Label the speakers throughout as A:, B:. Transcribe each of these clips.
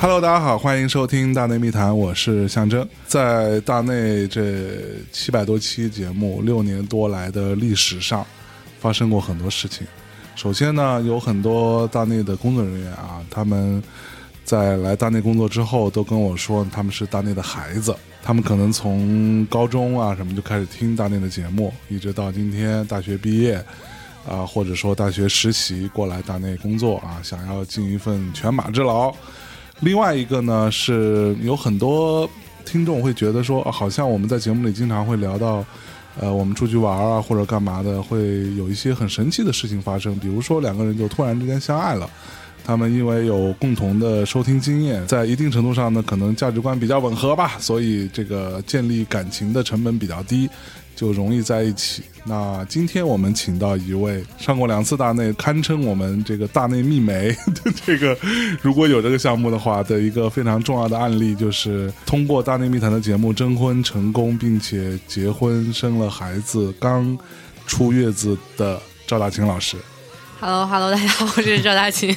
A: Hello，大家好，欢迎收听《大内密谈》，我是象征。在大内这七百多期节目六年多来的历史上，发生过很多事情。首先呢，有很多大内的工作人员啊，他们在来大内工作之后，都跟我说他们是大内的孩子。他们可能从高中啊什么就开始听大内的节目，一直到今天大学毕业，啊，或者说大学实习过来大内工作啊，想要尽一份犬马之劳。另外一个呢是有很多听众会觉得说、啊好像我们在节目里经常会聊到，呃，我们出去玩啊或者干嘛的，会有一些很神奇的事情发生，比如说两个人就突然之间相爱了。他们因为有共同的收听经验，在一定程度上呢，可能价值观比较吻合吧，所以这个建立感情的成本比较低，就容易在一起。那今天我们请到一位上过两次大内，堪称我们这个大内密媒的 这个，如果有这个项目的话的一个非常重要的案例，就是通过大内密谈的节目征婚成功，并且结婚生了孩子，刚出月子的赵大琴老师，
B: Hello Hello，大家好， 我是赵大琴。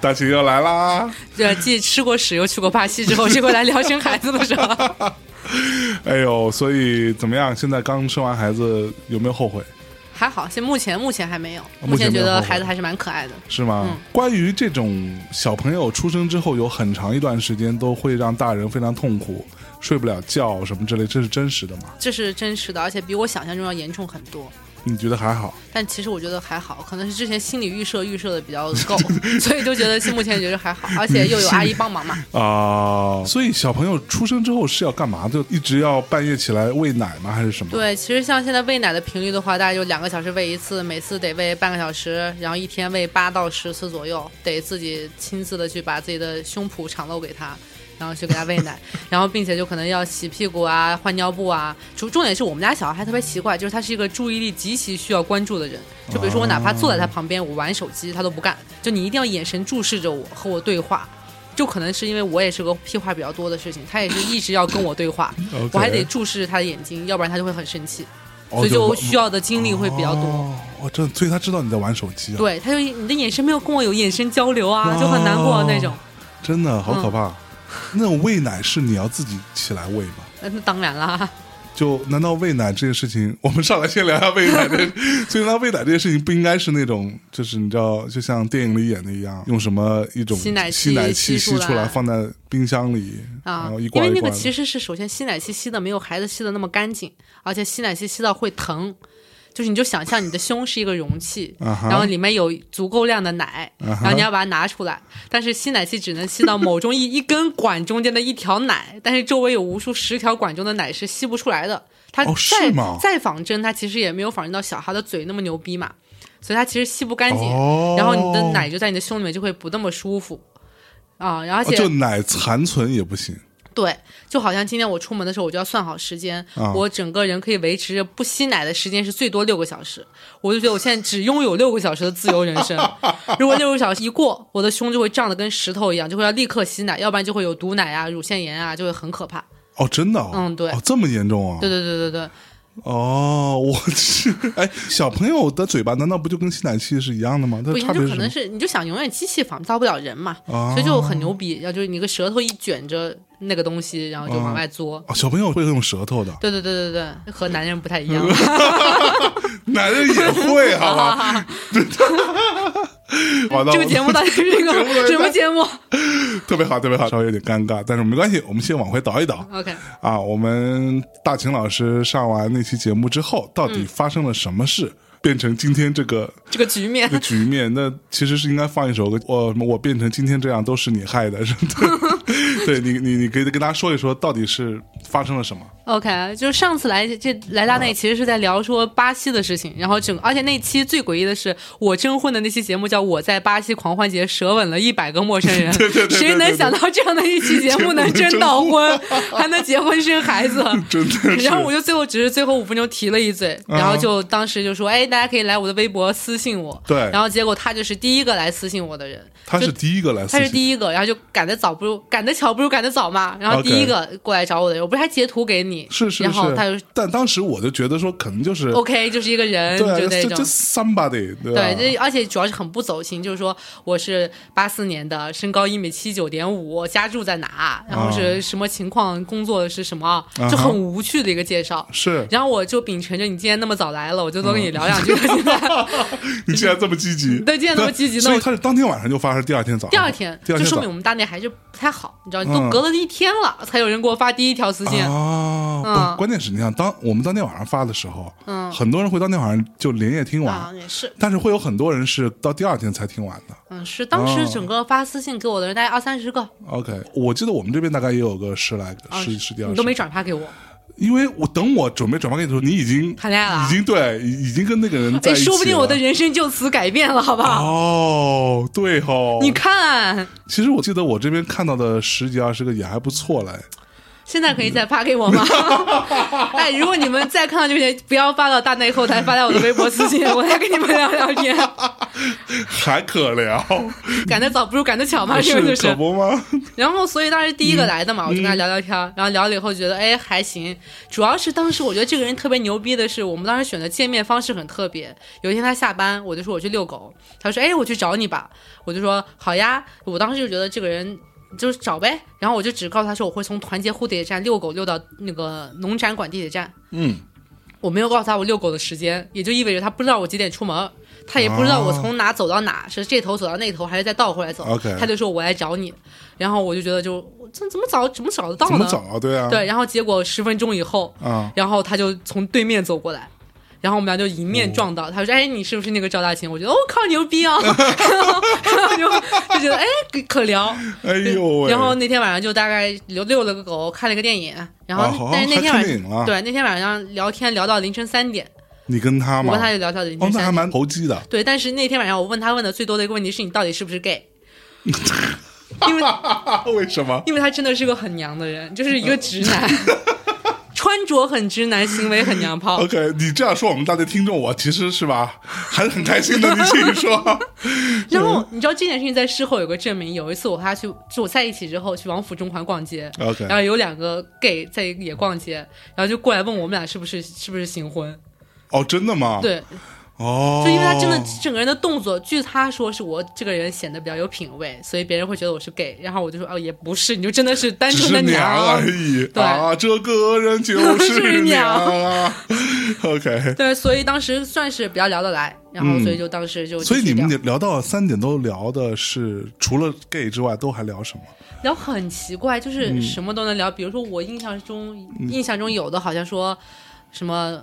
A: 大琴又来啦。
B: 呃，继吃过屎又去过巴西之后，这回来聊生孩子的事了。
A: 哎呦，所以怎么样？现在刚生完孩子，有没有后悔？
B: 还好，现目前目前还没有，
A: 哦目
B: 目
A: 前
B: 前
A: 没有
B: 觉
A: 后
B: 得
A: 悔
B: 孩子还是蛮可爱的。
A: 是吗？
B: 嗯
A: 关于这种小朋友出生之后，有很长一段时间都会让大人非常痛苦，睡不了觉什么之类，这是真实的吗？
B: 这是真实的，而且比我想象中要严重很多。
A: 你觉得还好？
B: 但其实我觉得还好，可能是之前心理预设预设的比较 够，所以就觉得目前觉得还好，而且又有阿姨帮忙嘛。
A: 啊、所以小朋友出生之后是要干嘛？就一直要半夜起来喂奶吗？还是什么？
B: 对，其实像现在喂奶的频率的话，大概就两个小时喂一次，每次得喂半个小时，然后一天喂八到十次左右，得自己亲自的去把自己的胸脯敞露给他。然后去给他喂奶，然后并且就可能要洗屁股啊、换尿布啊。主重点是我们家小孩特别奇怪，就是他是一个注意力极其需要关注的人。就比如说我哪怕坐在他旁边，我玩手机，他都不干。就你一定要眼神注视着我和我对话。就可能是因为我也是个屁话比较多的事情，他也是一直要跟我对话
A: OK
B: 我还得注视着他的眼睛，要不然他就会很生气。
A: 哦，
B: 所以就需
A: 要
B: 要的精力会比较多。
A: 哦，哦这所以他知道你在玩手机啊，
B: 对，他就你的眼神没有跟我有眼神交流
A: 哦
B: 啊，就很难过那种。
A: 真的
B: 嗯
A: 好可怕。那种喂奶是你要自己起来喂吗？
B: 那那当然啦，
A: 就难道喂奶这件事情，我们上来先聊一下喂 奶这，所以呢，喂奶这件事情不应该是那种，就是你知道，就像电影里演的一样，用什么一种
B: 吸奶器
A: 吸奶器
B: 吸
A: 吸
B: 出
A: 出来，
B: 来
A: 放在冰箱里，
B: 啊
A: 然哦后一，
B: 因
A: 罐
B: 为
A: 一罐
B: 那个
A: 的
B: 其实是首先吸奶器吸的没有孩子吸的那么干净，而且吸奶器吸到会疼。就是你就想象你的胸是一个容器，
A: 啊哈
B: 然后里面有足够量的奶，
A: 啊哈
B: 然后你要把它拿出来，但是吸奶器只能吸到某中一一根管中间的一条奶，但是周围有无数十条管中的奶是吸不出来的。它
A: 哦是
B: 再、
A: 吗
B: 再仿真，它其实也没有仿真到小孩的嘴那么牛逼嘛，所以它其实吸不干净，
A: 哦
B: 然后你的奶就在你的胸里面就会不那么舒服啊，然后而且、
A: 哦就奶残存也不行，
B: 对，就好像今天我出门的时候，我就要算好时间，
A: 啊
B: 我整个人可以维持着不吸奶的时间是最多六个小时。我就觉得我现在只拥有六个小时的自由人生，如果六个小时一过，我的胸就会胀得跟石头一样，就会要立刻吸奶，要不然就会有毒奶啊、乳腺炎啊，就会很可怕。
A: 哦，真的、哦，
B: 嗯对
A: 哦，这么严重啊，
B: 对对对对对，
A: 哦，我去，哎，小朋友的嘴巴难道不就跟吸奶器是一样的吗？它
B: 不
A: 的
B: 行，
A: 差别
B: 就是可
A: 什
B: 能
A: 么？
B: 是你就想永远机器仿造不了人嘛，
A: 哦
B: 所以就很牛逼，然后就是你个舌头一卷着那个东西，然后就往外嘬。
A: 哦，小朋友会用舌头的，
B: 对对对对对，和男人不太一样。
A: 男人也会，嗯好 吧？好的，
B: 这个节目到底是 一个
A: 目到底在
B: 什么节目
A: 特别好，特别好，稍微有点尴尬，但是没关系，我们先往回倒一倒
B: ？OK。
A: 啊。我们大秦老师上完那期节目之后，到底发生了什么事，
B: 嗯
A: 变成今天这个
B: 这个局面
A: 这个局 面？那其实是应该放一首歌，我我变成今天这样都是你害的，是吧？ 对你，你你可以跟大家说一说，到底是发生了什么？
B: OK，就是上次来这来大内其实是在聊说巴西的事情，然后整而且那期最诡异的是我征婚的那期节目叫《我在巴西狂欢节舌吻了一百个陌生人》，
A: 对对对对
B: 谁能想到这样的一期节目能
A: 节目能
B: 征 到婚，还能结婚生孩子？
A: 真的是嗯
B: 然后我就最后只是最后五分钟提了一嘴，然后就当时就说，哎，大家可以来我的微博私信我。
A: 对
B: 然后结果他就是第一个来私信我的人，
A: 他是第一个来私
B: 他
A: 信，
B: 是第一个，然后就赶得早不如赶得巧不如赶得早嘛，然后
A: OK
B: 第一个过来找我的人，我不是还截图给你，
A: 是是
B: 然后
A: 是
B: 他就
A: 但当时我就觉得说，可能就是
B: OK 就是一个人，
A: 对啊，
B: 就那
A: 就就
B: 种。
A: somebody 对吧？
B: 对，这而且主要是很不走心，就是说我是八四年的，身高一米七九点五，家住在哪，然后
A: 啊
B: 是什么情况，工作是什么，
A: 嗯
B: 就很
A: 哼
B: 无趣的一个介绍。
A: 是
B: 然后我就秉承着你今天那么早来了，我就多跟你 聊两句。现在
A: 你竟然这么积极，
B: 对竟然这么积极那
A: 所以
B: 我
A: 他是当天晚上就发，还是第二天早上？
B: 第二天，
A: 第二
B: 就
A: 天
B: 说
A: 早
B: 明我们大内还是不太好，你知道，
A: 嗯
B: 都隔了一天了，才有人给我发第一条私信。
A: 啊，
B: 嗯
A: 不，关键是你想，当我们当天晚上发的时候，
B: 嗯
A: 很多人会当天晚上就连夜听完，
B: 啊，也是，
A: 但是会有很多人是到第二天才听完的。
B: 嗯，是当时
A: 哦
B: 整个发私信给我的人大概二三十个，
A: OK，我记得我们这边大概也有个十来个，
B: 啊
A: 十十几二
B: 你
A: 十，
B: 都没转发给我。
A: 因为我等我准备转发给你的时候，你已经
B: 谈恋爱了啊
A: 已经对，已已经跟那个人在
B: 哎，
A: 一起了。
B: 说不定我的人生就此改变了，好不好？
A: 哦，对哦，
B: 你看，
A: 其实我记得我这边看到的十几二十个也还不错嘞。
B: 现在可以再发 给我吗？哎，如果你们再看到这些，不要发到大内后台，发到我的微博私信，我再跟你们聊聊天。
A: 还可聊，
B: 赶得早不如赶得巧 嘛，是
A: 是
B: 不啊是？
A: 可不 吗？
B: 然后，所以当时第一个来的嘛，我就跟他聊聊天儿，然后聊了以后觉得，哎，还行。主要是当时我觉得这个人特别牛逼的是，我们当时选的见面方式很特别。有一天他下班，我就说我去遛狗，他说，哎，我去找你吧。我就说好呀。我当时就觉得这个人就是找呗，然后我就只告诉他说我会从团结湖地铁站遛狗遛到那个农展馆地铁站。
A: 嗯，
B: 我没有告诉他我遛狗的时间，也就意味着他不知道我几点出门，他也不知道我从哪走到哪，是这头走到那头，还是再倒回来走。
A: OK
B: 他就说我来找你，然后我就觉得就这怎么找怎么找得到
A: 怎么
B: 呢？
A: 找啊？对啊，
B: 对，然后结果十分钟以后，
A: 啊，
B: 然后他就从对面走过来。然后我们俩就迎面撞到，他说：“哎，你是不是那个赵大琴？”我觉得：“我、靠，牛逼啊！” 然后然后就就觉得：“哎，可可聊。”
A: 哎呦喂，
B: 然后那天晚上就大概遛遛了个狗，看了个电影，然后、
A: 啊好
B: 但是那天晚
A: 还看电影了
B: 上对那天晚上聊天聊到凌晨三点，
A: 你跟他嘛
B: 我跟，他就聊到凌
A: 哦那
B: 晨，
A: 还
B: 三点。
A: 蛮投机的，
B: 对，但是那天晚上我问他问的最多的一个问题是你到底是不是 gay，因为
A: 啊为什么？
B: 因为他真的是个很娘的人，就是一个直 男，穿着很直男，行为很 娘炮。
A: OK，你这样说，我们大家听众，我其实是吧，还是很开心的。你继续 说，
B: 然后你知道这件事情在事后有个证明，有一次我和他去，就我在一起之后去王府中环逛街
A: OK
B: 然后有两个 gay 在也逛街，然后就过来问我们俩是不是是不是行婚，
A: 哦，真的吗？，
B: 对，
A: 哦，
B: 就因为他真的整个人的动作，据他说是我这个人显得比较有品位，所以别人会觉得我是 gay。然后我就说哦，也不是，你就真的是单
A: 只
B: 纯
A: 是
B: 的
A: 而已。
B: 对
A: 啊，这个人就
B: 就是
A: 娘
B: 娘
A: 啊。OK，
B: 对，所以当时算是比较聊得来，然后
A: 嗯
B: 所以就当时就继
A: 所
B: 续
A: 以
B: 聊、
A: 你们聊到三点都聊的是除了 gay 之外都还聊什么？
B: 聊很奇怪，
A: 嗯
B: 就是什么都能聊。比如说我印象中，印象中有的好像说什么。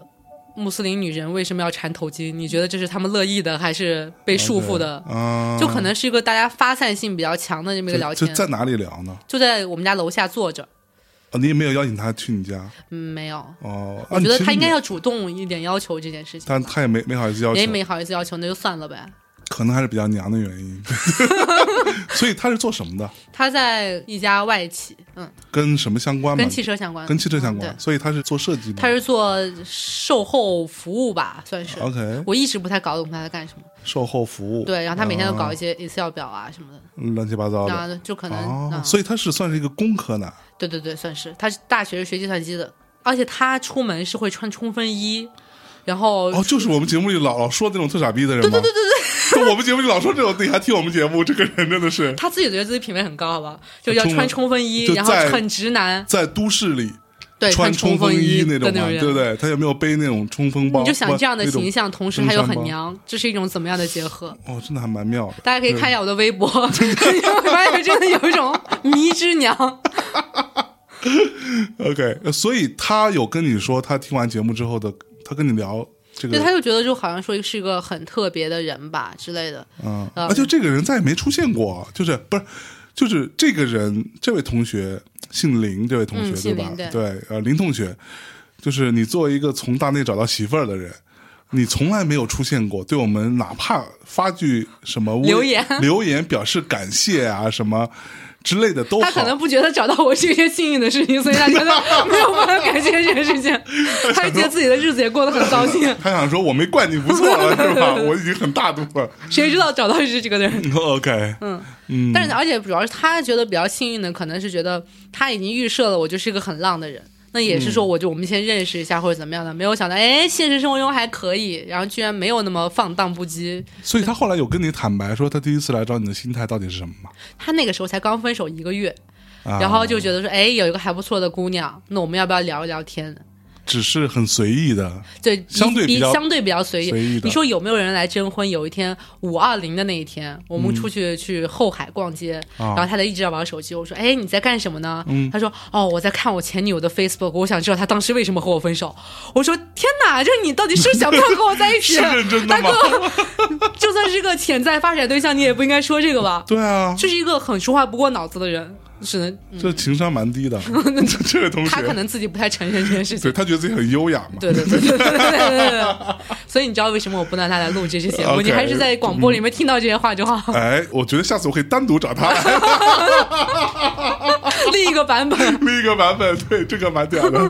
B: 穆斯林女人为什么要缠头巾？你觉得这是他们乐意的，还是被束缚的？
A: 啊，
B: 就可能是一个大家发散性比较强的这么一个聊
A: 就
B: 天，
A: 在哪里聊呢？
B: 就在我们家楼下坐着。
A: 哦，你也没有邀请他去你家
B: 嗯，没有，
A: 哦。
B: 我觉得他应该
A: 要，
B: 要主动一点要求这件事情，
A: 但他也没没好意思要求
B: 人也，没好意思要求，那就算了呗。
A: 可能还是比较娘的原因。 所以他是做什么的？
B: 他在一家外企，嗯，
A: 跟什么相关吗？
B: 跟汽车相关，
A: 跟汽车相
B: 嗯
A: 关，
B: 对
A: 所以他是做设计吗？
B: 他是做售后服务吧，算是。
A: OK
B: 我一直不太搞懂他在干什么。
A: 售后服务，
B: 对，然后他每天都搞一
A: 些
B: 些 Excel 表啊什么的，
A: 乱七八糟
B: 然
A: 哦的。
B: 后就可能，
A: 哦，
B: 嗯
A: 所以他是算是一个工科男，
B: 对对对，算是。他是大学是学计算机的，而且他出门是会穿冲锋衣，然后
A: 哦，就是我们节目里老老说那种特傻逼的人吗？对对 对对，我们节目里老说这种，你还听我们节目，这个人真的是
B: 他自己觉得自己品味很高，好吧？就要
A: 冲
B: 穿冲锋衣
A: 就，
B: 然后
A: 在
B: 很直男，
A: 在都市里
B: 对，
A: 穿
B: 冲
A: 锋
B: 衣
A: 那种
B: 的
A: 嘛，
B: 人，
A: 对不对？他有没有背那种冲锋包？
B: 你就想这样的
A: 哦不
B: 形。象，同时
A: 登
B: 还有
A: 山
B: 很
A: 包
B: 娘，这是一种怎么样的结合？
A: 那种哦，真的还蛮妙的。
B: 大家可以看一下我的微博， 你会发现真的有一种迷之娘。
A: OK，呃所以他有跟你说，他听完节目之后的，他跟你聊这
B: 对，
A: 个，
B: 他就觉得就好像说是一个很特别的人吧之类的。
A: 嗯，
B: 嗯
A: 而且这个人再也没出现过，就是不是，就是这个人，这位同学姓林，这位同学、
B: 嗯
A: 对
B: 姓
A: 吧？
B: 林对
A: 呃，林同学，就是你作为一个从大内找到媳妇儿的人。你从来没有出现过，对我们哪怕发句什么微
B: 留言
A: 留言表示感谢啊，什么之类的都好。
B: 他可能不觉得找到我是一件幸运的事情，所以他觉得没有办法感谢这件事情， 他就觉得自己的日子也过得很糟心。
A: 他想说我没惯你不错 了，是吧？我已经很大度了。
B: 谁知道找到是这个人？
A: OK，
B: 嗯，
A: 嗯，
B: 但是而且主要是他觉得比较幸运的，可能是觉得他已经预设了我就是一个很浪的人。那也是
A: 嗯
B: 说，我就我们先认识一下或者怎么样的，没有想到，哎，现实生活中还可以，然后居然没有那么放荡不羁。
A: 所以他后来有跟你坦白说他第一次来找你的心态到底是什么吗？
B: 他那个时候才刚分手一个月，
A: 啊、
B: 然后就觉得说，哎，有一个还不错的姑娘，那我们要不要聊一聊天？
A: 只是很随意的，
B: 对，
A: 相对比
B: 比
A: 较
B: 相对比较随意。
A: 随意的
B: 你说有没有人来征婚？有一天五二零的那一天，我们出去去后海逛街，
A: 嗯啊
B: 然后他在一直在玩手机。我说：“哎，你在干什么呢？”
A: 嗯
B: 他说：“哦，我在看我前女友的 Facebook，我想知道她当时为什么和我分手。”我说：“天哪，这你到底是想不想和我在一起？
A: 是认真的
B: 大
A: 吗？
B: 哥，就算是个潜在发展对象，你也不应该说这个吧？
A: 对啊，
B: 这是一个很说话不过脑子的人，只能、嗯
A: 这情商蛮 低的，这 这位同学，
B: 他可能自己不太承认这件事情。”
A: 对他觉得自己很优雅嘛。
B: 对对对对对对对对。所以你知道为什么我不让他来录这些节目？
A: OK，
B: 你还是在广播里面听到这些话就好，
A: 哎，我觉得下次我可以单独找他 来嗯
B: 另一个版本。
A: 另一个版本，对这个蛮屌 的。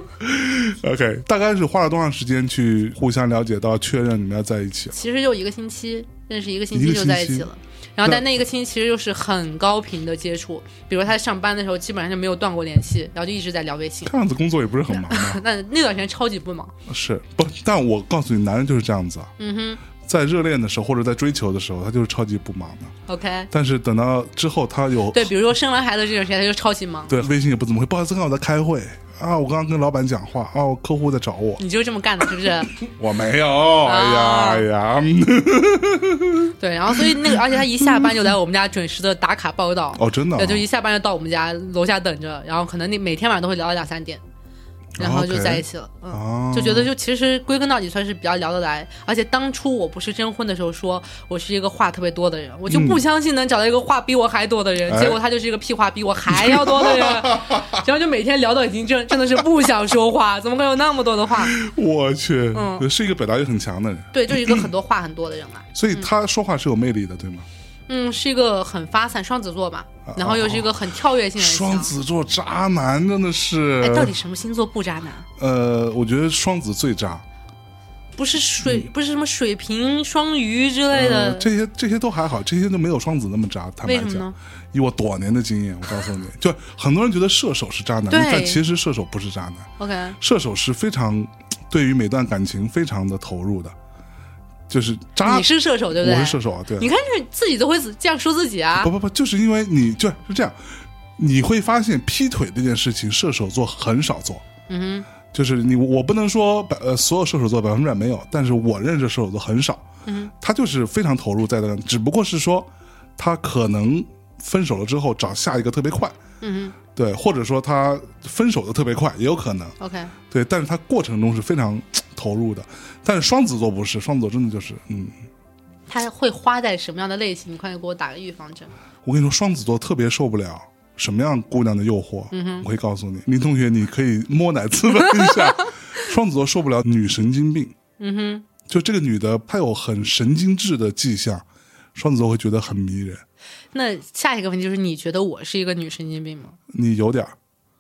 A: OK，大概是花了多长时间去互相了解到确认你们要在一起？啊
B: 其实就一个星期，认识一个星
A: 一
B: 期
A: 个星
B: 就
A: 期
B: 在一起了。然后，
A: 那
B: 但那一个星期其实又是很高频的接触，比如他上班的时候基本上就没有断过联系，然后就一直在聊微信。
A: 看样子工作也不是很忙嘛，
B: 那那段时间超级不忙，
A: 是不？但我告诉你，男人就是这样子啊。嗯
B: 哼，
A: 在热恋的时候或者在追求的时候，他就是超级不忙的。
B: OK？
A: 但是等到之后，他有
B: 对，比如说生完孩子这段时间他就超级忙，
A: 对微信也不怎么会，不好意思，刚好我在开会啊，我刚刚跟老板讲话啊，我客户在找我，
B: 你就这么干的，是不是？
A: 我没有，哎呀、
B: 啊
A: 哎呀， 嗯
B: 对，然后所以那个，而且他一下班就来我们家准时的打卡报道。
A: 哦，真的啊、
B: 对，就一下班就到我们家楼下等着，然后可能那每天晚上都会聊到两三点，然后就
A: 哦 OK
B: 在一起了。嗯，
A: 啊，
B: 就觉得就其实归根到底算是比较聊得来，而且当初我不是征婚的时候说我是一个话特别多的人，我就不相信能找到一个话比我还多的人，
A: 哎
B: 结果他就是一个屁话比我还要多的人， 然后就每天聊到已经真真的是不想说话，怎么会有那么多的 话？
A: 我去，
B: 嗯
A: 是一个表达欲很强的人，
B: 对，就是一个很多话很多的人嘛。
A: 所以他说话是有魅力的，对吗？
B: 嗯，是一个很发散双子座嘛
A: 啊，
B: 然后又是一个很跳跃性的人
A: 双。子座渣男真的是，
B: 嗯哎，到底什么星座不渣男？
A: 呃，我觉得双子最渣，
B: 不是水，不是什么水瓶、双鱼之类
A: 嗯呃
B: 的，，
A: 这些这些都还好，这些都没有双子那么渣。坦白
B: 为什么
A: 讲
B: 呢，
A: 以我多年的经验，我告诉你，就很多人觉得射手是渣男，
B: 对
A: 但其实射手不是渣男，
B: OK，
A: 射手是非常对于每段感情非常的投入的，就是渣
B: 你。是射手对不对？
A: 啊我是射手啊，嗯对啊，
B: 你看这自己都会这样说自己啊
A: 不。不不，就是因为你就是这样，你会发现劈腿这件事情，射手座很少做。
B: 嗯
A: 就是你，我不能说百呃所有射手座百分之百没有，但是我认识射手座很少，嗯，他就是非常投入在那，只不过是说他可能分手了之后找下一个特别快，
B: 哼，嗯
A: 对，或者说他分手的特别快也有可能，
B: 哼，OK，
A: 对，但是他过程中是非常投入的，但是双子座不是，双子座真的就是，嗯，
B: 他会花在什么样的类型？你快点给我打个预防针。
A: 我跟你说，双子座特别受不了什么样姑娘的诱惑。
B: 嗯
A: 我会告诉你，林同学，你可以摸奶自问一下， 双子座受不了女神经病。
B: 嗯哼，
A: 就这个女的，她有很神经质的迹象，双子座会觉得很迷人。
B: 那下一个问题就是，你觉得我是一个女神经病吗
A: 你有点儿，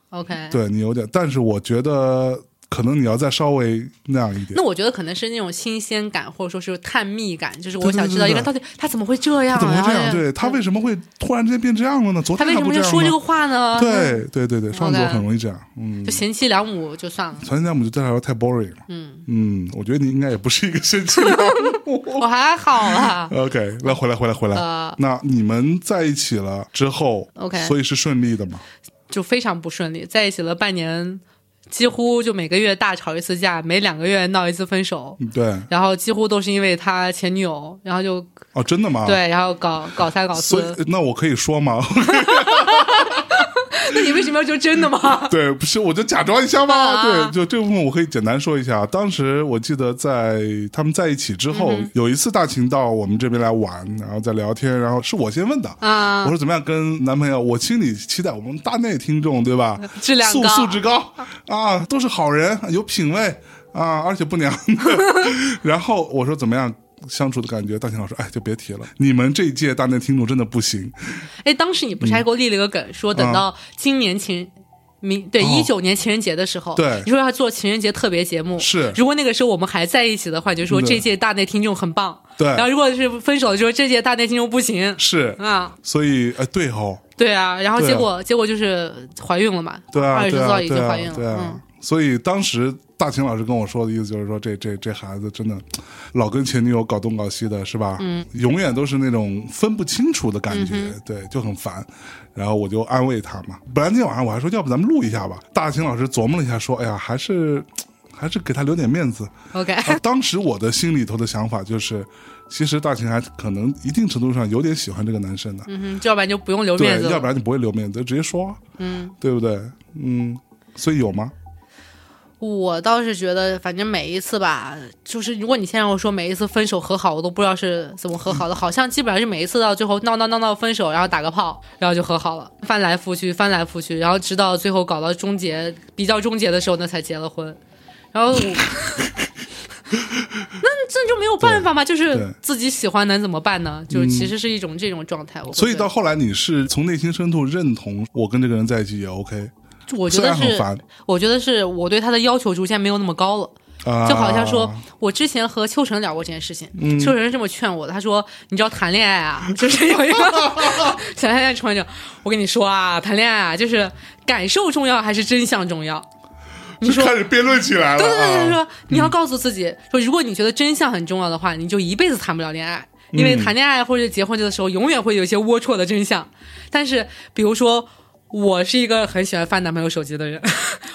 B: ？OK，
A: 对你有点儿，但是我觉得可能你要再稍微那样一点
B: 那。我觉得可能是那种新鲜感，或者说是探秘感，就是
A: 对
B: 我
A: 对
B: 想知道
A: 对
B: 一
A: 对
B: 个到底他怎么会这样
A: 她怎
B: 啊，
A: 么会这
B: 然
A: 样？
B: 后
A: 对她为什么会突然之间变这样了呢？昨
B: 他
A: 天
B: 为
A: 还
B: 什
A: 不
B: 么
A: 这
B: 会
A: 样
B: 说这个
A: 吗？
B: 话呢？，
A: 对对对对，双子座
B: 啊 OK
A: 很容易这样。嗯，
B: 就贤妻良母就算了。
A: 传家母就对她来说太 boring 了。嗯嗯，我觉得你应该也不是一个神经 病。。
B: 我还好啦
A: OK，来回来回来回来、
B: 呃
A: 那你们在一起了之后
B: OK
A: 所以是顺利的嘛？
B: 就非常不顺利，在一起了半年，几乎就每个月大吵一次架，每两个月闹一次分手，
A: 嗯对，
B: 然后几乎都是因为他前女友，然后就、
A: 哦，真的吗？，
B: 对，然后搞搞三搞
A: 所以
B: 四。
A: 那我可以说吗？
B: 那你为什么要说真的 吗？
A: 对，不是，我就假装一下嘛。
B: 啊
A: 对，就这部分我可以简单说一下。当时我记得在他们在一起之后，
B: 嗯
A: 有一次大秦到我们这边来玩，然后在聊天，然后是我先问的。
B: 啊
A: 我，说怎么样跟男朋友？我心里期待我们大内听众对 吧？
B: 质量
A: 素
B: 高
A: 素质高啊， 都是好人，有品位啊，而且不娘。然后我说怎么样？相处的感觉，大秦老师，哎，就别提了，你们这一届大内听众真的不行。
B: 哎，当时你不是还给我立了一个梗，说等到今年情。明对
A: 嗯哦
B: 一九年情人节的时候，
A: 对
B: 你说要做情人节特别节目，
A: 是
B: 如果那个时候我们还在一起的话，你就说
A: 对
B: 这届大内听众很棒，
A: 对
B: 然后如果是分手了，就说这届大内听众不行
A: 是，
B: 啊，
A: 所以，哎，对哦，
B: 对啊，然后
A: 对啊
B: 结果、结果就是怀孕了嘛，
A: 对啊，
B: 二十
A: 对啊，
B: 岁已
A: 对
B: 经怀
A: 啊
B: 孕，了，
A: 对啊
B: 嗯，。
A: 所以当时大秦老师跟我说的意思就是说，这这这孩子真的老跟前女友搞东搞西的，是吧？嗯，永远都是那种分不清楚的感
B: 嗯
A: 觉，对，就很烦。然后我就安慰他嘛。本来那天晚上我还说，要不咱们录一下吧。大秦老师琢磨了一下，说：“哎呀，还是还是给他留点面子。
B: OK，
A: 啊当时我的心里头的想法就是，其实大秦还可能一定程度上有点喜欢这个男生的，
B: 嗯哼，要不然就不用留面
A: 对
B: 子，了。
A: 要不然你不会留面子，就直接说、啊，嗯，对不对？嗯，所以有吗？
B: 我倒是觉得，反正每一次吧，就是如果你先让我说每一次分手和好，我都不知道是怎么和好的，好像基本上是每一次到最后闹闹闹闹分手，然后打个炮，然后就和好了，翻来覆去，翻来覆去，然后直到最后搞到终结，比较终结的时候，那才结了婚。然后我，那这就没有办法嘛，就
A: 对嗯
B: 是自己喜欢能怎么办呢？就是其实是一种这种状态。我会
A: 所以
B: 觉得
A: 到后来你是从内心深处认同我跟这个人在一起也 OK，
B: 我觉
A: 虽
B: 得
A: 然很
B: 是，
A: 烦
B: 我觉得是我对他的要求逐渐没有那么高了。
A: 啊，
B: 就好像说，我之前和秋晨聊过这件事情，秋晨是这么劝我的，他说：“你知道谈恋爱啊，就是有一个想谈恋爱穿着，我跟你说啊，谈恋爱啊，就是感受重要还是真相重要？你
A: 就
B: 说。”
A: 开始辩论起来了
B: 对对对，他
A: 啊。
B: 说你要告诉自己，说如果你觉得真相很重要的话，你就一辈子谈不了恋爱，因为谈恋爱或者结婚的时候，永远会有一些龌龊的真相。但是，比如说，我是一个很喜欢翻男朋友手机的人，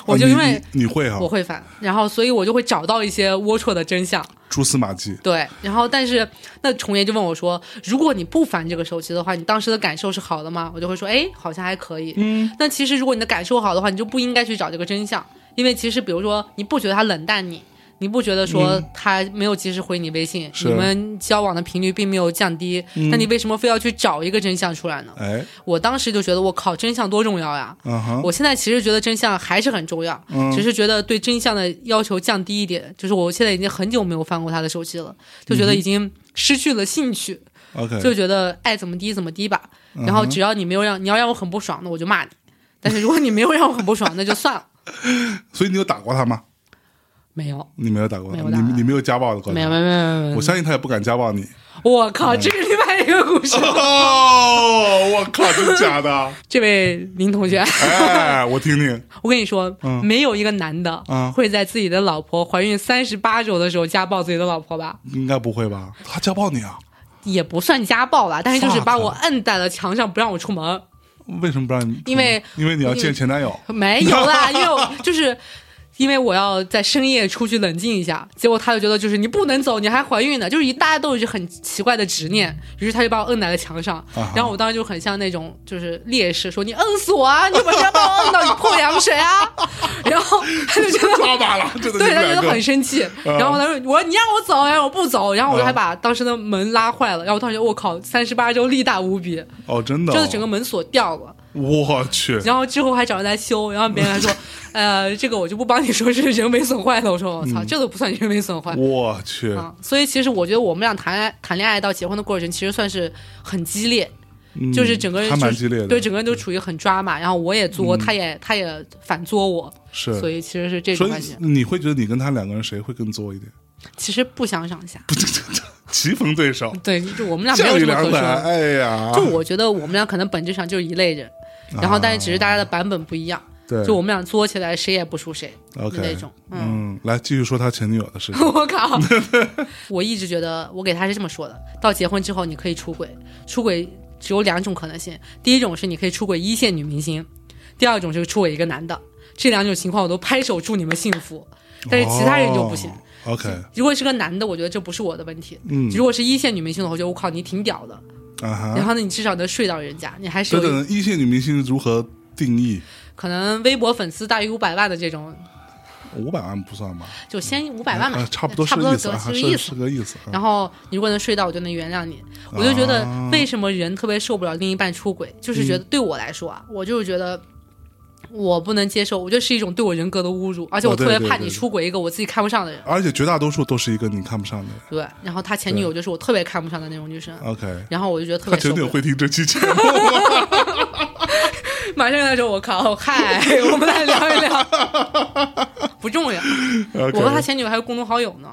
B: 我就因为、
A: 啊你你你会哈、
B: 我会翻，然后所以我就会找到一些龌龊的真相。
A: 蛛丝马迹，
B: 对，然后但是那重爷就问我说，如果你不翻这个手机的话，你当时的感受是好的吗？我就会说，哎，好像还可以。嗯，那其实如果你的感受好的话，你就不应该去找这个真相，因为其实比如说你不觉得他冷淡你。你不觉得说他没有及时回你微信，
A: 是
B: 你们交往的频率并没有降低，那你为什么非要去找一个真相出来呢？
A: 哎，
B: 我当时就觉得，我靠，真相多重要呀！
A: 嗯哼，
B: 我现在其实觉得真相还是很重要，只是觉得对真相的要求降低一点。就是我现在已经很久没有翻过他的手机了，就觉得已经失去了兴趣，
A: 嗯 OK，
B: 就觉得爱怎么低怎么低吧。然后只要你没有让你要让我很不爽，那我就骂你；但是如果你没有让我很不爽，那就算了。
A: 所以你有打过他吗？
B: 没有，
A: 你没有打过他，
B: 没有
A: 你
B: 打他
A: 你没有家暴的过他，
B: 没有，没有，没有，没有
A: 我。相信他也不敢家暴你。
B: 我靠，这个另外一 个故事，
A: 哦，我靠，真假 的？
B: 这位林同学。
A: 哎，我听听，
B: 我跟你说，没有一个男的
A: 嗯
B: 会在自己的老婆怀孕三十八周的时候家暴自己的老婆吧？
A: 应该不会吧？他家暴你啊？
B: 也不算家暴吧，但是就是
A: Fuck
B: 把我摁在了墙上，不让我出门。
A: 为什么不让你？
B: 因为
A: 因为你要见前男友。
B: 没有啦，因为 我就是因为我要在深夜出去冷静一下。结果他就觉得就是你不能走，你还怀孕呢，就是一大家都有一很奇怪的执念，于是他就把我摁在了墙上。
A: 啊哈
B: 然后我当时就很像那种就是烈士，说你摁死我啊，你把人家把我摁到一泼凉水 啊。然后他就觉得
A: 抓马 了，真的
B: 对
A: 你们
B: 他觉
A: 两
B: 得
A: 个
B: 很生气，然后他说：“我说你让我走，然后我不走。”然后我就还把当时的门拉坏了，然后我当时觉得我靠，三十八周力大无比，
A: 哦，真的哦，
B: 真的整个门锁掉了。
A: 我去，
B: 然后之后还找人来修，然后别人 还说：“呃，这个我就不帮你说是人为损坏了。”我说：“我操，这都不算人为损坏。”
A: 嗯我去，
B: 啊，所以其实我觉得我们俩谈恋爱谈恋爱到结婚的过程，其实算是很激烈，
A: 嗯
B: 就是整个人
A: 还蛮
B: 就是
A: 激烈的，嗯
B: 对，整个人都处于很抓马。然后我也作，他也他也反作我，
A: 是，
B: 所以其实是这
A: 所
B: 种关系
A: 以。你会觉得你跟他两个人谁会更作一点？
B: 其实不相上下，
A: 棋逢对 手，
B: 对，就我们俩没
A: 教
B: 有
A: 育
B: 什么
A: 两
B: 可说
A: 难，
B: 的。
A: 哎呀，
B: 就我觉得我们俩可能本质上就是一类人，然后但是只是大家的版本不一样。
A: 啊对，
B: 就我们俩作起来，谁也不输谁的
A: OK
B: 那种。嗯，
A: 嗯，来继续说他前女友的事 情，
B: 我靠！我一直觉得，我给他是这么说的：到结婚之后，你可以出轨，出轨只有两种可能性，第一种是你可以出轨一线女明星，第二种就是出轨一个男的。这两种情况我都拍手祝你们幸福， 但是其他人就不行。
A: 哦 OK，
B: 如果是个男的，我觉得这不是我的问题。
A: 嗯
B: 如果是一线女明星的话，我觉得我靠，你挺屌的。
A: 啊
B: 然
A: 哈，
B: 后呢，你至少能睡到人家，你还是
A: 等
B: 有一
A: 等，一线女明星如何定义？
B: 可能微博粉丝大于五百万的这种，
A: 五百万不算吧？
B: 就先五百万吧
A: 啊，，差不多是
B: 差不
A: 个
B: 多
A: 意思
B: 得
A: 啊，
B: 是
A: 是
B: 个意
A: 是
B: 思。
A: 个意思。
B: 然后你如果能睡到，我就能原谅你。我就觉得
A: 嗯
B: 啊为什么人特别受不了另一半出轨，就是觉得对我来说啊，我就是觉得我不能接受，我觉得是一种对我人格的侮辱，而且我
A: 哦对
B: 特别
A: 对
B: 怕
A: 对
B: 你
A: 对
B: 出轨一个我自己看不上的人。
A: 而且绝大多数都是一个你看不上的人。
B: 对，然后他前女友就是我特别看不上的那种女生，
A: OK，
B: 然后我就觉得特
A: 他
B: 别受
A: 真
B: 不
A: 的
B: 了。
A: 会听这期节目，
B: 马上跟他说：“我靠，嗨，我们来聊 一聊。”不重要，
A: 我
B: 我和他前女友还有共同好友呢。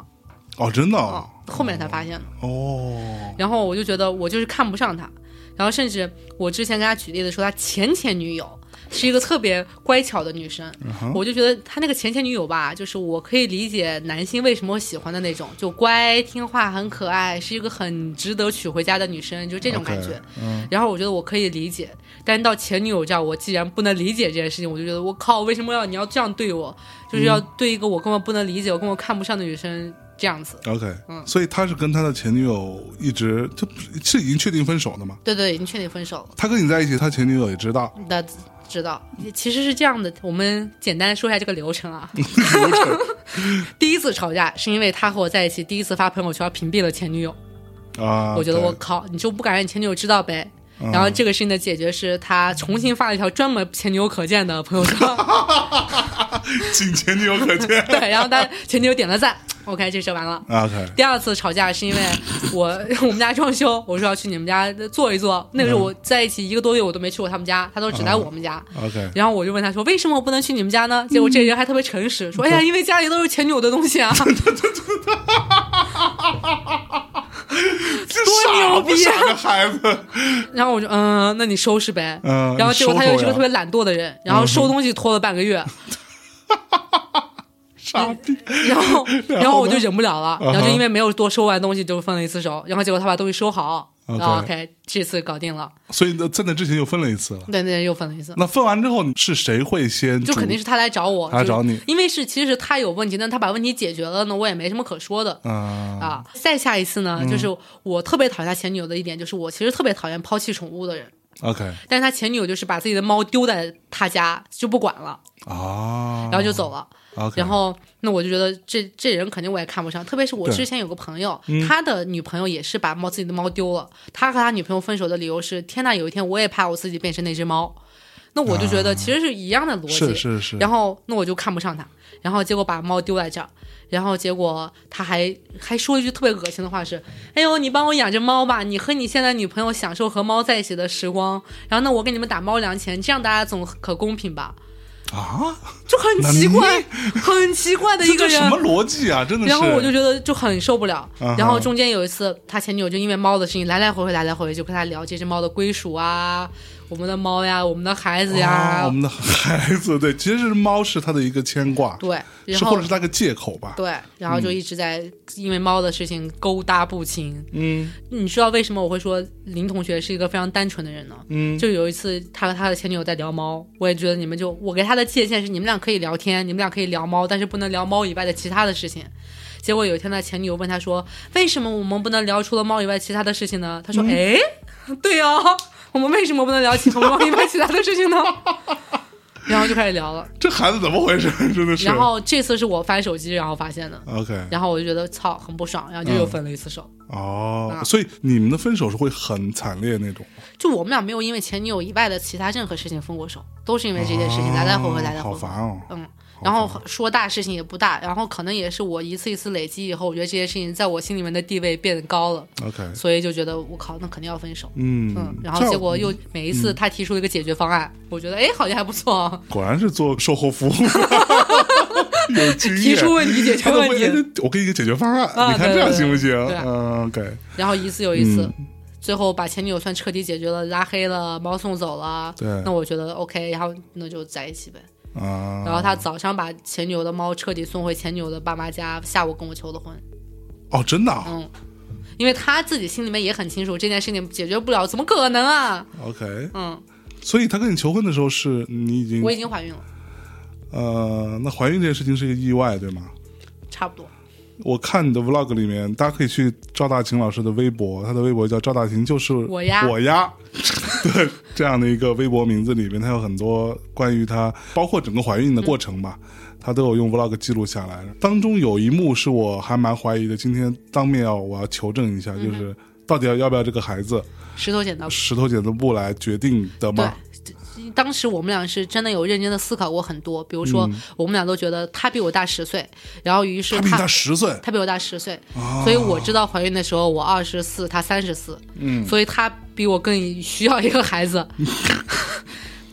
A: 哦，真的
B: 哦
A: 哦，
B: 后面才发现的。
A: 哦
B: 然后我就觉得我就是看不上他，然后甚至我之前跟他举例的说，他前前女友是一个特别乖巧的女生，
A: 嗯哼
B: 我就觉得他那个前前女友吧，就是我可以理解男性为什么喜欢的那种，就乖听话、很可爱，是一个很值得娶回家的女生，就这种感觉。
A: OK，嗯，
B: 然后我觉得我可以理解，但是到前女友这儿，我既然不能理解这件事情，我就觉得我靠，为什么要你要这样对我？就是要
A: 嗯
B: 对一个我根本不能理解、我根本看不上的女生这样子。
A: OK，
B: 嗯
A: 所以他是跟他的前女友一直就是已经确定分手的嘛？
B: 对对，已经确定分手了。
A: 他跟你在一起，他前女友也知道
B: 那知道，其实是这样的，我们简单说一下这个流程 啊。
A: 流程
B: 第一次吵架是因为他和我在一起，第一次发朋友圈屏蔽了前女友，
A: 啊。
B: 我觉得
A: 对
B: 我靠，你就不敢让你前女友知道呗。
A: 嗯
B: 然后这个事情的解决是他重新发了一条专门前女友可见的朋友圈，。
A: 仅前女友可见
B: 对，然后他前女友点了赞，OK，这事完了。
A: OK，
B: 第二次吵架是因为我 我们家装修，我说要去你们家坐一坐。那个时
A: 嗯
B: 候我在一起一个多月，我都没去过他们家，他都只来我们家。
A: OK，
B: 然后我就问他说：“为什么我不能去你们家
A: 嗯
B: 呢？”结果这人还特别诚实，说：“哎呀，因为家里都是前女友的东 西啊，
A: 这
B: 多
A: 傻
B: 牛
A: 不
B: 逼啊
A: 傻的孩子？！”
B: 然后我就嗯，那你收拾呗。
A: 嗯
B: 然后结果他
A: 你收
B: 又
A: 走
B: 是个
A: 呀嗯
B: 特别懒惰的人，然后收东西拖了半个月，
A: 傻逼！
B: 然后
A: 然后呢
B: 然后我就忍不了了，
A: 嗯哼
B: 然后就因为没有多收完东西就分了一次手，然后结果他把东西收好。
A: OK
B: 然后 OK，这次搞定了，
A: 所以呢，在那之前又分了一次了。
B: 对，那又分了一次，
A: 那分完之后是谁会先嗯主？
B: 就肯定是他来找我，
A: 他来找你
B: 就因为是其实是他有问题，但他把问题解决了呢，我也没什么可说的，
A: 啊
B: 啊，再下一次呢，
A: 嗯
B: 就是我特别讨厌他前女友的一点，就是我其实特别讨厌抛弃宠物的人，
A: ，OK
B: 但是他前女友就是把自己的猫丢在他家就不管了，
A: 啊，
B: 然后就走了。
A: OK，
B: 然后那我就觉得这这人肯定我也看不上，特别是我
A: 对嗯
B: 之前有个朋友，他的女朋友也是把猫自己的猫丢了，他和他女朋友分手的理由是：天呐，有一天我也怕我自己变成那只猫。那我就觉得其实是一样的逻辑，
A: 啊是是是，
B: 然后那我就看不上他，然后结果把猫丢在这儿，然后结果他还还说一句特别恶心的话是，哎呦，你帮我养只猫吧，你和你现在女朋友享受和猫在一起的时光，然后那我给你们打猫粮钱，这样大家总可公平吧？
A: 啊，
B: 就很奇 怪，很奇怪的一
A: 这
B: 个
A: 这什
B: 人
A: 么。逻辑啊？真的是。
B: 然后我就觉得就很受不了。
A: 嗯哼
B: 然后中间有一次，他前女友就因为猫的事情来来回回来来回回就跟他聊这只猫的归属啊，我们的猫呀，我们的孩子呀，
A: 啊，我们的孩子对，其实是猫是他的一个牵挂，
B: 对，然
A: 是
B: 后
A: 或者是他个借口吧。
B: 对，然后就一直在因为猫的事情勾搭不清。
A: 嗯
B: 你知道为什么我会说林同学是一个非常单纯的人呢？
A: 嗯，
B: 就有一次，他和他的前女友在聊猫，我也觉得你们就我给他的界限是你们俩可以聊天，你们俩可以聊猫，但是不能聊猫以外的其他的事情。结果有一天，他前女友问他说：“为什么我们不能聊除了猫以外其他的事情呢？”他
A: 嗯
B: 说：“哎、对哦，我们为什么不能聊其除了猫以外其他的事情呢？” 然后就开始聊了。
A: 这孩子怎么回事？ 真的是。
B: 然后这次是我翻手机然后发现的，
A: OK，
B: 然后我就觉得操很不爽，然后就又分了一次手。
A: 哦
B: 啊，
A: 所以你们的分手是会很惨烈那种，
B: 就我们俩没有因为前女友以外的其他任何事情分过手，都是因为这件事情来来回回
A: 哦
B: 来来回
A: 好
B: 回。
A: 烦哦。
B: 嗯，然后说大事情也不大，然后可能也是我一次一次累积以后，我觉得这件事情在我心里面的地位变得高了，
A: OK，
B: 所以就觉得我靠，那肯定要分手。
A: 嗯
B: 嗯，然
A: 这
B: 后
A: 样
B: 结果又每一次他提出了一个解决方案，我觉得哎好像还不错啊，
A: 果然是做售后 服务，有经验。
B: 提出问题解 决
A: 他都
B: 问
A: 会，哎
B: 题。
A: 这我给你个解决方案，
B: 啊
A: 你看
B: 对
A: 这样
B: 对
A: 行不行？
B: 对啊
A: 嗯，OK，
B: 然后一次又一次，
A: 嗯
B: 最后把前女友算彻底解决了，拉黑了，猫送走了。
A: 对
B: 那我觉得 OK，然后那就在一起呗。
A: 啊，
B: 然后他早上把前女友的猫彻底送回前女友的爸妈家，下午跟我求的婚。
A: 哦，真的啊
B: 嗯，因为他自己心里面也很清楚这件事情解决不了，怎么可能啊？
A: ，OK，
B: 嗯，
A: 所以他跟你求婚的时候是你已经
B: 我已经怀孕了，
A: 呃，那怀孕这件事情是一个意外，对吗？
B: 差不多。
A: 我看你的 vlog 里面，大家可以去赵大秦老师的微博，他的微博叫赵大秦，就是
B: 我呀
A: 我呀， 对这样的一个微博名字里面，他有很多关于他，包括整个怀孕的过程吧，他都有用 vlog 记录下来。当中有一幕是我还蛮怀疑的，今天当面要我要求证一
B: 嗯
A: 下，就是到底要要不要这个孩子，
B: 石头剪刀布，
A: 石头剪子布来决定的
B: 对
A: 吗？，
B: 当时我们俩是真的有认真的思考过很多，比如说我们俩都觉得他比我大十岁，然后于是
A: 嗯他比你大十岁，
B: 他比我大十岁，所以我知道怀孕的时候我二十四，他三十四，嗯，所以他比我更需要一个孩子。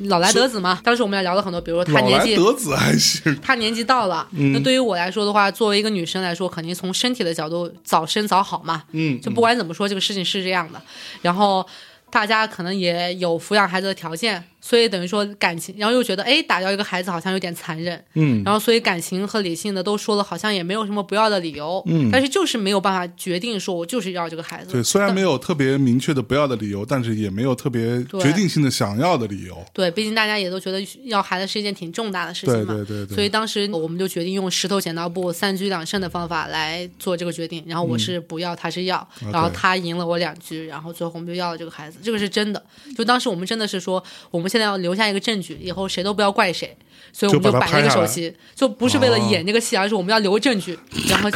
B: 老来得子嘛，当时我们俩聊了很多，比如说他
A: 老
B: 年
A: 来
B: 纪
A: 得子嗯还行，
B: 他年纪到了，那对于我来说的话，作为一个女生来说，肯定从身体的角度早生早好嘛。
A: 嗯
B: 就不管怎么说，这个事情是这样的。然后大家可能也有抚养孩子的条件，所以等于说感情，然后又觉得哎，打掉一个孩子好像有点残忍，
A: 嗯
B: 然后所以感情和理性的都说了，好像也没有什么不要的理由，
A: 嗯
B: 但是就是没有办法决定说我就是要这个孩子，
A: 对，虽然没有特别明确的不要的理由，但是也没有特别
B: 对
A: 决定性的想要的理由。
B: 对，毕竟大家也都觉得要孩子是一件挺重大的事情
A: 对
B: 嘛，
A: 对对对，
B: 所以当时我们就决定用石头剪刀布三局两胜的方法来做这个决定。然后
A: 嗯
B: 我是不要，他是要，然后他赢了我两局，然后最后我们就要了这个孩子。这个是真的，就当时我们真的是说，我们现在要留下一个证据，以后谁都不要怪谁。所以我们
A: 就把它
B: 摆了一
A: 拍
B: 个
A: 下
B: 手
A: 来哦
B: 机，就不是为了演这个戏，而是我们要留证据。然 后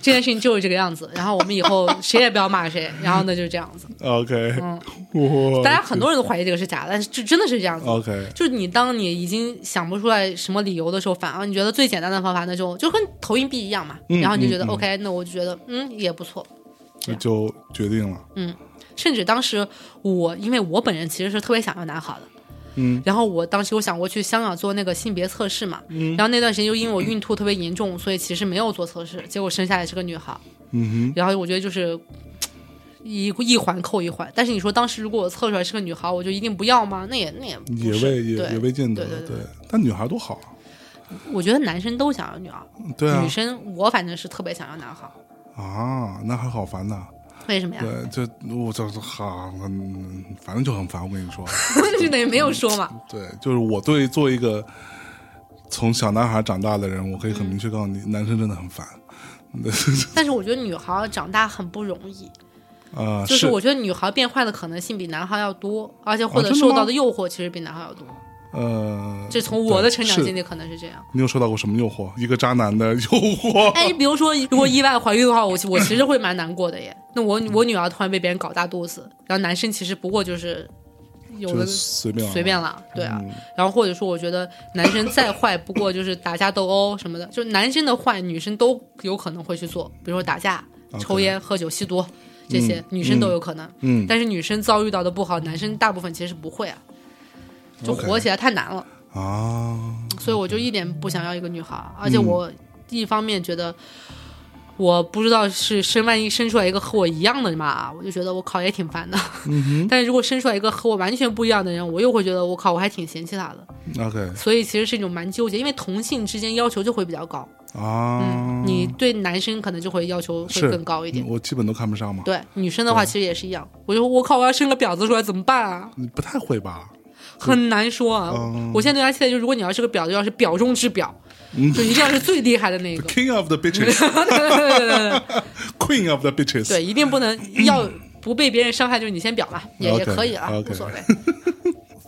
B: 这件事情就是这个样子。然后我们以后谁也不要骂谁。然后呢就是 这样子，
A: 哦 OK，
B: 嗯
A: 哇，
B: 大家很多人都怀疑这个是假的，但是就真的是这样子。
A: OK，
B: 就是你当你已经想不出来什么理由的时候，反而你觉得最简单的方法，那就就跟投硬币一样嘛。
A: 嗯
B: 然后你就觉得、
A: 嗯嗯
B: OK，那我就觉得嗯也不错。
A: 那就决定了。
B: 甚至当时我，因为我本人其实是特别想要男孩的，
A: 嗯，
B: 然后我当时有想过去香港做那个性别测试嘛，嗯，然后那段时间就因为我孕吐特别严重，所以其实没有做测试，结果生下来是个女孩，
A: 嗯
B: 然后我觉得就是嘖一一环扣一环，但是你说当时如果我测出来是个女孩，我就一定不要吗？那也那也
A: 哼，
B: 不
A: 也
B: 是
A: 未也
B: 对
A: 也未见得。
B: 对对对
A: 但女孩多好啊。
B: 我觉得男生都想要女儿，
A: 对啊
B: 女，生我反正是特别想要男孩，
A: 啊，那还好烦呢。
B: 为什么呀？
A: 对，就我这哈，嗯反正就很烦。我跟你说，
B: 就等于没有说嘛。
A: 对，就是我对做一个从小男孩长大的人，我可以很明确告诉你，男生真的很烦。
B: 但是我觉得女孩长大很不容易，
A: 啊，
B: 就是
A: 是
B: 我觉得女孩变坏的可能性比男孩要多，而且或
A: 啊
B: 者
A: 真的
B: 受
A: 吗
B: 到的诱惑其实比男孩要多。
A: 呃，
B: 这从我的
A: 啊对
B: 成长
A: 是
B: 经历可能是这样。
A: 你有受到过什么诱惑？一个渣男的诱惑？
B: 哎，比如说如果意外怀孕的话，我 我其实会蛮难过的耶。那我我女儿突然被别人搞大肚子，然后男生其实不过就是有
A: 就
B: 的
A: 是随便玩嗯
B: 随便啦，对啊。然后或者说，我觉得男生再坏，不过就是打架斗殴什么的，就是男生的坏，女生都有可能会去做，比如说打架、
A: OK
B: 抽烟、喝酒、吸毒这些，女生都有可能。
A: 嗯
B: 但是女生遭遇到的不好，男生大部分其实不会啊，就
A: OK
B: 活起来太难了。
A: 啊，
B: 所以我就一点不想要一个女孩儿，而且
A: 嗯
B: 我一方面觉得。我不知道是生万一生出来一个和我一样的嘛，我就觉得我靠也挺烦的。
A: 嗯
B: 但是如果生出来一个和我完全不一样的人，我又会觉得我靠我还挺嫌弃他的。
A: 嗯 OK
B: 所以其实是一种蛮纠结，因为同性之间要求就会比较高，
A: 啊，
B: 你对男生可能就会要求嗯会
A: 是嗯
B: 更高一点。
A: 我基本都看不上嘛。
B: 对女生的话，其实也是一样。我就我靠，我要生个婊子出来怎么办啊？
A: 你不太会吧？
B: 很难说啊。
A: 嗯
B: 我现在对他期待就是，如果你要是个婊子，要是婊中之婊，就一定要是最厉害的那个。
A: King of the bitches,
B: 对对对对对
A: Queen of the bitches。
B: 对，一定不能要不被别人伤害，就是你先婊嘛，也也
A: OK，
B: 可以啊，
A: OK
B: 无所谓。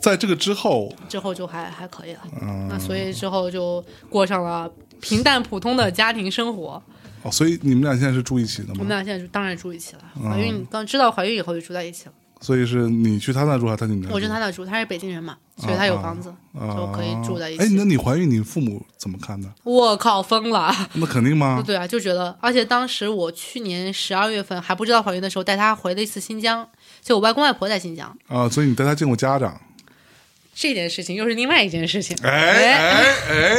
A: 在这个之后，
B: 之后就还还可以了。
A: 嗯，
B: 那所以之后就过上了平淡普通的家庭生活。
A: 哦，所以你们俩现在是住一起的
B: 我们
A: 吗？
B: 俩现在就当然住一起了，
A: 嗯
B: 怀孕刚知道怀孕以后就住在一起了。
A: 所以是你去他那住，还是他去你那住？
B: 我跟他那住，他是北京人嘛，所以他有房子，
A: 啊
B: 就可以住在一
A: 哎，那
B: 起。
A: 你怀孕，你父母怎么看呢？
B: 我靠，疯了！
A: 那肯定吗？
B: 对啊，就觉得，而且当时我去年十二月份还不知道怀孕的时候，带她回了一次新疆，就我外公外婆在新疆，
A: 啊，所以你带他见过家长？
B: 这件事情又是另外一件事情。
A: 哎哎哎，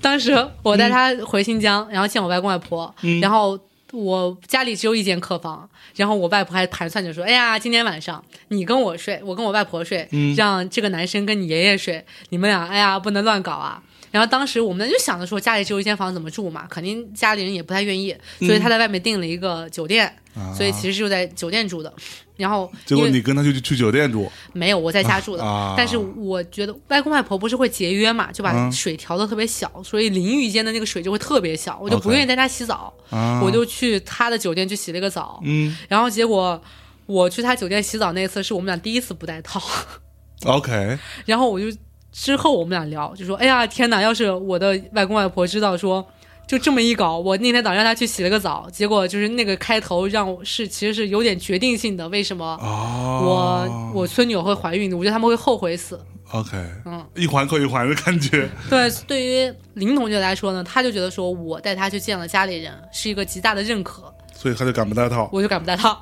B: 当时我带她
A: 嗯
B: 回新疆，然后见我外公外婆，然后。我家里只有一间客房，然后我外婆还盘算着说：“哎呀，今天晚上你跟我睡，我跟我外婆睡，
A: 嗯
B: 让这个男生跟你爷爷睡，你们俩哎呀不能乱搞啊。”然后当时我们就想着说，家里只有一间房怎么住嘛，肯定家里人也不太愿意，所
A: 嗯
B: 以他在外面订了一个酒店，所以其实就在酒店住的。然后
A: 啊结果
B: 因为
A: 你跟他就去去酒店住，
B: 没有，我在家住的。
A: 啊
B: 但是我觉得外公外婆不是会节约嘛，就把
A: 嗯
B: 水调的特别小，所以淋浴间的那个水就会特别小，我就
A: OK
B: 不愿意在家洗澡
A: 啊
B: 我就去他的酒店去洗了个澡。
A: 嗯
B: 然后结果我去他酒店洗澡那次是我们俩第一次不带套，
A: ，OK，
B: 然后我就之后我们俩聊，就说：“哎呀，天哪！要是我的外公外婆知道说就这么一搞，我那天早上让他去洗了个澡，结果就是那个开头让我是其实是有点决定性的。为什么我、
A: 哦，
B: 我孙女会怀孕？我觉得他们会后悔死。
A: 我 OK，嗯
B: 嗯，
A: 一环扣一环的感觉，
B: 对，对于林同学来说呢，他就觉得说我带他去见了家里人是一个极大的认可，
A: 所以他就敢不戴套。
B: 我就敢不带他。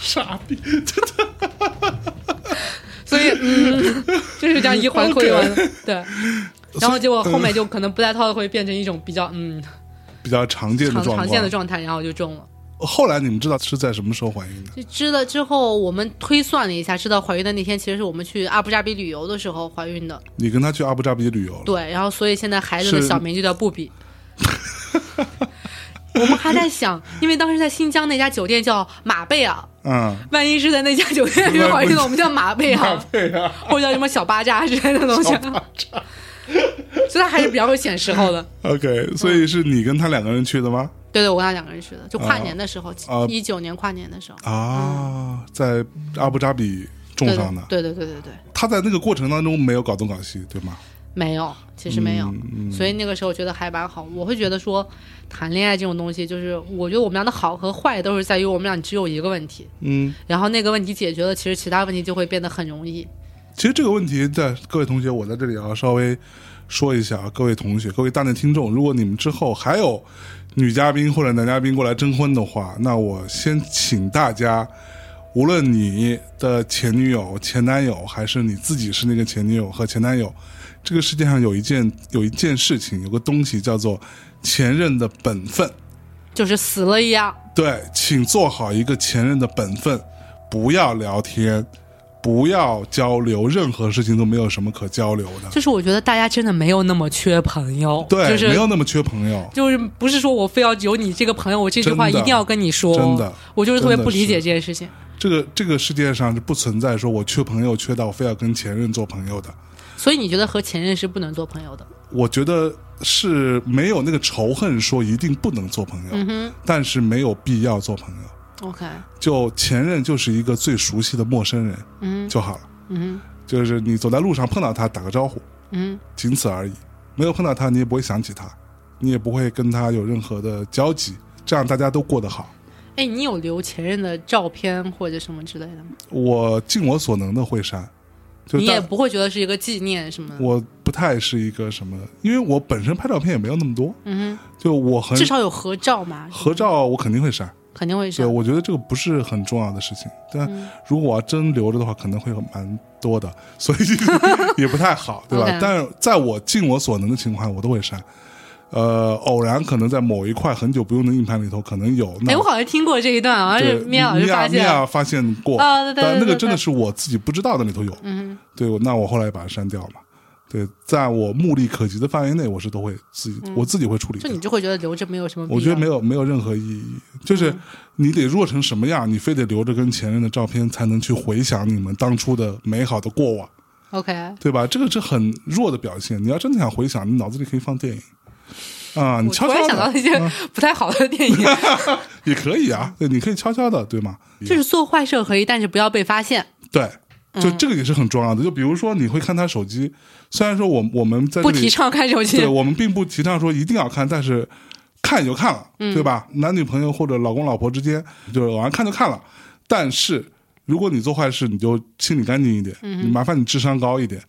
A: 傻逼，
B: 所以，嗯，就是这样一环扣 一环的，对。然后结果后面就可能不戴套会变成一种比较嗯
A: 比较常见的
B: 常
A: 状
B: 常
A: 况。
B: 见的状态，然后就中了。
A: 后来你们知道是在什么时候怀孕的？
B: 就知道之后，我们推算了一下，知道怀孕的那天其实是我们去阿布扎比旅游的时候怀孕的。
A: 你跟他去阿布扎比旅游了，
B: 对，然后所以现在孩子的
A: 是
B: 小名就叫布比。 我们还在想，因为当时在新疆那家酒店叫马贝尔，
A: 嗯，
B: 万一是在那家酒店里面怀孕了，我们叫马贝尔，
A: 对呀、
B: 或者叫什么小巴扎之类的东西。所以他还是比较会显时候的。
A: o k 所以是你跟他两个人去的吗？
B: 对对，我跟他两个人去的，就跨
A: 啊
B: 年的时候
A: 啊，
B: 一九、年跨年的时候
A: 啊，在阿布扎比种
B: 对
A: 上的，
B: 对对对对对，
A: 他在那个过程当中没有搞东搞西，对吗？
B: 没有，其实没有。
A: 嗯，嗯
B: 所以那个时候觉得还蛮好。我会觉得说，谈恋爱这种东西，就是我觉得我们俩的好和坏都是在于我们俩只有一个问题，
A: 嗯，
B: 然后那个问题解决了，其实其他问题就会变得很容易。
A: 其实这个问题在各位同学，我在这里要稍微说一下啊，各位同学、各位大内听众，如果你们之后还有女嘉宾或者男嘉宾过来征婚的话，那我先请大家，无论你的前女友、前男友，还是你自己是那个前女友和前男友，这个世界上有一件有一件事情，有个东西叫做前任的本分。
B: 就是死了一样，
A: 对，请做好一个前任的本分，不要聊天，不要交流，任何事情都没有什么可交流的。
B: 就是我觉得大家真的没有那么缺朋友，
A: 对，
B: 就是
A: 没有那么缺朋友，
B: 就是不是说我非要有你这个朋友，我这句话一
A: 真的
B: 定要跟你说，
A: 真的，
B: 我就是特别
A: 真的
B: 不理解
A: 是
B: 这件事情。
A: 这个这个世界上是不存在说我缺朋友缺到非要跟前任做朋友的。
B: 所以你觉得和前任是不能做朋友的？
A: 我觉得是没有那个仇恨说一定不能做朋
B: 嗯
A: 友，但是没有必要做朋友。
B: OK，
A: 就前任就是一个最熟悉的陌生人，嗯，就好了，
B: 嗯
A: 就是你走在路上碰到他打个招呼，
B: 嗯，
A: 仅此而已。没有碰到他，你也不会想起他，你也不会跟他有任何的交集，这样大家都过得好。
B: 哎，你有留前任的照片或者什么之类的吗？
A: 我尽我所能的会删，就
B: 你也
A: 但
B: 不会觉得是一个纪念什么的，
A: 我不太是一个什么，因为我本身拍照片也没有那么多，
B: 嗯
A: 就我很
B: 哼，至少有合照嘛，
A: 合照我肯定会删，
B: 肯定会
A: 对，
B: 是。
A: 我觉得这个不是很重要的事情，但
B: 嗯
A: 如果我要真留着的话，可能会有蛮多的，所以 也不太好，对吧
B: OK
A: 但是在我尽我所能的情况下，我都会删。呃，偶然可能在某一块很久不用的硬盘里头，可能有那
B: 哎，我好像听过这一段，好像
A: 对
B: 是米娅老师发
A: 米
B: 现，
A: 娅发现过，
B: 啊对对对
A: 但那
B: 对
A: 个
B: 对
A: 真的是我自己不知道的里头有，
B: 嗯
A: 对，我那我后来把它删掉嘛。对，在我目力可及的范围内，我是都会自
B: 嗯
A: 己、我自己会处理
B: 哼，就
A: 的。
B: 你就会觉得留着没有什么必要。
A: 我觉得没有没有任何意义，就是
B: 嗯
A: 你得弱成什么样，你非得留着跟前任的照片，才能去回想你们当初的美好的过往，
B: OK，
A: 对吧？这个是很弱的表现。你要真的想回想，你脑子里可以放电影啊，你
B: 嗯我突
A: 悄悄嗯
B: 然想到
A: 的
B: 一些不太好 的电影，
A: 也可以啊，对，你可以悄悄的，对吗？
B: 就是做坏事可以，但是不要被发现，
A: 对，
B: 嗯
A: 就这个也是很重要的。就比如说，你会看他手机，虽然说我我们在这
B: 不提
A: 里，
B: 倡看手
A: 对
B: 机。
A: 我们并不提倡说一定要看，但是看也就看了，对吧？男女朋友或者老公老婆之间，就是偶然看就看了。但是如果你做坏事，你就心里干净一点，你麻烦你智商高一点。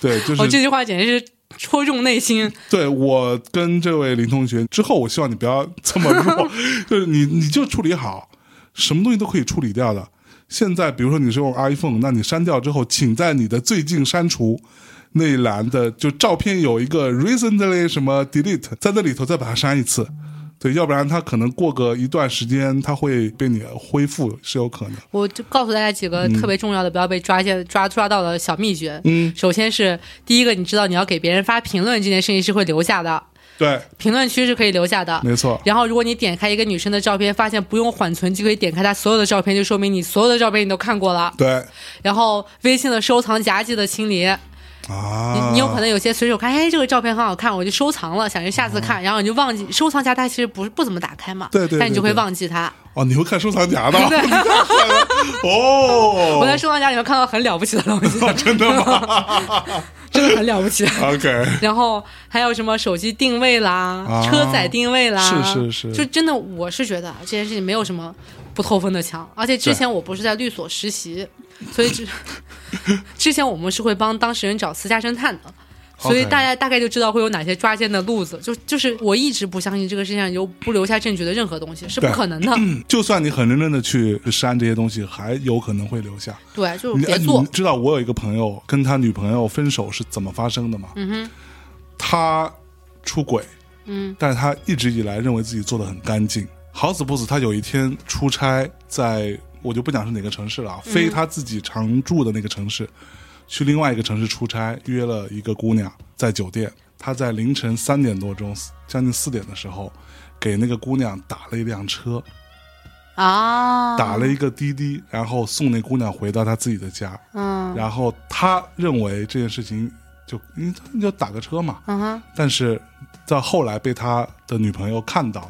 A: 对，就
B: 我
A: 是
B: 哦这句话简直是戳中内心。
A: 对我跟这位林同学之后，我希望你不要这么 弱， 就是你你就处理好，什么东西都可以处理掉的。现在比如说你是用 iPhone，那你删掉之后，请在你的最近删除那一栏的就照片有一个 recently 什么 delete，在那里头再把它删一次。对，要不然它可能过个一段时间，它会被你恢复，是有可能。
B: 我就告诉大家几个特别重要的，不要被抓现抓抓到的小秘诀。
A: 嗯，
B: 首先是第一个，你知道你要给别人发评论这件事情是会留下的，
A: 对，
B: 评论区是可以留下的。
A: 没错，
B: 然后，如果你点开一个女生的照片，发现不用缓存就可以点开她所有的照片，就说明你所有的照片你都看过了。
A: 对
B: 然后，微信的收藏夹记得清理。你
A: 啊，
B: 你有可能有些随手看，哎，这个照片很好看，我就收藏了，想着下次看，然后你就忘记收藏夹它其实不是不怎么打开嘛，
A: 啊对对对
B: 但你就会
A: 对
B: 忘记它。
A: 哦，你会看收藏 夹的
B: 对，
A: 哦，
B: 我在收藏夹里面看到很了不起的东西，
A: 真的吗？
B: 真很了不起。
A: OK，
B: 然后还有什么手机定位啦、
A: 啊
B: 车载定位啦，
A: 是是是
B: 就真的我是觉得啊这件事情没有什么不透风的墙，而且之前我不是在律所实习，所以之之前我们是会帮当事人找私家侦探的。所以
A: OK
B: 大家大概就知道会有哪些抓奸的路子，就就是我一直不相信这个世界上有不留下证据的任何东西是不
A: 对嗯
B: 可能的，
A: 就算你很认真的去删这些东西，还有可能会留下。
B: 对，就
A: 你
B: 是别
A: 哎
B: 做
A: 你，知道我有一个朋友跟他女朋友分手是怎么发生的吗？嗯哼，他出轨，
B: 嗯，
A: 但是他一直以来认为自己做的很干净。好死不死，他有一天出差在，我就不讲是哪个城市了
B: 嗯
A: 啊，非他自己常住的那个城市，去另外一个城市出差，约了一个姑娘在酒店。他在凌晨三点多钟，将近四点的时候，给那个姑娘打了一辆车，
B: 啊，
A: 嗯打了一个滴滴，然后送那姑娘回到她自己的家。
B: 嗯
A: 然后他认为这件事情就你你就打个车嘛，
B: 嗯哼，
A: 但是在后来被他的女朋友看到，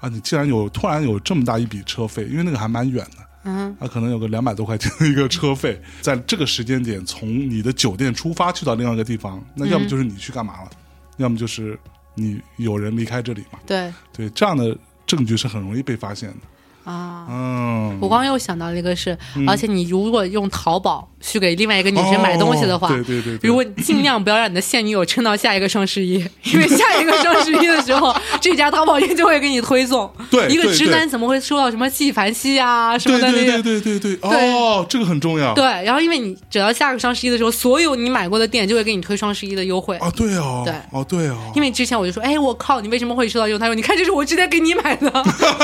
A: 啊，你竟然有突然有这么大一笔车费，因为那个还蛮远的，
B: 嗯，
A: 啊，可能有个两百多块钱的一个车费，在这个时间点从你的酒店出发去到另外一个地方，那要么就是你去干嘛了，要么就是你有人离开这里嘛，
B: 对
A: 对，这样的证据是很容易被发现的，
B: 啊。
A: 嗯，
B: 我刚刚又想到了一个是，而且你如果用淘宝去给另外一个女生买东西的话，
A: 哦对对对对
B: 如果你尽量不要让你的现女友撑到下一个双十一，因为下一个双十一的时候，这家淘宝店就会给你推送。
A: 对
B: 一个
A: 对
B: 直
A: 对
B: 男怎么会收到什么纪梵希啊什么
A: 对
B: 的那
A: 对
B: 些？
A: 对对对对，哦，这个很重要，
B: 对然后因为你只要下个双十一的时候，所有你买过的店就会给你推双十一的优惠。
A: 啊，对哦，
B: 对
A: 哦，对哦，
B: 因为之前我就说，哎，我靠，你为什么会收到用？他说，你看，这是我之前给你买的，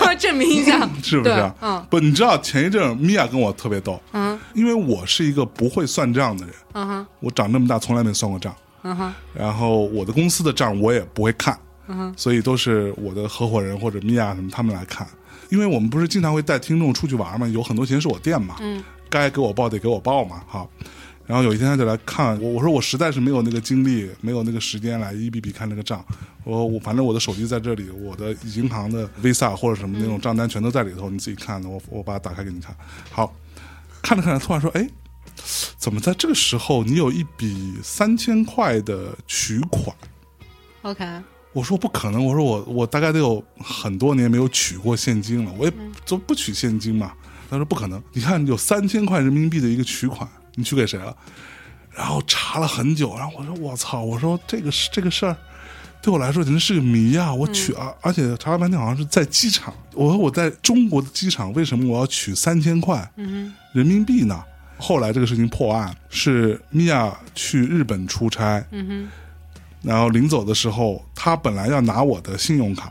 B: 我要证明一下，
A: 是啊不是
B: 对？嗯，
A: 不，你知道前一阵儿米娅跟我特别逗，
B: 嗯，
A: 因为我是一个不会算账的人，
B: 嗯哼，
A: 我长这么大从来没算过账，
B: 嗯哼，
A: 然后我的公司的账我也不会看，所以都是我的合伙人或者米娅什么他们来看，因为我们不是经常会带听众出去玩嘛，有很多钱是我垫嘛，嗯，该给我报得给我报嘛，哈。然后有一天他就来看我，我说我实在是没有那个精力，没有那个时间来一笔笔看这个账。我我反正我的手机在这里，我的银行的 Visa 或者什么那种账单全都在里头，你自己看的。我我把它打开给你看。好，看着看着，突然说，哎，怎么在这个时候你有一笔三千块的取款？
B: ，OK，
A: 我说不可能，我说我我大概得有很多年没有取过现金了，我也就不取现金嘛。他说不可能，你看有三千块人民币的一个取款，你取给谁了？然后查了很久，然后我说我操，我说这个是这个事儿对我来说简直是个谜呀、我取啊，而且查了半天好像是在机场，我说我在中国的机场，为什么我要取三千块人民币呢？后来这个事情破案，是米娅去日本出差，
B: 嗯哼。
A: 然后临走的时候，他本来要拿我的信用卡，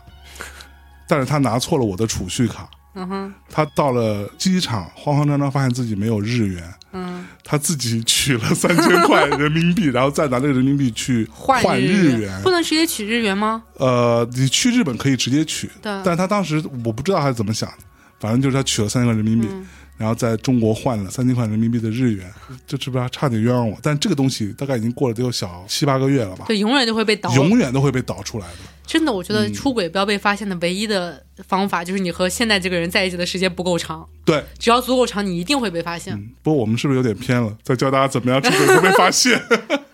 A: 但是他拿错了我的储蓄卡。
B: 嗯哼，
A: 他到了机场，慌慌张张发现自己没有日元，
B: 嗯，
A: 他自己取了三千块人民币，然后再拿这个人民币去换
B: 日
A: 元
B: 不。能直接取日元吗？
A: 呃，你去日本可以直接取，
B: 对
A: 但他当时我不知道他是怎么想的，反正就是他取了三千块人民币，
B: 嗯
A: 然后在中国换了三千块人民币的日元，这是不是差点冤枉我？但这个东西大概已经过了得有小七八个月了吧，
B: 对，永远都会被倒。
A: 永嗯远都会被导出来的。
B: 真的，我觉得出轨不要被发现的唯一的方法就是你和现在这个人在一起的时间不够长，
A: 对，
B: 只要足够长，你一定会被发现。
A: 不过我们是不是有点偏了？在教大家怎么样出轨不被发 现？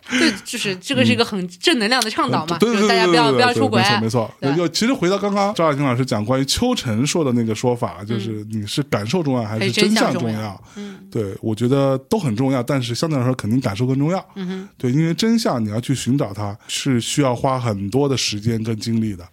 B: 对，就是这个是一个很正能量的倡导
A: 嗯
B: 嘛，
A: 对对
B: 就是
A: 对
B: 大
A: 对对
B: 家不要不要
A: 对，
B: 出轨。
A: 没错没
B: 对
A: 错。就其实回到刚刚赵亚青老师讲关于秋晨说的那个说法，就是你是感受重要还
B: 还
A: 是
B: 是真
A: 真相
B: 相重要
A: 要？嗯，对，我觉得都很重要，但是相对来说肯定感受更重要。嗯哼，对，因为真相你要去寻找它是需要花很多的时间跟精力的。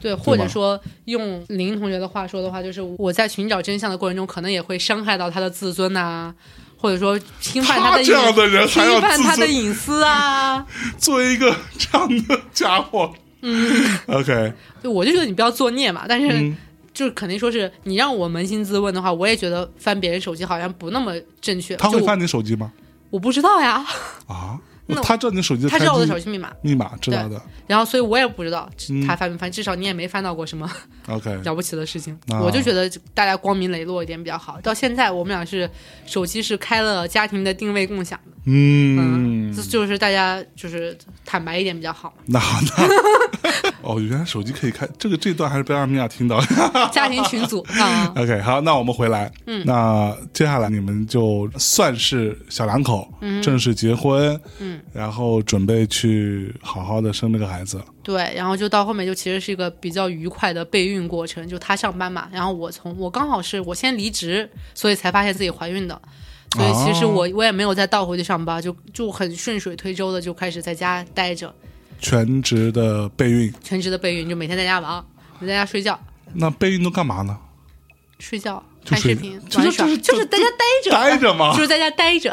B: 对，或者说用林同学的话说的话，就是我在寻找真相的过程中，可能也会伤害到他的自尊呐、或者说侵犯
A: 他
B: 的
A: 这样
B: 隐
A: 的人还要
B: 侵犯
A: 自
B: 他的
A: 尊，
B: 隐私啊。
A: 作为一个这样的家伙，嗯，OK，
B: 就我就觉得你不要作孽嘛，但是。
A: 嗯
B: 就是肯定说是你让我扪心自问的话，我也觉得翻别人手机好像不那么正确。
A: 他
B: 就
A: 会
B: 我
A: 翻你手机吗？
B: 我不知道呀，
A: 啊
B: 那，我
A: 他知道你手机的
B: 他知
A: 开
B: 道我的
A: 机
B: 手机密码，
A: 密码知道的。
B: 然后所以我也不知道
A: 嗯
B: 他翻没翻，至少你也没翻到 过什么
A: OK，
B: 了不起的事情。
A: 啊
B: 我就觉得大家光明磊落一点比较好。到现在我们俩是手机是开了家庭的定位共享的，
A: 嗯
B: 嗯，，就就是大家就是坦白一点比较好嘛。
A: 那好，那 哦，原来手机可以开，这个这段还是被阿米娅听到。
B: 家庭群组啊，
A: OK，好，那我们回来，嗯，那接下来你们就算是小两口，嗯，正式结婚，嗯，然后准备去好好的生这个孩子，
B: 对，然后就到后面就其实是一个比较愉快的备孕过程，就她上班嘛，然后我从我刚好是我先离职，所以才发现自己怀孕的，所以其实我、
A: 哦
B: 我也没有再倒回去上班，就就很顺水推舟的就开始在家待着，
A: 全职的备孕。
B: 全职的备孕，就每天在家玩，每天在家睡觉，
A: 那备孕都干嘛呢？
B: 睡觉
A: 就
B: 看视
A: 睡
B: 频
A: 就
B: 玩
A: 是
B: 耍，
A: 就是
B: 就是在家待着，
A: 待着吗
B: 就？是在家待着。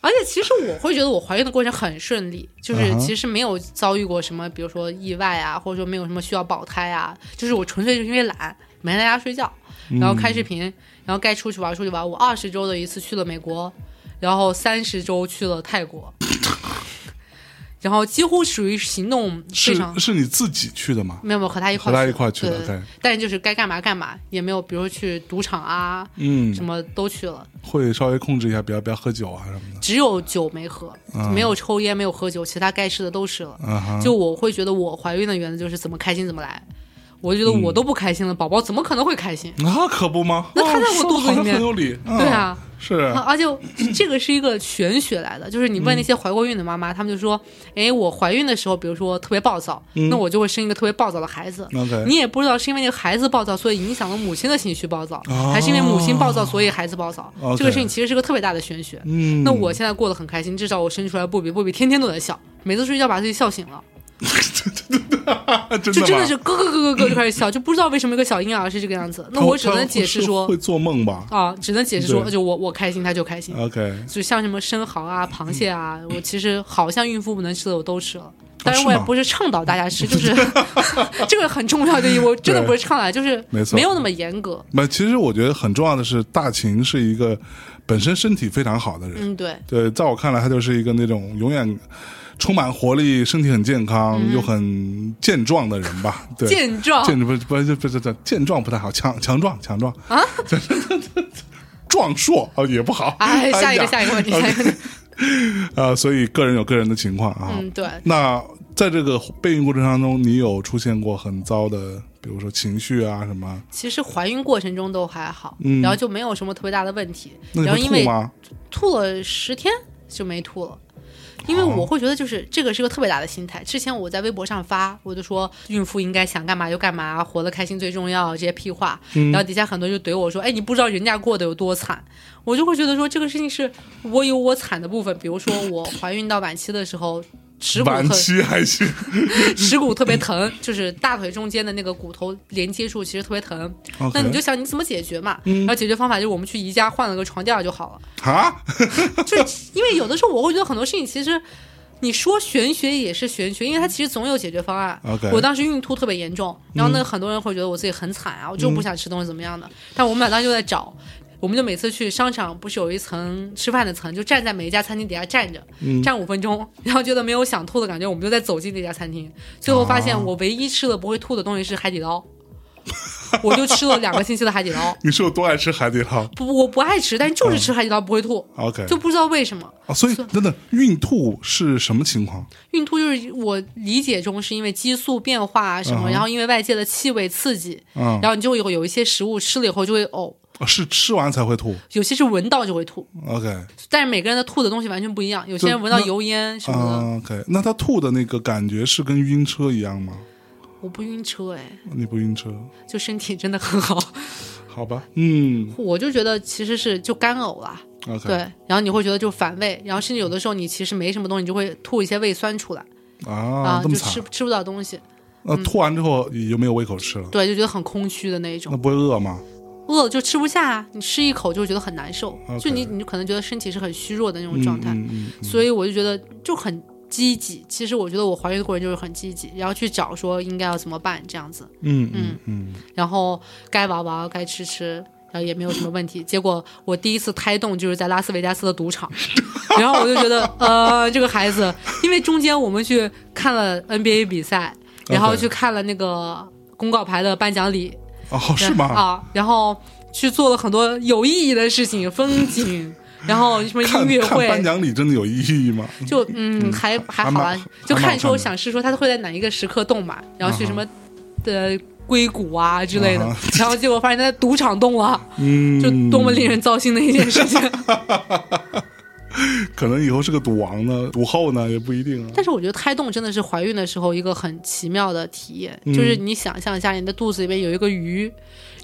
B: 而且其实我会觉得我怀孕的过程很顺利，就是
A: 嗯哼
B: 其实没有遭遇过什么，比如说意外啊，或者说没有什么需要保胎啊，就是我纯粹就是因为懒，每天在家睡觉，
A: 嗯
B: 然后看视频，然后该出去玩出去玩。我二十周的一次去了美国，然后三十周去了泰国，然后几乎属于行动非
A: 是
B: 常
A: 是你自己去的吗？
B: 没有没有和他一
A: 和
B: 块
A: 他一块去
B: 去
A: 的
B: 对对对
A: OK
B: 但就是该干嘛干嘛，也没有比如说去赌场啊，
A: 嗯
B: 什，么都去了，
A: 会稍微控制一下，不要不要喝酒啊什么的。
B: 只有酒没喝，没有抽烟，没有喝酒，其他该吃的都吃了。
A: 嗯哼，
B: 就我会觉得我怀孕的原则就是怎么开心怎么来，我觉得我都不开
A: 嗯
B: 心了，宝宝怎么可能会开心？
A: 那可不吗？
B: 那他在我
A: 哦说得
B: 肚子
A: 好像
B: 里面
A: 很有理。嗯嗯
B: 对啊，
A: 是
B: 啊而且我这个是一个玄学来的，就是你问那些怀过孕的妈妈，她们就说：“哎，我怀孕的时候，比如说特别暴躁，那我就会生一个特别暴躁的孩子。
A: 嗯 OK
B: 你也不知道是因为那个孩子暴躁，所以影响了母亲的情绪暴躁，
A: 哦
B: 还是因为母亲暴躁，所以孩子暴躁。
A: OK
B: 这个事情其实是个特别大的玄学。
A: 嗯
B: 那我现在过得很开心，至少我生出来布比，布比天天都在笑，每次睡觉把自己笑醒了，
A: 真
B: 就真的
A: 吗
B: 是咯咯咯咯咯就开始笑，就不知道为什么一个小婴儿是这个样子。那
A: 他
B: 我只
A: 他
B: 能解释
A: 是
B: 说
A: 会做梦吧
B: 啊，只能解释说，
A: 对嗯
B: 就我我开心他就开心。
A: ？OK，
B: 就像什么生蚝啊、螃蟹啊，我其实好像孕妇不能吃的我都吃了。当然，
A: 嗯哦是
B: 我也
A: 吗
B: 不是倡导大家吃，就是 这个很重要的一，我真的
A: 对
B: 不是倡导，就是
A: 没错
B: 没有那么严格。
A: 那其实我觉得很重要的是，大秦是一个本身身体非常好的人。
B: 嗯，对，
A: 对，在我看来，他就是一个那种永远充满活力、身体很健康、又很健壮的人吧？对，
B: 嗯健壮
A: 健不不不不不不健壮不太好，强强壮强壮啊， 壮硕啊也不好。
B: 哎，下一个，
A: 呀
B: 下一个问题，下一个 问题。
A: 啊，所以个人有个人的情况啊。
B: 嗯，对，
A: 那在这个备孕过程当中，你有出现过很糟的，比如说情绪啊什么？
B: 其实怀孕过程中都还好，
A: 嗯
B: 然后就没有什么特别大的问题。
A: 那你
B: 然后因
A: 会
B: 为
A: 吐吗？
B: 吐了十天就没吐了。因为
A: 哦
B: 我会觉得，就是这个是个特别大的心态。之前我在微博上发，我就说孕妇应该想干嘛就干嘛，活得开心最重要这些屁话。
A: 嗯
B: 然后底下很多人就怼我说：“哎，你不知道人家过得有多惨。”我就会觉得说，这个事情是我有我惨的部分。比如说我怀孕到晚期的时候，耻骨
A: 晚
B: 特
A: 期还行，
B: 耻骨特别疼，就是大腿中间的那个骨头连接处其实特别疼。
A: OK 嗯
B: 那你就想你怎么解决嘛？然后解决方法就是我们去宜家换了个床垫儿就好了。
A: 啊？
B: 就是 因为有的时候我会觉得很多事情其实。你说玄学也是玄学，因为它其实总有解决方案。
A: OK 嗯
B: 我当时孕吐特别严重，然后呢，很多人会觉得我自己很惨啊，我就不想吃东西怎么样的。但我们俩当时就在找，我们就每次去商场，不是有一层吃饭的层，就站在每一家餐厅底下站着，
A: 嗯
B: 站五分钟，然后觉得没有想吐的感觉，我们就再走进那家餐厅。最后发
A: 哦
B: 现我唯一吃的不会吐的东西是海底捞，我就吃了两个星期的海底捞。
A: 你是有多爱吃海底捞
B: 不，我不爱吃，但
A: 嗯
B: 就是吃海底捞不会吐，
A: ？OK，
B: 就不知道为什么。
A: 啊，所以等等，孕吐是什么情况？
B: 孕吐就是我理解中是因为激素变化啊什么，
A: 嗯哼
B: 然后因为外界的气味刺激，
A: 嗯
B: 然后你就会有有一些食物吃了以后就会呕，
A: 哦是吃完才会吐
B: 有些是闻到就会吐，
A: ？OK，
B: 但是每个人的吐的东西完全不一样，有些人闻到油烟什么的，
A: 啊，OK，那他吐的那个感觉是跟晕车一样吗？
B: 我不晕车哎，
A: 你不晕车？
B: 就身体真的很好，
A: 好吧，嗯
B: 我就觉得其实是就干呕啦，
A: ，OK，
B: 对，然后你会觉得就反胃，然后甚至有的时候你其实没什么东西，你就会吐一些胃酸出来
A: 啊
B: 啊，，
A: 这
B: 就
A: 么
B: 吃嗯
A: 惨，
B: 吃不到东西，
A: 那吐完之后有没有胃口吃了？
B: 对，就觉得很空虚的那一种
A: 那。不会饿吗？
B: 饿了就吃不下啊，你吃一口就会觉得很难受
A: OK
B: 就你你可能觉得身体是很虚弱的那种
A: 嗯
B: 状态，
A: 嗯嗯嗯
B: 所以我就觉得就很积极。其实我觉得我怀孕的过程就是很积极，然后去找说应该要怎么办这样子，
A: 嗯嗯嗯，
B: 然后该玩玩该吃吃，然后也没有什么问题。结果我第一次胎动就是在拉斯维加斯的 赌场，然后我就觉得呃这个孩子，因为中间我们去看了 NBA 比赛，然后
A: OK
B: 去看了那个公告牌的颁奖礼，
A: 哦，是吗？
B: 啊，然后去做了很多有意义的事情，风景，然后什么
A: 看
B: 音乐
A: 看
B: 会，
A: 颁奖礼真的有意义吗？
B: 就嗯还
A: 还
B: 还好
A: 蛮
B: 吧，就
A: 还蛮好
B: 看说
A: 看的嗯
B: 想是说他会在哪一个时刻动嘛，然后去什么的硅谷啊之类的
A: 啊哈，
B: 然后结果发现他在赌场动了，
A: 嗯，
B: 就多么令人糟心的一件事情。
A: 嗯可能以后是个赌王呢，赌后呢也不一定啊。
B: 但是我觉得胎动真的是怀孕的时候一个很奇妙的体验，
A: 嗯
B: 就是你想象一下，你的肚子里面有一个鱼，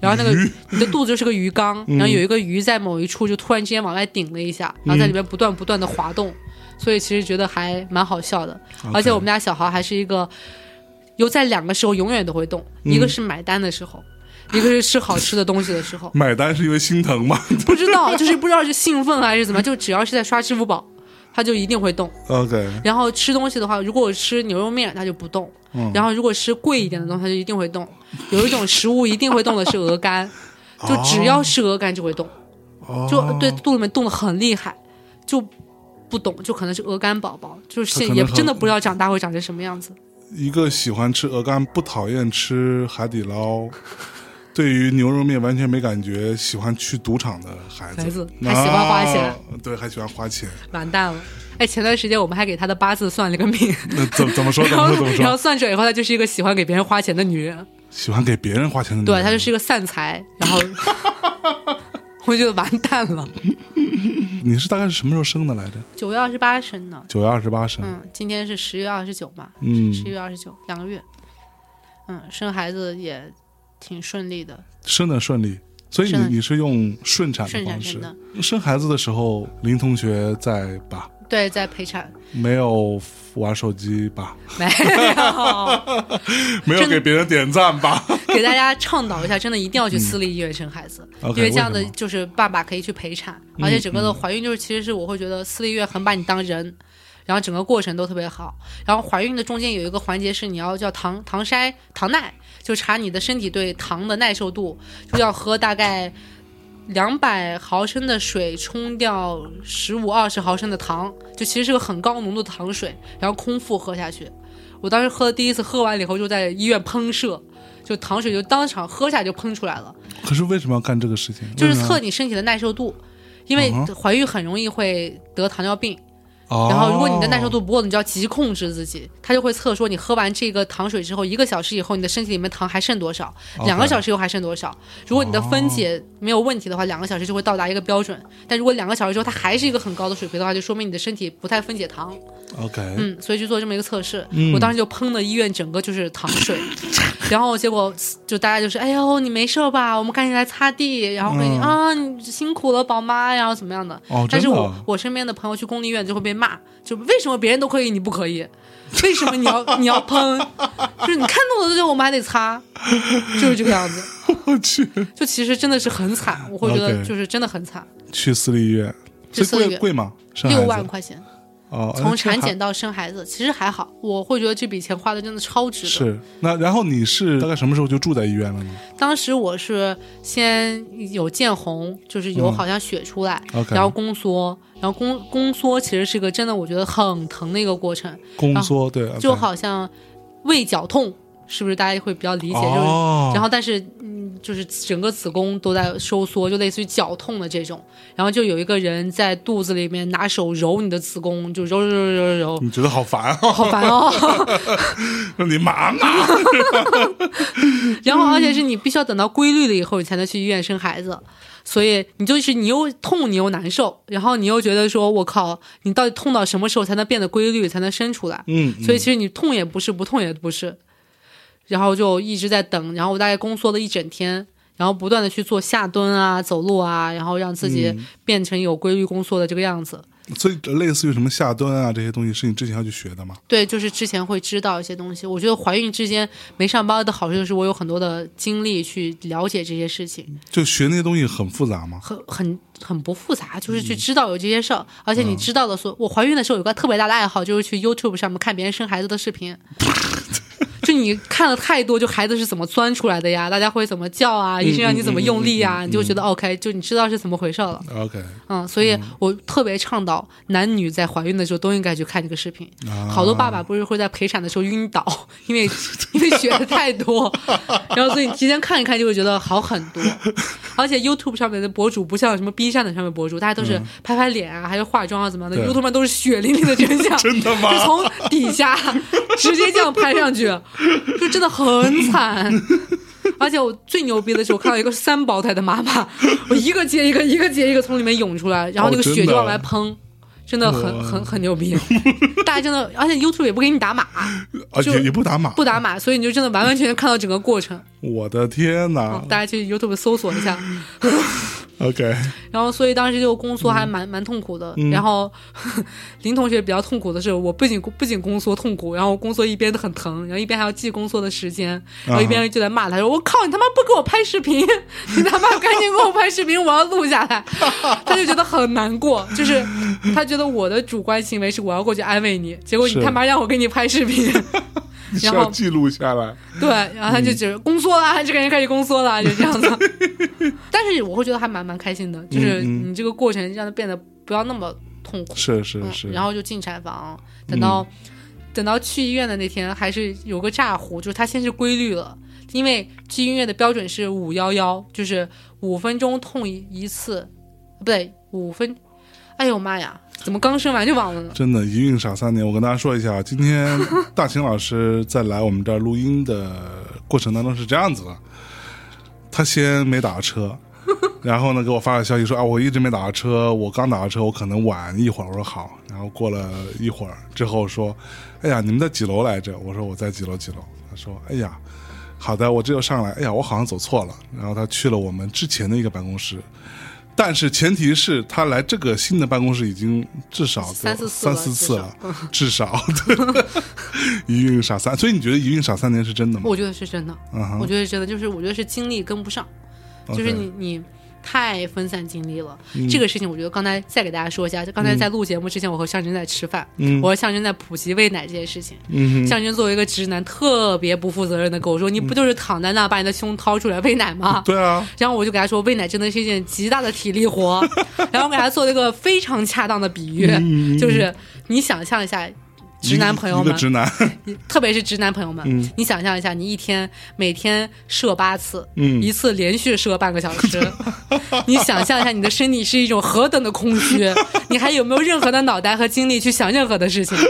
B: 然后那个
A: 鱼
B: 你的肚子就是个鱼缸，
A: 嗯，
B: 然后有一个鱼在某一处就突然之间往外顶了一下，然后在里面不断不断的滑动，所以其实觉得还蛮好笑的。而且我们家小孩还是一个有在两个时候永远都会动，一个是买单的时候，一个是吃好吃的东西的时候
A: 买单是因为心疼吗
B: 不知道就是不知道是兴奋还是怎么样，就只要是在刷支付宝，他就一定会动。
A: ？OK，
B: 然后吃东西的话，如果我吃牛肉面，它就不动；
A: 嗯
B: 然后如果吃贵一点的东西，它就一定会动。有一种食物一定会动的是鹅 肝，就只要是鹅肝就会动，
A: 哦
B: 就对肚里面动的很厉害，就不懂，就可能是鹅肝宝宝，就是
A: 它可
B: 现
A: 能
B: 也
A: 很
B: 真的不知道长大会长成什么样子。
A: 一个喜欢吃鹅肝，不讨厌吃海底 捞，对于牛肉面完全没感觉，喜欢去赌场的孩子，
B: 孩子还喜欢花钱
A: 啊，对，还喜欢花钱。
B: 完蛋了！哎，前段时间我们还给他的八字算了 个命，
A: 那怎怎么说？怎
B: 然
A: 么嗯
B: 后
A: 说？怎么
B: 然
A: 说？
B: 后算出来以后，她就是一个喜欢给别人花钱的女人，
A: 喜欢给别人花钱的女
B: 对
A: 人，
B: 她就是一个散财，然后我觉得完蛋了。
A: 你是大概是什么时候生的来着？
B: 九月二十八生的，
A: 九月二十八生，
B: 嗯，今天是十月二十九嘛，
A: 嗯，
B: 十一月二十九，两个月，嗯，生孩子也挺顺利的，
A: 生的顺利。所以
B: 生得
A: 你你是用顺产的
B: 顺
A: 方
B: 产
A: 式
B: 生的，
A: 生孩子的时候，林同学在吧，
B: 对，在陪产
A: 没有玩手机吧，
B: 没有，
A: 没有
B: 真的
A: 给别人点赞吧。
B: 给大家倡导一下，真的一定要去私立医院生孩子，
A: 嗯 OK，
B: 因为这样
A: 为
B: 的
A: 什么嗯
B: 就是爸爸可以去陪产，而且整个的怀孕就是其实是我会觉得私立医院很把你当人。然后整个过程都特别好，然后怀孕的中间有一个环节是你要叫糖糖筛糖耐，就查你的身体对糖的耐受度，就要喝大概两百毫升的水冲掉十五二十毫升的糖，就其实是个很高浓度的糖水，然后空腹喝下去。我当时喝的第一次，喝完了以后就在医院喷射，就糖水就当场喝下就喷出来了，
A: 可是为什么要干这个事情？嗯啊
B: 就是
A: 为什么
B: 测你身体的耐受度，因为
A: 嗯
B: 怀孕很容易会得糖尿病，
A: 哦、
B: 然后如果你的耐受度不够，你就要极控制自己，它就会测说你喝完这个糖水之后，一个小时以后你的身体里面糖还剩多少，
A: OK 哦
B: 两个小时以后还剩多少。如果你的分解没有问题的话，两个小时就会到达一个标准，但如果两个小时之后它还是一个很高的水平的话，就说明你的身体不太分解糖。
A: 哦 OK，、
B: 嗯，所以去做这么一个测试。
A: 嗯
B: 我当时就喷了医院整个就是糖 水，然后结果就大家就是哎呦你没事儿吧？我们赶紧来擦地，然后跟你、
A: 嗯
B: 啊你辛苦了宝妈，然后怎么样的？
A: 哦，
B: 但
A: 真
B: 是
A: 的
B: 我
A: 啊，
B: 我身边的朋友去公立医院就会被骂，就为什么别人都可以，你不可以？为什么你要你要喷？就是你看到的就我们还得擦，就是这个样子。
A: 我 去
B: 就其实真的是很惨，我会觉得
A: OK
B: 就是真的很惨，
A: 去私立医院，
B: 去
A: 所以
B: 私立医
A: 贵贵
B: 院
A: 吗？生孩
B: 六
A: 子
B: 万块钱
A: 哦，
B: 从
A: 哎这还
B: 产检到生孩子，其实还好，我会觉得这笔钱花的真的超值的。
A: 是那，然后你是大概什么时候就住在医院了呢
B: 当时我是先有见红，就是有
A: 嗯
B: 好像血出来，
A: ？OK，
B: 然后宫缩，然后宫宫缩其实是个真的我觉得很疼的一个过程，
A: 宫缩对，OK，
B: 哦就好像胃绞痛，是不是大家会比较理解？就是，
A: 哦，
B: 然
A: 后
B: 后但是嗯，就是整个子宫都在收缩，就类似于绞痛的这种。然后就有一个人在肚子里面拿手揉你的子宫，就揉揉揉揉揉，
A: 你觉得好 烦哦，
B: 好烦哦。
A: 你啊妈妈
B: 然后而且是你必须要等到规律了以后，你才能去医院生孩子。所以你就是你又痛，你又难受，然后你又觉得说，我靠，你到底痛到什么时候才能变得规律，才能生出来？
A: 嗯，嗯
B: 所以其实你痛也不是，不痛也不是，然后就一直在等，然后我大概宫缩了一整天，然后不断的去做下蹲啊、走路啊，然后让自己变成有规律宫缩的这个样子。
A: 所以类似于什么下蹲啊这些东西是你之前要去学的吗？
B: 对，就是之前会知道一些东西。我觉得怀孕之间没上班的好处就是我有很多的精力去了解这些事情，
A: 就学那些东西很复杂吗？
B: 很很很不复杂，就是去知道有这些事儿，而且你知道的所，我怀孕的时候有个特别大的爱好，就是去 YouTube 上面看别人生孩子的视频。就是你看了太多，就孩子是怎么钻出来的呀？大家会怎么叫啊？医生让你怎么用力呀？你就觉得 OK，就你知道是怎么回事了。
A: OK，
B: 嗯，所以我特别倡导男女在怀孕的时候都应该去看这个视频。
A: 啊
B: 好多爸爸不是会在陪产的时候晕倒， 因为因为学的太多，然后所以你提前看一看就会觉得好很多。而且 YouTube 上面的博主不像什么 B 站的上面博主，大家都是拍拍脸啊，还有化妆啊怎么样的
A: 嗯对
B: ，YouTube 上都是血淋淋的真相，
A: 真 的吗
B: 就从底下直接这样拍上去，就真的很惨。而且我最牛逼的是，我看到一个三胞胎的妈妈，我一个接一个，一个接一个从里面涌出来，然后那个
A: 哦真
B: 血就
A: 的
B: 往外喷，真的很
A: 哇
B: 很很牛逼。大家真的，而且 YouTube 也不给你打码，
A: 啊，
B: 就
A: 也也不打码，
B: 不打码，所以你就真的完完全全看到整个过程。
A: 我的天哪
B: 嗯大家去 YouTube 搜索一下，
A: ！OK，
B: 然后所以当时就宫缩还蛮、蛮痛苦的。然后 林同学比较痛苦的是，我不仅不仅宫缩痛苦，然后宫缩一边很疼，然后一边还要记宫缩的时间，然后一边就在骂他说：“我靠，你他妈不给我拍视频， 你他妈赶紧给我拍视频，我要录下来。” 他就觉得很难过，就是他觉得我的主观行为是我要过去安慰你，结果你
A: 是
B: 他妈让我给你拍视频。
A: 你是
B: 然
A: 要
B: 后
A: 记录下来，
B: 对，然后他
A: 嗯
B: 就只宫缩啦，这个人开始宫缩啦，就这样子。 但是我会觉得还蛮蛮开心的，就是
A: 嗯
B: 你这个过程让它变得不要那么痛苦。
A: 是是
B: 嗯
A: 是，嗯
B: 然后就进产房，等到、等到去医院的那天，还是有个炸呼，就是它先是规律了，因为去医院的标准是五幺幺，就是五分钟痛一一次，不对，五分，哎呦妈呀，怎么刚生完就忘了呢？
A: 真的，一孕傻三年。我跟大家说一下，今天大秦老师在来我们这儿录音的过程当中是这样子的：他先没打车，然后呢给我发了消息说啊，我一直没打车，我刚打车，我可能晚一会儿。我说好，然后过了一会儿之后说，哎呀，你们在几楼来着？我说我在几楼几楼。他说，哎呀。好的，我这就上来。哎呀，我好像走错了。然后他去了我们之前的一个办公室，但是前提是他来这个新的办公室已经至少得
B: 三四次
A: 三
B: 了
A: 四次了，至少对一孕傻三。所以你觉得一孕傻三年是真的吗？
B: 我觉得是真的，
A: 嗯
B: 我
A: 哼，
B: 觉得是真的，就是我觉得是精力跟不上。就是你你太分散精力了。
A: 嗯
B: 这个事情，我觉得刚才再给大家说一下，就刚才在录节目之前，我和象征在吃饭，
A: 嗯
B: 我和象征在普及喂奶这件事情。
A: 嗯哼，
B: 象征作为一个直男，特别不负责任的跟我说：“你不就是躺在那把你的胸掏出来喂奶吗？”
A: 嗯对啊，
B: 然后我就给他说，喂奶真的是一件极大的体力 活。然后我给他做了一个非常恰当的比
A: 嗯
B: 喻，就是你想象一下，直男朋友
A: 一个
B: 们
A: 一个，直男，
B: 特别是直男朋友们，
A: 嗯
B: 你想象一下，你一天每天射八次，
A: 嗯
B: 一次连续射半个小时，你想象一下，你的身体是一种何等的空虚，你还有没有任何的脑袋和精力去想任何的事情？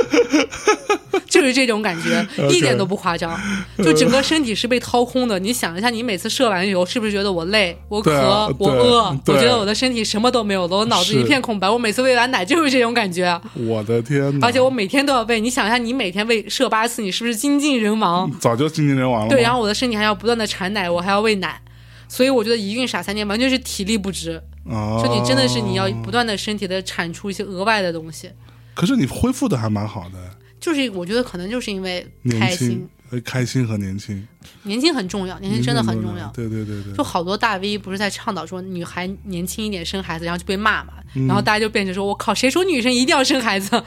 B: 就是这种感觉，
A: OK
B: 一点都不夸张，就整个身体是被掏空的。你想一下，你每次射完以后，是不是觉得我累、我
A: 对
B: 渴、
A: 啊
B: 我
A: 对
B: 饿？我
A: 对
B: 觉得我的身体什么都没有了，我脑子一
A: 是
B: 片空白。我每次喂完奶就是这种感觉。
A: 我的天哪！
B: 而且我每天都要喂，你想一下，你每天喂射八次，你是不是精尽人亡？
A: 早就经纪人亡了嘛，
B: 对，然后我的身体还要不断的产奶，我还要喂奶，所以我觉得一孕傻三年完全是体力不支，
A: 哦，
B: 就你真的是你要不断的身体的产出一些额外的东西，
A: 可是你恢复的还蛮好的，
B: 就是我觉得可能就是因为开
A: 年
B: 心
A: 轻，，呃开心和年轻，嗯
B: 年轻很重要，年轻真的很重要。
A: 对对对对
B: 就，好多大 V 不是在倡导说女孩年轻一点生孩子，然后就被骂嘛，然后大家就变成说我靠，谁说女生一定要生孩子？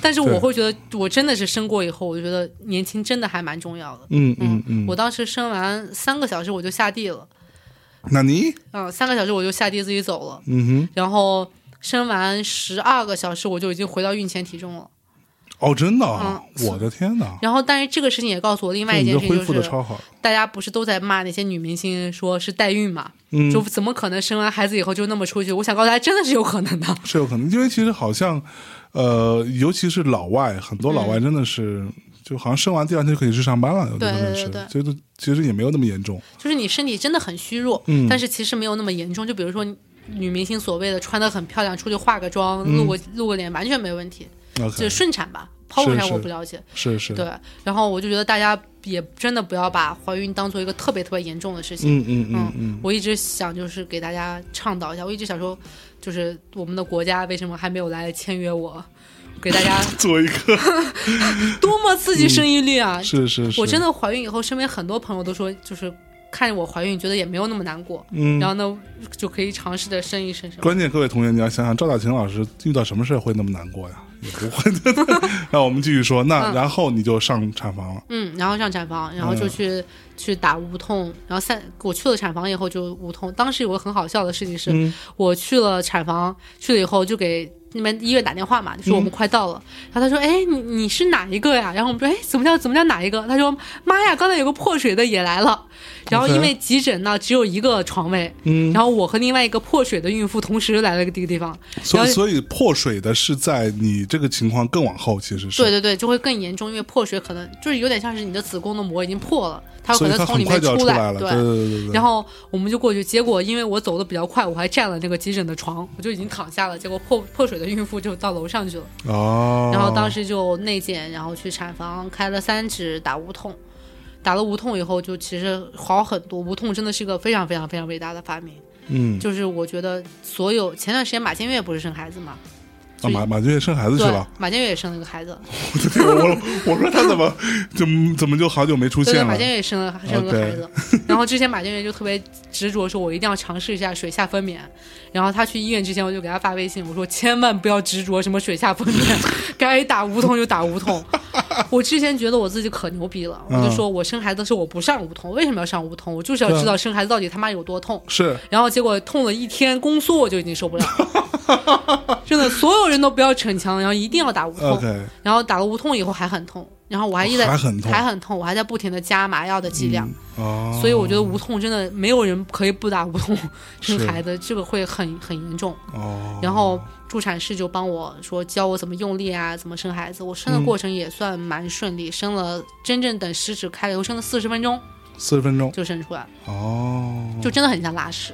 B: 但是
A: 对
B: 我会觉得，我真的是生过以后，我就觉得年轻真的还蛮重要的。
A: 嗯嗯嗯，
B: 我当时生完三个小时我就下地了，
A: 那你，
B: 嗯，三个小时我就下地自己走了，
A: 嗯
B: 然后生完十二个小时我就已经回到孕前体重了。
A: 哼，哦，真的啊，我的天哪！
B: 然后，但是这个事情也告诉我嗯另外一
A: 你
B: 件
A: 这
B: 事
A: 恢
B: 情
A: 复
B: 就
A: 的
B: 是，
A: 超好，
B: 大家不是都在骂那些女明星说是代孕嘛？
A: 嗯
B: 就怎么可能生完孩子以后就那么出去？我想告诉大家，真的是有可能的。
A: 是有可能，因为其实好像，呃，尤其是老外，很
B: 嗯
A: 多老外真的是，就好像生完第二天就可以去上班了，有的
B: 对
A: 人
B: 对
A: 是，
B: 对
A: 就是其实也没有那么严重，
B: 就是你身体真的很虚弱，
A: 嗯
B: 但是其实没有那么严重。就比如说女明星所谓的穿的很漂亮，出去化个妆、
A: 嗯
B: 露个露个脸，完全没问题，就
A: OK，
B: 顺产吧。剖腹
A: 是
B: 产
A: 是
B: 我不了解，
A: 是是，
B: 对。然后我就觉得大家也真的不要把怀孕当做一个特别特别严重的事情。
A: 嗯嗯嗯
B: 嗯，我一直想就是给大家倡导一下，我一直想说，就是我们的国家为什么还没有来签约我，给大 家
A: 做一个，
B: 多么刺激生育率啊！
A: 嗯是是是，
B: 我真的怀孕以后，身边很多朋友都说，就是看我怀孕，觉得也没有那么难过。
A: 嗯
B: 然后呢，就可以尝试着生一生什么。
A: 关键各位同学，你要想想赵大琴老师遇到什么事儿会那么难过呀？也不会 的。那我们继续说，那
B: 嗯
A: 然后你就上产房了，
B: 嗯，然后上产房，然后
A: 嗯
B: 就去、去打无痛，然后三我去了产房以后就无痛。当时有个很好笑的事情是，
A: 嗯
B: 我去了产房，去了以后就给那边医院打电话嘛，就说我
A: 嗯
B: 们快到了。然后他说：“哎，你你是哪一个呀？”然后我们说：“哎，怎么叫怎么叫哪一个？”他说：“妈呀，刚才有个破水的也来了。”然后
A: OK
B: 因为急诊呢只有一个床位，
A: 嗯，
B: 然后我和另外一个破水的孕妇同时来了这个地方。
A: 所
B: 然
A: 以
B: 后
A: 所以破水的是在你这个情况更往后，其实是
B: 对对对，就会更严重，因为破水可能就是有点像是你的子宫的膜已经破了，它有
A: 所
B: 可
A: 以
B: 能
A: 他
B: 从
A: 很
B: 里
A: 快
B: 面
A: 就要
B: 出
A: 来了，
B: 对
A: 对对对对。
B: 然
A: 后
B: 后我们就过去，结果因为我走的比较快，我还占了那个急诊的床，我就已经躺下了。结果破破水的孕妇就到楼上去了，
A: 哦，
B: 然后当时就内检，然后去产房开了三指打无痛，打了无痛以后就其实好很多。无痛真的是个非常非常非常伟大的发明，
A: 嗯，
B: 就是我觉得所有前段时间马建岳不是生孩子嘛，
A: 啊马马俊也生孩子去
B: 对
A: 了，，
B: 马建岳也生了个孩子，
A: 我我说他怎 么怎么怎么就好久没出
B: 对对，
A: 现
B: 马
A: 了？哦
B: 建岳也生了生了个孩子。 然后之前马建岳就特别执着说，我一定要尝试一下水下分娩。然后他去医院之前，我就给他发微信，我说千万不要执着什么水下分娩，该打无痛就打无痛。我之前觉得我自己可牛逼了，我就说我生孩子的时候我不上无痛，为什么要上无痛？我就是要
A: 嗯对啊
B: 知道生孩子到底他妈有多痛。
A: 是
B: 然后结果痛了一天，宫缩我就已经受不了了。真的，所有人都不要逞强，然后一定要打无 痛。
A: OK，
B: 然后打了无痛以后还很痛，然后我还一直在
A: 还很痛嗯
B: 还很痛，我还在不停的加麻药的剂量，
A: 哦，
B: 所以我觉得无痛真的没有人可以不打无痛生
A: 是
B: 孩子，这个会很很严重。
A: 哦，
B: 然后助产士就帮我说教我怎么用力啊，怎么生孩子。我生的
A: 嗯
B: 过程也算蛮顺利，生了真正等食指开了以后，生了四十分钟
A: 四十分钟
B: 就生出来了，
A: 哦，
B: 就真的很像拉屎，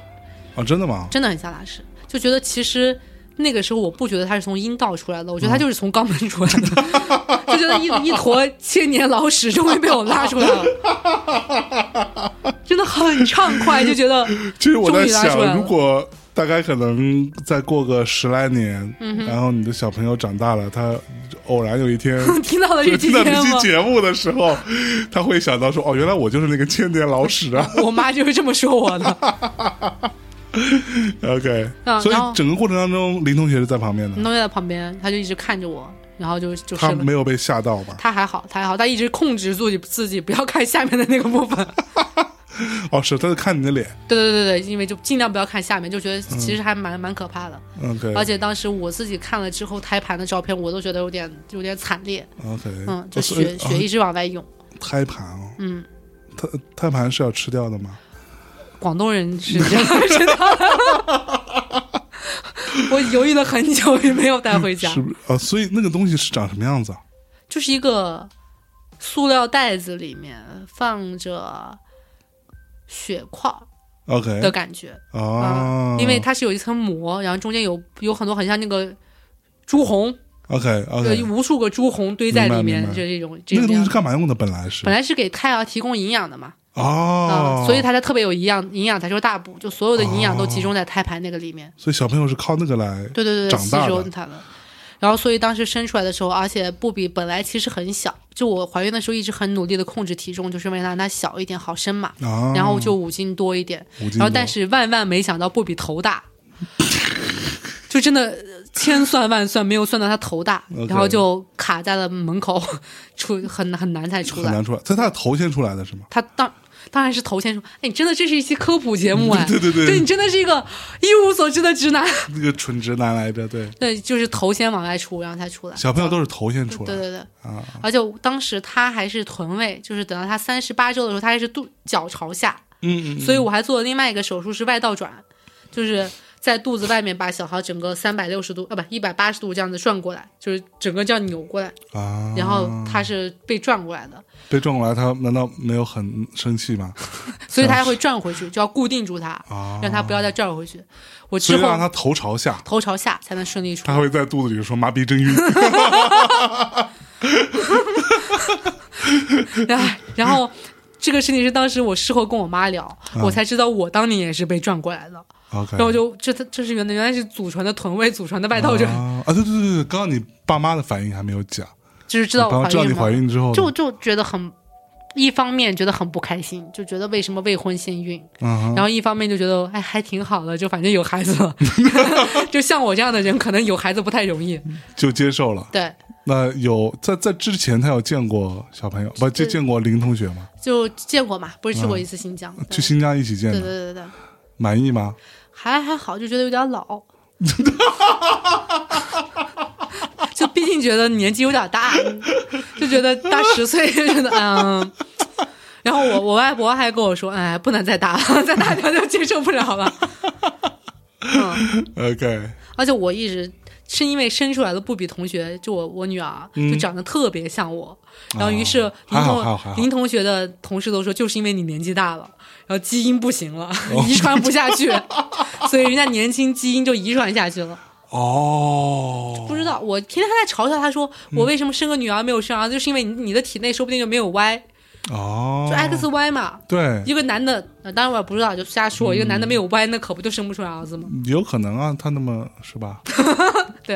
A: 哦真的吗？
B: 真的很像拉屎，就觉得其实。那个时候我不觉得它是从阴道出来的，我觉得它
A: 嗯
B: 就是从肛门出来的， 就觉得一一坨千年老屎终于被我拉出来了， 真的很畅快，就觉得
A: 其实我在
B: 终于拉出来
A: 想，
B: 了
A: 如果大概可能再过个十来年，
B: 嗯
A: 然后你的小朋友长大了，他偶然有一 天
B: 听到了
A: 就
B: 这
A: 听到
B: 期节
A: 这期
B: 目，
A: 节目的时候，他会想到说：“哦，原来我就是那个千年老屎啊
B: 我妈就是这么说 我的。！”
A: OK，
B: 嗯
A: 所以
B: 然后
A: 整个过程当中，林同学是在旁边的，
B: 你同学在旁边，她就一直看着我，然后就就
A: 他
B: 是了。
A: 没有被吓到吧？
B: 她还好，她还好，她一直控制住自己不要看下面的那个部 分。
A: 哦，是，他在看你的脸。
B: 对对对对，因为就尽量不要看下面，就觉得其
A: 嗯
B: 实还蛮、蛮可怕的。而
A: OK，OK，、
B: 且当时我自己看了之后胎盘的照片，我都觉得有点有点惨烈，嗯，就
A: 哦所以
B: 血、血一直往外涌。
A: 哦胎盘哦，
B: 嗯，
A: 胎胎盘是要吃掉的吗？
B: 广东 人是这样知道的。 我犹豫了很久，也没有带回家
A: 是。不是？哦，所以那个东西是长什么样子啊？
B: 就是一个塑料袋子里面放着血块儿
A: OK，
B: 的感觉
A: 哎哦，
B: 啊因为它是有一层膜，然后中间有有很多很像那个朱红，
A: OK
B: 呃
A: OK，，
B: 无数个朱红堆在里
A: 哦明白明
B: 面，
A: 白
B: 就这种这
A: 那个东
B: 种
A: 西
B: 样
A: 是
B: 子。
A: 干嘛用的？本来是
B: 本来是给胎儿提供营养的嘛，
A: 哦、哦
B: 嗯，所以它才特别有营养，营养才是大补，就所有的营养都集中在胎盘那个里面。
A: 所以小朋友是靠那个来
B: 对对对对，
A: 长
B: 吸
A: 大
B: 收
A: 的
B: 它的。然后，所以当时生出来的时候，而且布比本来其实很小，就我怀孕的时候一直很努力的控制体重，就是为了让它小一点好生嘛。
A: 啊，
B: 然后就五斤多一点，
A: 五斤
B: 然后但
A: 多
B: 是万万没想到布比头大，就真的千算万算没有算到他头大
A: OK
B: 然后就卡在了门口，出很很难才出
A: 很
B: 来。
A: 难出来，在他的头先出来的是 吗？
B: 他当当然是头先说，哎，你真的这是一期科普节目哎，
A: 对对对
B: 你真的是一个一无所知的直男。
A: 那个蠢直男来着，对，
B: 对，就是头先往外出，然后才出来。
A: 小朋友都是头先出来
B: 对对对，
A: 啊，
B: 而且当时他还是臀位，就是等到他三十八周的时候，他还是肚脚朝下，
A: 嗯嗯，
B: 所以我还做了另外一个手术是外倒转，就是在肚子外面把小孩整个三百六十度啊不一百八十度这样子转过来，就是整个这样扭过来，
A: 啊，
B: 然后他是被转过来的，
A: 被撞过来，他难道没有很生气吗？
B: 所以他还会转回去，就要固定住他，
A: 啊，
B: 让他不要再转回去。我
A: 所
B: 之
A: 以让
B: 后
A: 他头朝下，
B: 头朝下才能顺利出
A: 他，会在肚子里说麻痹真晕，
B: 哎然后。这个事情是当时我事后跟我妈聊，
A: 嗯
B: 我才知道我当年也是被转过来的。
A: OK，
B: 然后我就这这是原来原来是祖传的臀位，祖传的外套枕，
A: 啊，啊对对对对，刚刚你爸妈的反应还没有讲，
B: 就是知道
A: 你爸
B: 我
A: 妈
B: 怀
A: 知道
B: 孕
A: 你
B: 嘛
A: 怀，孕之后呢，
B: 就就觉得很一方面觉得很不开心，就觉得为什么未婚先孕，
A: 嗯哼，
B: 然后一方面就觉得哎还挺好的，就反正有 孩子了， 就像我这样的人，可能有孩子不太容易。
A: 就接受了。
B: 对，
A: 那有在在之前，他有见过小朋友，不就见过林同学吗？
B: 就见过嘛，不是去过一次新疆，
A: 嗯啊去新疆一起见
B: 对
A: 的，
B: 对对对对，
A: 满意吗？
B: 还还好，就觉得有点老。就毕竟觉得年纪有点大，就觉得大十岁，就觉得嗯。然后我我外婆还跟我说，哎，不能再大了，再大点就接受不了了。嗯，
A: OK，
B: 而且我一直是因为生出来的不比同学，就我我女儿啊就长得特别像我，然后于是林
A: 嗯哦还好
B: 同、
A: 还好还好
B: 林同学的同事都说，就是因为你年纪大了，然后基因不行了，
A: 哦
B: 遗传不下去， 所以人家年轻基因就遗传下去了。
A: 哦嗯
B: 不，知道，我天天还在嘲笑他说，我为什么生个女儿没有生儿子，就是因为你的体内说不定就没有 Y，
A: 哦嗯
B: 就，X Y 嘛。
A: 对，
B: 一个男的，呃当然我也不知道，就瞎说。一个
A: 嗯
B: 男的没有 Y，那可不就生不出来儿子吗？
A: 有可能啊，他那么是吧？
B: 对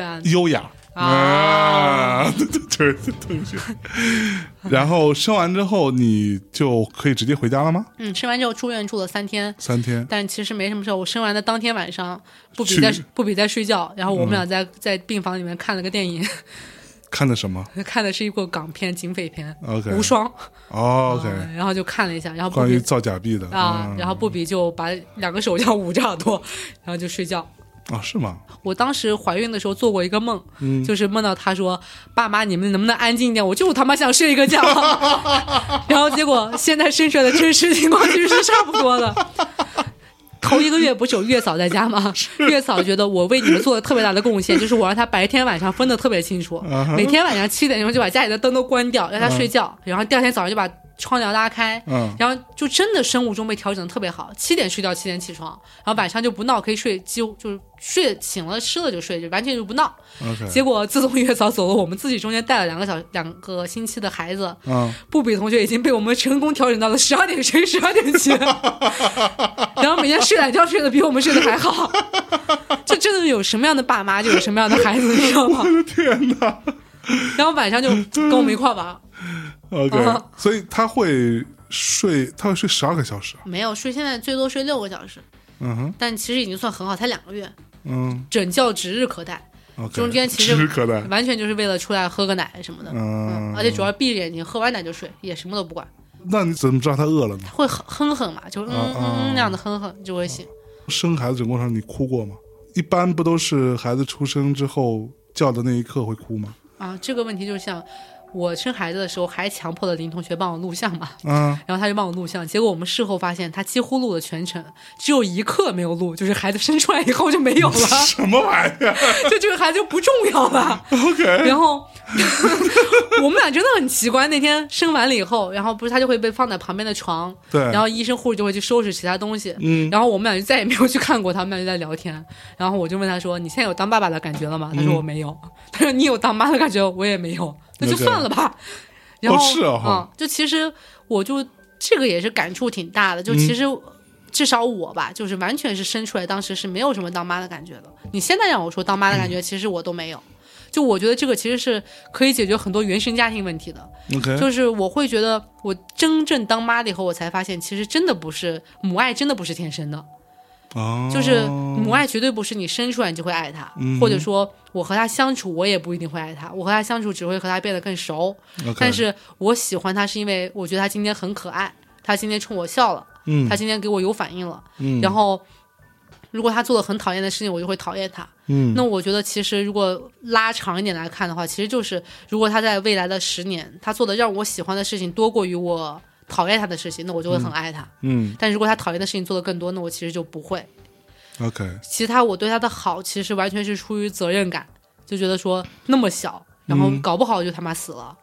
B: 啊，
A: 优雅
B: 啊
A: 啊， 对对对，同学。 然后生完之后，你就可以直接回家了吗？
B: 嗯，生完之后住院住了三天，
A: 三天
B: 但其实没什么事儿。我生完的当天晚上，不比
A: 去
B: 在不比在睡觉，然后我们
A: 嗯
B: 俩在、在病房里面看了个电影，
A: 看的什么
B: 看的是一部港片警匪片
A: ？OK，
B: 无双》
A: 哦
B: 啊
A: ，OK，
B: 然后就看了一下，然后不
A: 关于
B: 比
A: 造假币的
B: 啊，
A: 嗯
B: 然后不比就把两个手这样捂着耳朵，然后就睡觉。
A: 哦，是吗？
B: 我当时怀孕的时候做过一个梦，
A: 嗯
B: 就是梦到他说：“爸妈，你们能不能安静一点？我就他妈想睡一个觉。” 然后结果现在生出来的真实情况其实是差不多的。头一个月不是有月嫂在家吗？月嫂觉得我为你们做了特别大的贡献，就是我让她白天晚上分得特别清楚
A: 啊哈，
B: 每天晚上七点钟就把家里的灯都关掉，让她睡觉，然后第二天早上就把窗帘拉开，
A: 嗯，
B: 然后就真的生物钟被调整的特别好，七点睡觉，七点起床，然后晚上就不闹，可以睡，几乎就是睡醒了吃了就睡，就完全就不闹。
A: OK，
B: 结果自从月嫂走了，我们自己中间带了两个小两个星期的孩子，
A: 嗯，
B: 布比同学已经被我们成功调整到了十二点睡，十二点 起，然后每天睡懒觉睡得比我们睡得还好。这真的有什么样的爸妈就有什么样的孩子，你知道吗？
A: 我的天哪
B: 然后晚上就跟我们一块 玩儿，
A: ！OK，
B: 啊
A: 所以他会睡，他会睡十二个小时。
B: 没有睡，现在最多睡六个小时，
A: 嗯哼，
B: 但其实已经算很好，才两个月，
A: 嗯
B: 整觉指日可待。
A: ，OK，
B: 中间其实
A: 指日可待。
B: 完全就是为了出来喝个奶什么的，
A: 嗯
B: 而且主要闭着眼睛喝完奶就睡，也什么都不管，
A: 那你怎么知道他饿了呢？
B: 会哼哼哼嘛，就是嗯
A: 啊
B: 嗯
A: 啊
B: 嗯那样的哼哼就会醒。
A: 生孩子整个过程你哭过吗？一般不都是孩子出生之后叫的那一刻会哭吗？
B: 啊，这个问题就是像我生孩子的时候还强迫了林同学帮我录像嘛，
A: 啊，
B: 然后他就帮我录像，结果我们事后发现他几乎录了全程，只有一刻没有录，就是孩子生出来以后就没有 了，
A: 什么玩意 儿
B: 就这个孩子就不重要了。
A: ？OK，
B: 然后 我们俩真的很奇怪，那天生完了以后，然后不是他就会被放在旁边的床，
A: 对
B: 然后医生护士就会去收拾其他东西，
A: 嗯
B: 然后我们俩就再也没有去看过他，我们俩就在聊天，然后我就问他说：“你现在有当爸爸的感觉了吗？”他
A: 嗯
B: 说：“我没有。他说：“你有当妈的感觉？”我也 没有，那就
A: OK
B: 算了吧。然后、
A: 哦是啊哈
B: 嗯，就其实我就这个也是感触挺大的，
A: 嗯
B: 就其实。至少我吧，就是完全是生出来，当时是没有什么当妈的感觉的。你现在让我说当妈的
A: 嗯
B: 感觉，其实我都没有。就我觉得这个其实是可以解决很多原生家庭问题的。
A: OK，
B: 就是我会觉得，我真正当妈了以后，我才发现，其实真的不是母爱，真的不是天生的。
A: 哦
B: 就是母爱绝对不是你生出来你就会爱他，
A: 嗯
B: 或者说我和他相处，我也不一定会爱他。我和他相处只会和他变得更熟，
A: ，OK，
B: 但是我喜欢他是因为我觉得他今天很可爱，他今天冲我笑了，
A: 嗯
B: 他今天给我有反应了，
A: 嗯
B: 然后。如果他做了很讨厌的事情，我就会讨厌他。
A: 嗯
B: 那我觉得，其实如果拉长一点来看的话，其实就是如果他在未来的十年，他做的让我喜欢的事情多过于我讨厌他的事情，那我就会很爱他。
A: 嗯
B: 但如果他讨厌的事情做的更多，那我其实就不会。
A: OK，
B: 其他我对他的好，其实完全是出于责任感，就觉得说那么小，然后搞不好就他妈死了，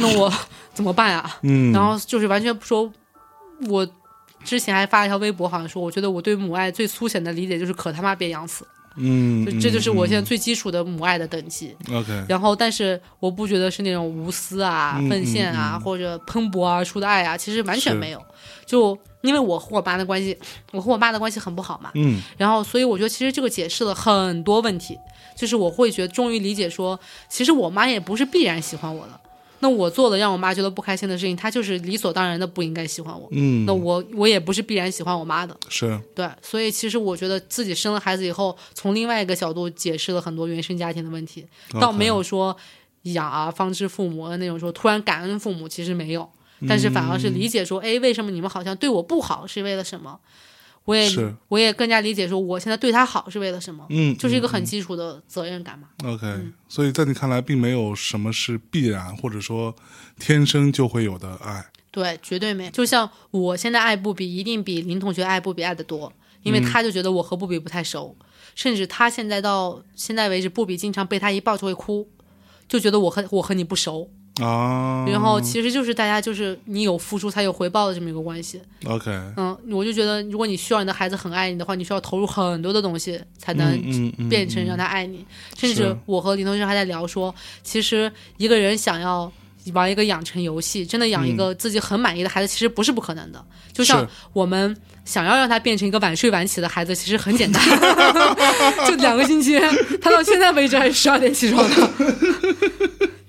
B: 那我怎么办啊？
A: 嗯，
B: 然后就是完全不说，我之前还发了一条微博，好像说我觉得我对母爱最粗浅的理解就是可他妈别养死，
A: 嗯，
B: 就
A: 嗯
B: 这就是我现在
A: 嗯
B: 最基础的母爱的等级。
A: OK，
B: 然后，但是我不觉得是那种无私啊、
A: 嗯
B: 奉献啊、或者喷薄而出的爱啊，其实完全
A: 是
B: 没有。就因为我和我妈的关系，我和我妈的关系很不好嘛，
A: 嗯
B: 然后，所以我觉得其实这个解释了很多问题，就是我会觉得终于理解说，其实我妈也不是必然喜欢我的，那我做了让我妈觉得不开心的事情，她就是理所当然的不应该喜欢我。
A: 嗯
B: 那，我我也不是必然喜欢我妈的，
A: 是
B: 对，所以其实我觉得自己生了孩子以后，从另外一个角度解释了很多原生家庭的问题，倒没有说养儿方知父母啊那种说突然感恩父母，其实没有，但是反而
A: 嗯
B: 是理解说，哎、为什么你们好像对我不好是为了什么？我也
A: 是
B: 我也更加理解说，我现在对他好是为了什么？
A: 嗯，
B: 就是一个很
A: 嗯
B: 基础的责任感嘛。
A: 嗯 OK、所以在你看来，并没有什么是必然，或者说天生就会有的爱。
B: 对，绝对没有。就像我现在爱布比，一定比林同学爱布比爱的多，因
A: 嗯
B: 为他就觉得我和布比不太熟，甚至他现在到现在为止，布比经常被他一抱就会哭，就觉得我和我和你不熟。
A: 啊，
B: 然后其实就是大家就是你有付出才有回报的这么一个关系。
A: OK，
B: 嗯，我就觉得如果你需要你的孩子很爱你的话，你需要投入很多的东西才能
A: 嗯嗯
B: 变成让他爱你。甚
A: 是
B: 至我和林同学还在聊说，其实一个人想要玩一个养成游戏，真的
A: 嗯
B: 养一个自己很满意的孩子，其实不是不可能的。就像
A: 是
B: 我们想要让他变成一个晚睡晚起的孩子，其实 很简单，就两个星期，他到现在为止还是十二点起床的。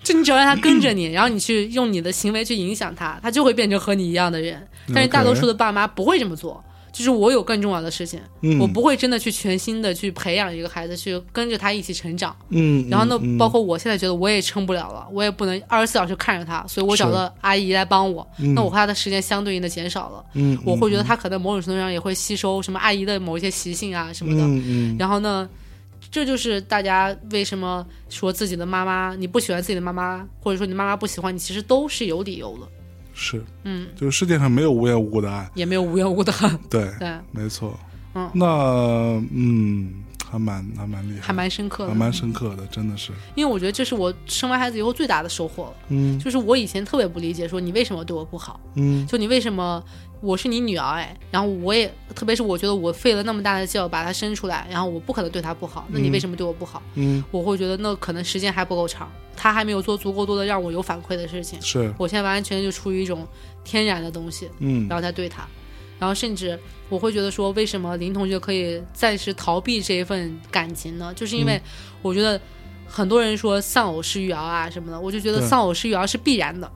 B: 就你只要让他跟着你，然后你去用你的行为去影响他，他就会变成和你一样的人。但是大多数的爸妈不会这么做，就是我有更重要的事情，
A: 嗯
B: 我不会真的去全心的去培养一个孩子，去跟着他一起成长。
A: 嗯，
B: 然后呢，
A: 嗯
B: 包括我现在觉得我也撑不了了，我也不能二十四小时看着他，所以我找
A: 是
B: 了阿姨来帮我。
A: 嗯
B: 那我和他的时间相对应的减少了，
A: 嗯，嗯
B: 我会觉得他可能某种程度上也会吸收什么阿姨的某一些习性啊什么的。
A: 嗯嗯
B: 然后呢，这就是大家为什么说自己的妈妈你不喜欢自己的妈妈，或者说你妈妈不喜欢你，其实都是有理由的，
A: 是，
B: 嗯，
A: 就是世界上没有无缘无故的爱，
B: 也没有无缘无 故的恨。
A: 对，
B: 对，
A: 没错，
B: 嗯
A: 那嗯，还蛮还蛮厉害，
B: 还蛮深刻
A: 还
B: 的，
A: 蛮深刻的，真的是，
B: 因为我觉得这是我生完孩子以后最大的收获了。
A: 嗯
B: 就是我以前特别不理解，说你为什么对我不好。
A: 嗯
B: 就你为什么我是你女儿哎，然后我也特别是我觉得我费了那么大的劲儿把她生出来，然后我不可能对她不好，那你为什么对我不好？
A: 嗯，
B: 我会觉得那可能时间还不够长，她还没有做足够多的让我有反馈的事情，
A: 是，
B: 我现在完完全全就出于一种天然的东西，
A: 嗯
B: 然后再对她，然后甚至我会觉得说，为什么林同学可以暂时逃避这一份感情呢？就是因
A: 嗯
B: 为我觉得很多人说丧偶式育儿啊什么的，我就觉得
A: 对
B: 丧偶式育儿是必然的，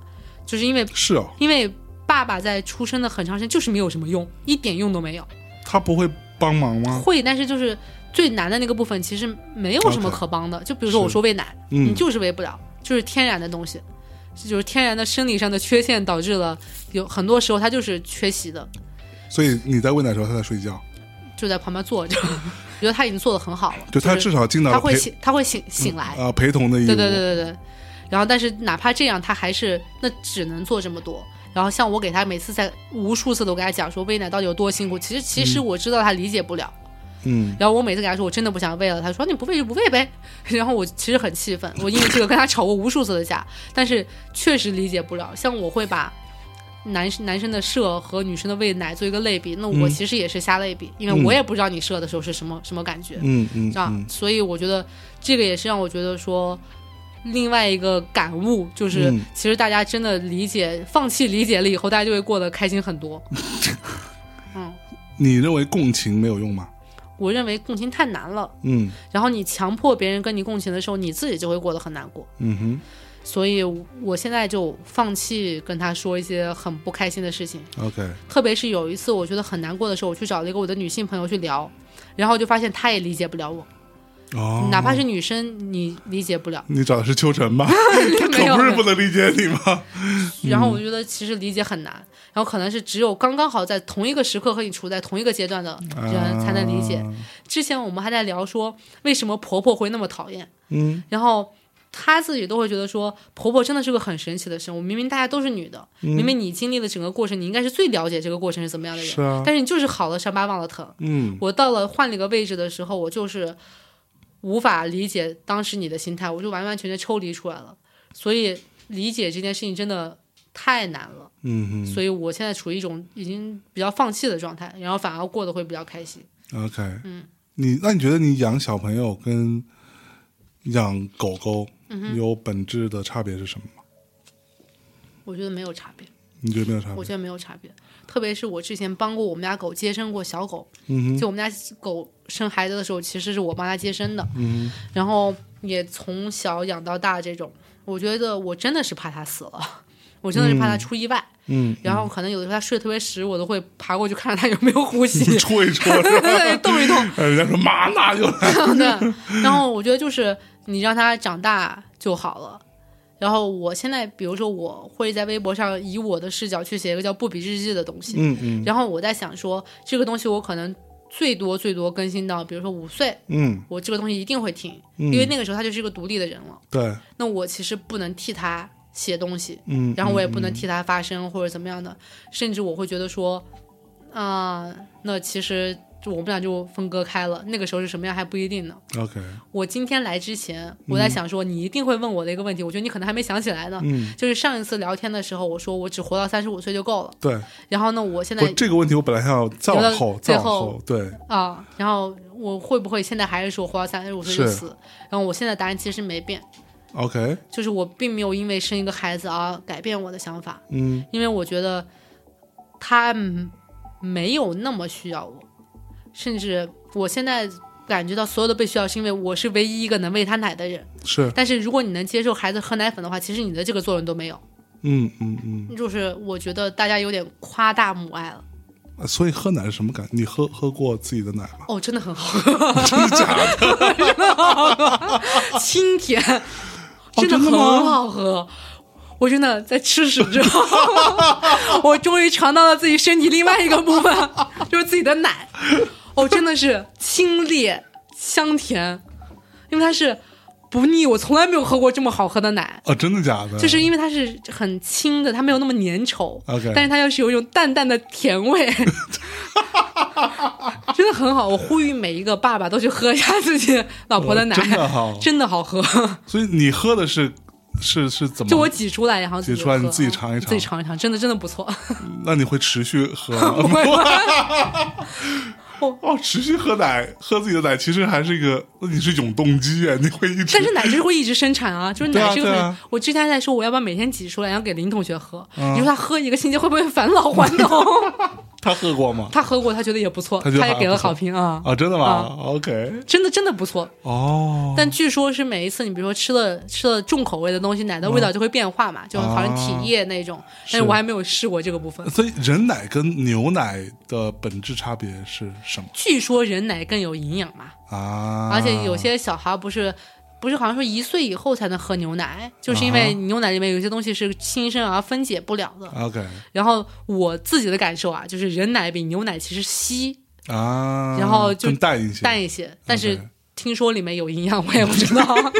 B: 就是因为
A: 是哦，
B: 因为爸爸在出生的很长时间就是没有什么用，一点用都没有。
A: 他不会帮忙吗？
B: 会，但是就是最难的那个部分，其实没有什么
A: OK
B: 可帮的。就比如说我
A: 是
B: 说喂奶，你
A: 嗯，
B: 就是喂不了，就是天然的东西，这就是天然的生理上的缺陷导致了有很多时候他就是缺席的，
A: 所以你在喂奶的时候，他在睡觉，
B: 就在旁边坐着。 我觉得他已经做的很好了，
A: 就他
B: 是
A: 至少尽到
B: 他
A: 了
B: 会
A: 陪
B: 醒，他会醒醒来。
A: 啊陪同的义务，
B: 对对对对对。然后，但是哪怕这样，他还是那只能做这么多。然后，像我给他每次在无数次的我给他讲说喂奶到底有多辛苦，其实其实我知道他理解不了。
A: 嗯，
B: 然后我每次给他说我真的不想喂了，他说你不喂就不喂呗。然后我其实很气愤，我因为这个跟他吵过无数次的架，但是确实理解不了。像我会把。男男生的射和女生的喂奶做一个类比，那
A: 嗯
B: 我其实也是瞎类比，因为我也不知道你射的时候是什么什么感觉。
A: 嗯嗯
B: 啊，
A: 嗯，
B: 所以我觉得这个也是让我觉得说，另外一个感悟就是，
A: 嗯
B: 其实大家真的理解、放弃理解了以后，大家就会过得开心很多。嗯，
A: 你认为共情没有用吗？
B: 我认为共情太难了，
A: 嗯
B: 然后你强迫别人跟你共情的时候，你自己就会过得很难过。
A: 嗯哼。
B: 所以我现在就放弃跟他说一些很不开心的事情，
A: OK，
B: 特别是有一次我觉得很难过的时候，我去找了一个我的女性朋友去聊，然后就发现她也理解不了我，
A: 哦，
B: 哪怕是女生，你理解不了。
A: 你找的是秋晨吧？
B: 没有
A: 可不是不嗯能理解你 吗？
B: 然后我觉得其实理解很难，然后可能是只有刚刚好在同一个时刻和你处在同一个阶段的人才能理解。
A: 啊
B: 之前我们还在聊说为什么婆婆会那么讨厌，
A: 嗯
B: 然后她自己都会觉得说婆婆真的是个很神奇的生物，明明大家都是女的，
A: 嗯
B: 明明你经历了整个过程，你应该是最了解这个过程是怎么样的人，
A: 是啊
B: 但是你就是好了伤疤忘了疼。
A: 嗯，
B: 我到了换了一个位置的时候，我就是无法理解当时你的心态，我就完完全全抽离出来了。所以理解这件事情真的太难了，
A: 嗯
B: 所以我现在处于一种已经比较放弃的状态，然后反而过得会比较开心。
A: 哼，OK，嗯，你那你觉得你养小朋友跟养狗狗
B: 嗯
A: 有本质的差别是什么吗？
B: 我觉得没有差别，
A: 你觉得没有差
B: 我觉
A: 别？
B: 得没有差别。特别是我之前帮过我们家狗接生过小狗，
A: 嗯
B: 就我们家狗生孩子的时候，其实是我帮它接生的，
A: 嗯
B: 然后也从小养到大这种。我觉得我真的是怕它死了，我真的是怕它出意外。
A: 嗯，
B: 然后可能有的时候它睡得特别实，我都会爬过去看看它有没有呼吸，对
A: 戳一戳是
B: 对
A: 吧？
B: 对，动一动。
A: 哎人家说妈，那就来，
B: 对，然后我觉得就是你让它长大就好了。然后我现在，比如说，我会在微博上以我的视角去写一个叫“不比日记”的东西。
A: 嗯嗯
B: 然后我在想说，这个东西我可能最多最多更新到，比如说五岁，
A: 嗯，
B: 我这个东西一定会停，
A: 嗯
B: 因为那个时候他就是一个独立的人了。
A: 对，
B: 那我其实不能替他写东西，
A: 嗯，
B: 然后我也不
A: 嗯
B: 能替他发声或者怎么样的，甚至我会觉得说，啊、那其实就我们俩就分割开了，那个时候是什么样还不一定呢。
A: 嗯 OK，
B: 我今天来之前，我在想说你一定会问我的一个问题，我觉得你可能还没想起来呢。
A: 嗯，
B: 就是上一次聊天的时候，我说我只活到三十五岁就够了。
A: 对，
B: 然后呢，我现在
A: 不，这个问题我本来想要再往
B: 留
A: 后，
B: 到最
A: 再
B: 后
A: 往后，对，
B: 啊、然后我会不会现在还是说活到三十五岁就是死？然后我现在答案其实没变，
A: OK，
B: 就是我并没有因为生一个孩子而改变我的想法，
A: 嗯
B: 因为我觉得他嗯没有那么需要我，甚至我现在感觉到所有的被需要是因为我是唯一一个能喂他奶的人。
A: 是，
B: 但是如果你能接受孩子喝奶粉的话，其实你的这个作用都没有。
A: 嗯嗯嗯，
B: 就是我觉得大家有点夸大母爱了。
A: 呃所以喝奶是什么感觉？你喝喝过自己的奶吗？
B: 哦，真的很好
A: 真的假 的？
B: 喝， 清甜，真的
A: 哦真的
B: 很
A: 吗
B: 好喝。我真的在吃屎之 后，我终于尝到了自己身体另外一个部分， 就是自己的奶。哦，真的是清冽香甜，因为它是不腻，我从来没有喝过这么好喝的奶。
A: 啊，真的假的？
B: 就是因为它是很轻的，它没有那么粘稠
A: OK
B: 但是它又是有一种淡淡的甜 味，真的很好。我呼吁每一个爸爸都去喝一下自己老婆奶，
A: 哦真的好
B: 真的好喝。
A: 所以你喝的是是是怎么？
B: 就我挤出来，然后自己
A: 挤出来
B: 喝
A: 你自己尝一尝
B: 自己尝一尝，真的真的不错。
A: 那你会持续喝 吗？ 哦，持续喝奶，喝自己的奶，其实还是一个，那你是永动机耶，你会一直
B: 但是奶就是会一直生产啊，就是
A: 对啊
B: 奶这个
A: 对
B: 很，
A: 啊嗯
B: 我之前在说我要不要每天挤出来，然后给林同学喝，你说他喝一个星期会不会返老还 童？
A: 他喝过吗？
B: 他喝过，他觉得也不错，
A: 他觉得
B: 也
A: 还
B: 给了
A: 不错
B: 好评啊，
A: 啊，真的吗、
B: 啊
A: o k
B: 真的真的不错。
A: 哦，
B: 但据说是每一次你比如说吃了吃了重口味的东西，奶的
A: 嗯
B: 味道就会变化嘛，就好
A: 哦
B: 像体液那种。但是我还没有试过这个部分。
A: 所以人奶跟牛奶的本质差别是什么
B: 据说人奶更有营养嘛，
A: 啊？
B: 而且有些小孩不是。不是，好像说一岁以后才能喝牛奶，就是因
A: 啊
B: 为牛奶里面有些东西是新生儿分解不了的。
A: OK
B: 然后我自己的感受啊，就是人奶比牛奶其实稀
A: 啊，
B: 然后就
A: 更淡一些，
B: 淡一些，但是
A: OK
B: 听说里面有营养，我也不知道。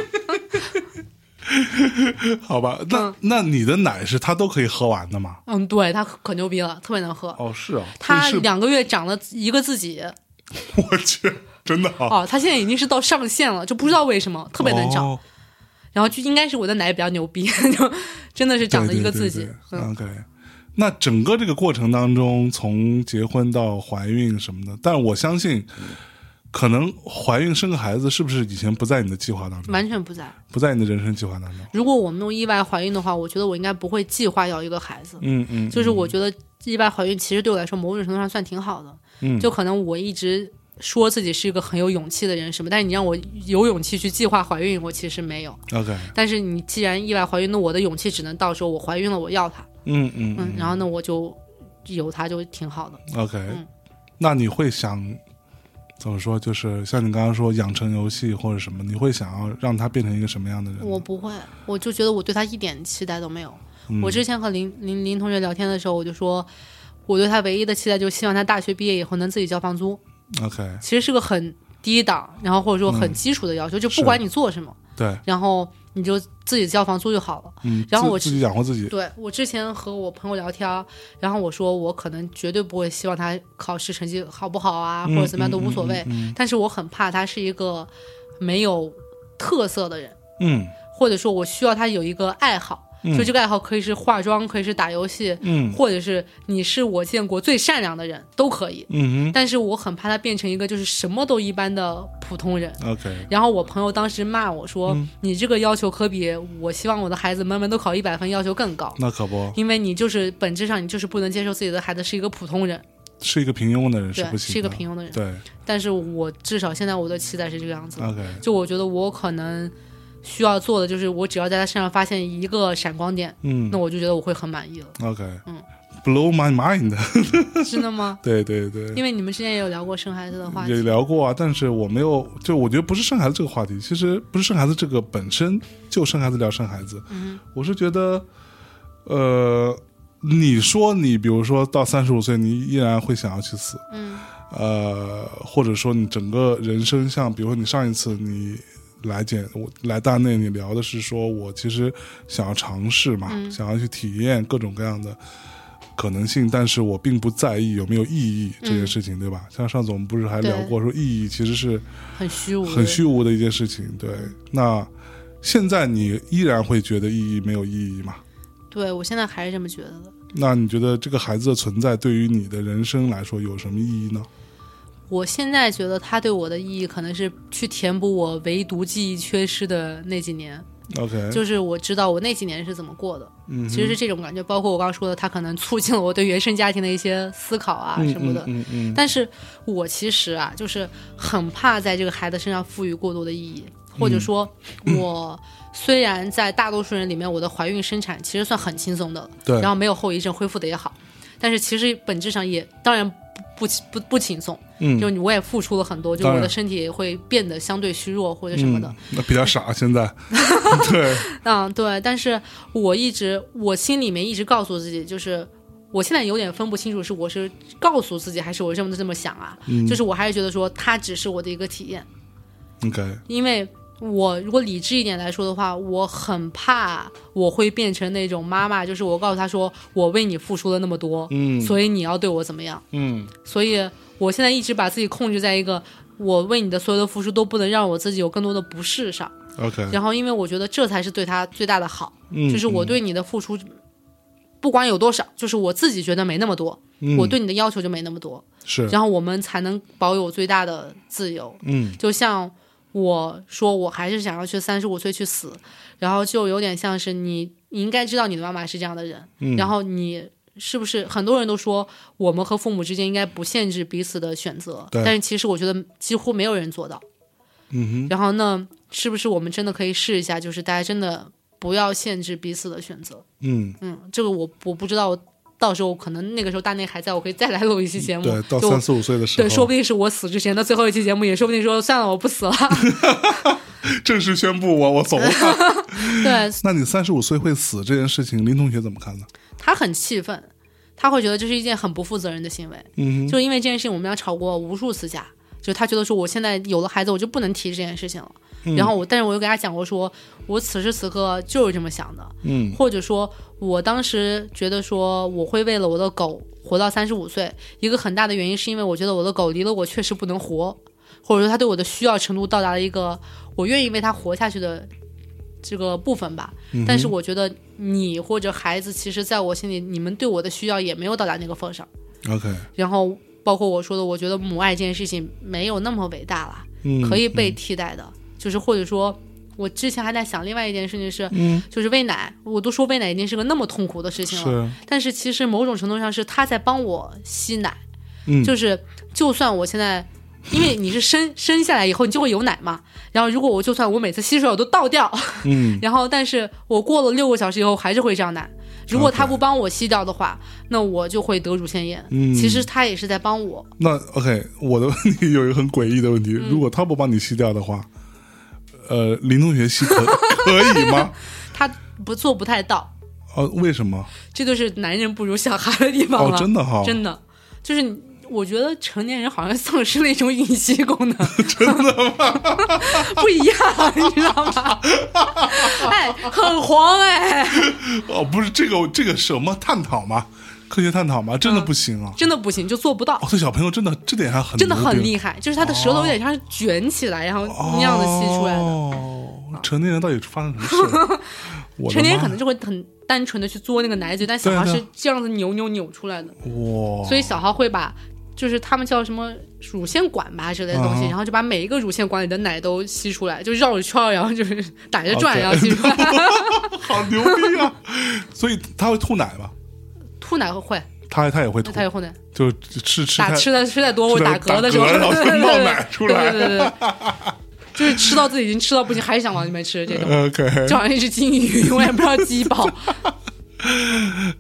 A: 好吧？那、那你的奶是它都可以喝完的吗？
B: 嗯，对，它可牛逼了，特别能喝。
A: 哦，是啊，
B: 他
A: 这是
B: 两个月长了一个自己，
A: 我去，真的啊，
B: 哦，他现在已经是到上限了，就不知道为什么
A: 特
B: 特别能长。
A: 哦、
B: 然后就应该是我的奶比较牛逼， 就真的是长了一个自己。
A: 对对对
B: 嗯，
A: OK，那整个这个过程当中，从结婚到怀孕什么的，但我相信，可能怀孕生个孩子是不是以前不在你的计划当中，
B: 完全不在。
A: 不在你的人生计划当中？
B: 如果我没有意外怀孕的话，我觉得我应该不会计划要一个孩子。
A: 嗯嗯，
B: 就是我觉得意外怀孕其实对我来说某种程度上算挺好的，
A: 嗯
B: 就可能我一直说自己是一个很有勇气的人什么，但是你让我有勇气去计划怀孕，我其实没有。
A: OK，
B: 但是你既然意外怀孕，那我的勇气只能到时候我怀孕了我要它，
A: 嗯嗯
B: 嗯，然后呢我就有它就挺好的。
A: OK，、
B: 嗯
A: 那你会想怎么说？就是像你刚刚说养成游戏或者什么，你会想要让他变成一个什么样的人呢？
B: 我不会，我就觉得我对他一点期待都没有。
A: 嗯
B: 我之前和林林林同学聊天的时候，我就说，我对他唯一的期待就是希望他大学毕业以后能自己交房租，
A: OK，
B: 其实是个很低档，然后或者说
A: 嗯
B: 很基础的要求，就不管你做什么，
A: 对，
B: 然后你就自己交房租就好了。
A: 嗯，
B: 然后
A: 自
B: 我
A: 自己养活自己，
B: 对我之前和我朋友聊天，然后我说我可能绝对不会希望他考试成绩好不好啊，或者怎么样都无所谓，
A: 嗯
B: 但是我很怕他是一个没有特色的人。
A: 嗯
B: 或者说我需要他有一个爱好，
A: 嗯
B: 就这个爱好可以是化妆，可以是打游戏，
A: 嗯
B: 或者是你是我见过最善良的人，都可以。
A: 嗯
B: 但是我很怕他变成一个就是什么都一般的普通人。
A: 嗯，OK，
B: 然后我朋友当时骂我说：“
A: 嗯
B: 你这个要求可比我希望我的孩子们们都考一百分要求更高，
A: 那可不
B: 因为你就是本质上你就是不能接受自己的孩子是一个普通人，
A: 是一个平庸的人是
B: 对
A: 不，行的，
B: 是一个平庸的人。嗯
A: 对
B: 但是我至少现在我的期待是这个样子的。
A: ，OK，
B: 就我觉得我可能需要做的就是，我只要在它身上发现一个闪光点，
A: 嗯
B: 那我就觉得我会很 满意了。
A: ，OK，
B: 嗯
A: ，blow my mind，
B: 真的吗？
A: 对对对，
B: 因为你们之前也有聊过生孩子的话
A: 也
B: 题，
A: 聊过啊，但是我没有，就我觉得不是生孩子这个话题，其实不是生孩子这个本身就生孩子聊生孩子，
B: 嗯
A: 我是觉得，呃，你说你比如说到三十五岁，你依然会想要去死，
B: 嗯
A: 呃，或者说你整个人生像，比如说你上一次你来简我来大内，你聊的是说我其实想要尝试嘛，
B: 嗯
A: 想要去体验各种各样的可能性，但是我并不在意有没有意义这件事
B: 嗯
A: 情，对吧？像上次我们不是还聊
B: 对
A: 过说意义其实是
B: 很虚无，
A: 很虚无的一件事情，对？那现在你依然会觉得意义没有意义嘛？
B: 对我现在还是这么觉得的。
A: 那你觉得这个孩子的存在对于你的人生来说有什么意义呢？
B: 我现在觉得它对我的意义可能是去填补我唯独记忆缺失的那几年，
A: OK，
B: 就是我知道我那几年是怎么过的。
A: 嗯嗯哼，
B: 其实是这种感觉，包括我刚刚说的，它可能促进了我对原生家庭的一些思考啊
A: 嗯
B: 什么的。
A: 嗯嗯嗯
B: 但是我其实啊，就是很怕在这个孩子身上赋予过多的意义，或
A: 嗯
B: 者说，我虽然在大多数人里面，我的怀孕生产其实算很轻松的了，
A: 对
B: 然后没有后遗症，恢复的也好，但是其实本质上也当然不不不不轻松，
A: 嗯，
B: 就我也付出了很多，就
A: 当
B: 我
A: 然
B: 的身体也会变得相对虚弱或者什么的。
A: 嗯，那比较傻现在， 对，
B: 嗯，对，但是我一直我心里面一直告诉自己，就是我现在有点分不清楚是我是告诉自己还是我这么这么想啊，
A: 嗯
B: 就是我还是觉得说它只是我的一个体验，
A: OK，
B: 因为我如果理智一点来说的话，我很怕我会变成那种妈妈，就是我告诉她说我为你付出了那么多，
A: 嗯
B: 所以你要对我怎么样，
A: 嗯
B: 所以我现在一直把自己控制在一个我为你的所有的付出都不能让我自己有更多的不适上，
A: ，OK，
B: 然后因为我觉得这才是对他最大的好。
A: 嗯，
B: 就是我对你的付出，不管有多少，就是我自己觉得没那么多，
A: 嗯
B: 我对你的要求就没那么多，
A: 是，
B: 然后我们才能保有最大的自由。
A: 嗯
B: 就像我说，我还是想要去三十五岁去死，然后就有点像是你，你应该知道你的妈妈是这样的人，
A: 嗯，
B: 然后你。是不是很多人都说我们和父母之间应该不限制彼此的选择？
A: 对
B: 但是其实我觉得几乎没有人做到。
A: 嗯
B: 然后呢，是不是我们真的可以试一下，就是大家真的不要限制彼此的选择？
A: 哼嗯，
B: 嗯，这个我我不知道，我到时候可能那个时候大内还在，我可以再来录一期节目。
A: 嗯对，到
B: 就
A: 三四五岁的时
B: 对，说
A: 候
B: 不，定是我死之前的最后一期节目，也说不定说算了，我不死了。
A: 正式宣布我我走了。
B: 对
A: 那你三十五岁会死这件事情，林同学怎么看呢？
B: 他很气愤，他会觉得这是一件很不负责任的行为。
A: 嗯哼，
B: 就因为这件事情，我们俩吵过无数次架。就他觉得说，我现在有了孩子，我就不能提这件事情了。
A: 嗯
B: 然后我，但是我又给他讲过说，我此时此刻就是这么想的，
A: 嗯
B: 或者说，我当时觉得说我会为了我的狗活到三十五岁，一个很大的原因是因为我觉得我的狗离了我确实不能活，或者说它对我的需要程度到达了一个我愿意为它活下去的这个部分吧。
A: 嗯
B: 但是我觉得你或者孩子，其实在我心里，你们对我的需要也没有到达那个份儿上。
A: ，OK，
B: 然后包括我说的，我觉得母爱这件事情没有那么伟大了，
A: 嗯，
B: 可以被替代的，就是或者说。我之前还在想另外一件事情是，
A: 嗯，
B: 就是喂奶，我都说喂奶已经是个那么痛苦的事情了，
A: 是，
B: 但是其实某种程度上是他在帮我吸奶，
A: 嗯，
B: 就是就算我现在，因为你是生生下来以后你就会有奶嘛，然后如果我就算我每次吸水我都倒掉，
A: 嗯
B: 然后但是我过了六个小时以后还是会胀奶，如果他
A: OK
B: 不帮我吸掉的话，那我就会得乳腺炎。
A: 嗯，
B: 其实他也是在帮我，
A: 那 OK，我的问题有一个很诡异的问题，
B: 嗯
A: 如果他不帮你吸掉的话，呃，林同学吸可 可以吗？
B: 他不做不太到，
A: 呃，为什么？
B: 这就是男人不如小孩的地方
A: 哦
B: 了。，
A: 真的哈，
B: 真的，就是你我觉得成年人好像丧失了一种隐息 功能，真的吗？ 不一样，啊你知道吗？哎，很黄哎，
A: 哦，不是这个这个什么探讨吗？科学探讨吗？真的不行啊！
B: 嗯真的不行，就做不到
A: 哦，。这小朋友真的这点还很
B: 真的
A: 牛
B: 很
A: 逼
B: 厉害，就是他的舌头有点像是卷起来，然后那样子吸出来的。
A: 哦， 成年人到底发生什么事 了？我的
B: 成年人
A: 妈
B: 可能就会很单纯的去嘬那个奶嘴，但小
A: 对哦
B: 孩
A: 的
B: 是这样子扭扭扭出来的，
A: 哇，
B: 所以小孩会把。就是他们叫什么乳腺管吧之类的东西，
A: 嗯
B: 然后就把每一个乳腺管里的奶都吸出来，就绕着圈儿，然后就是打着转，
A: OK
B: 然后吸出来。
A: 好牛逼啊！所以他会吐奶吗？
B: 吐奶会，
A: 他他也会吐
B: 那，他也会奶。
A: 就吃吃
B: 打
A: 太
B: 吃的吃太多或者
A: 打
B: 打嗝的时候，
A: 嗝然后
B: 对对对
A: 就冒奶出来
B: 对对对对，就是吃到自己已经吃到不行，还是想往里面吃
A: 嗯
B: 这种，
A: OK
B: 就好像一只金鱼，永远不知道饥饱。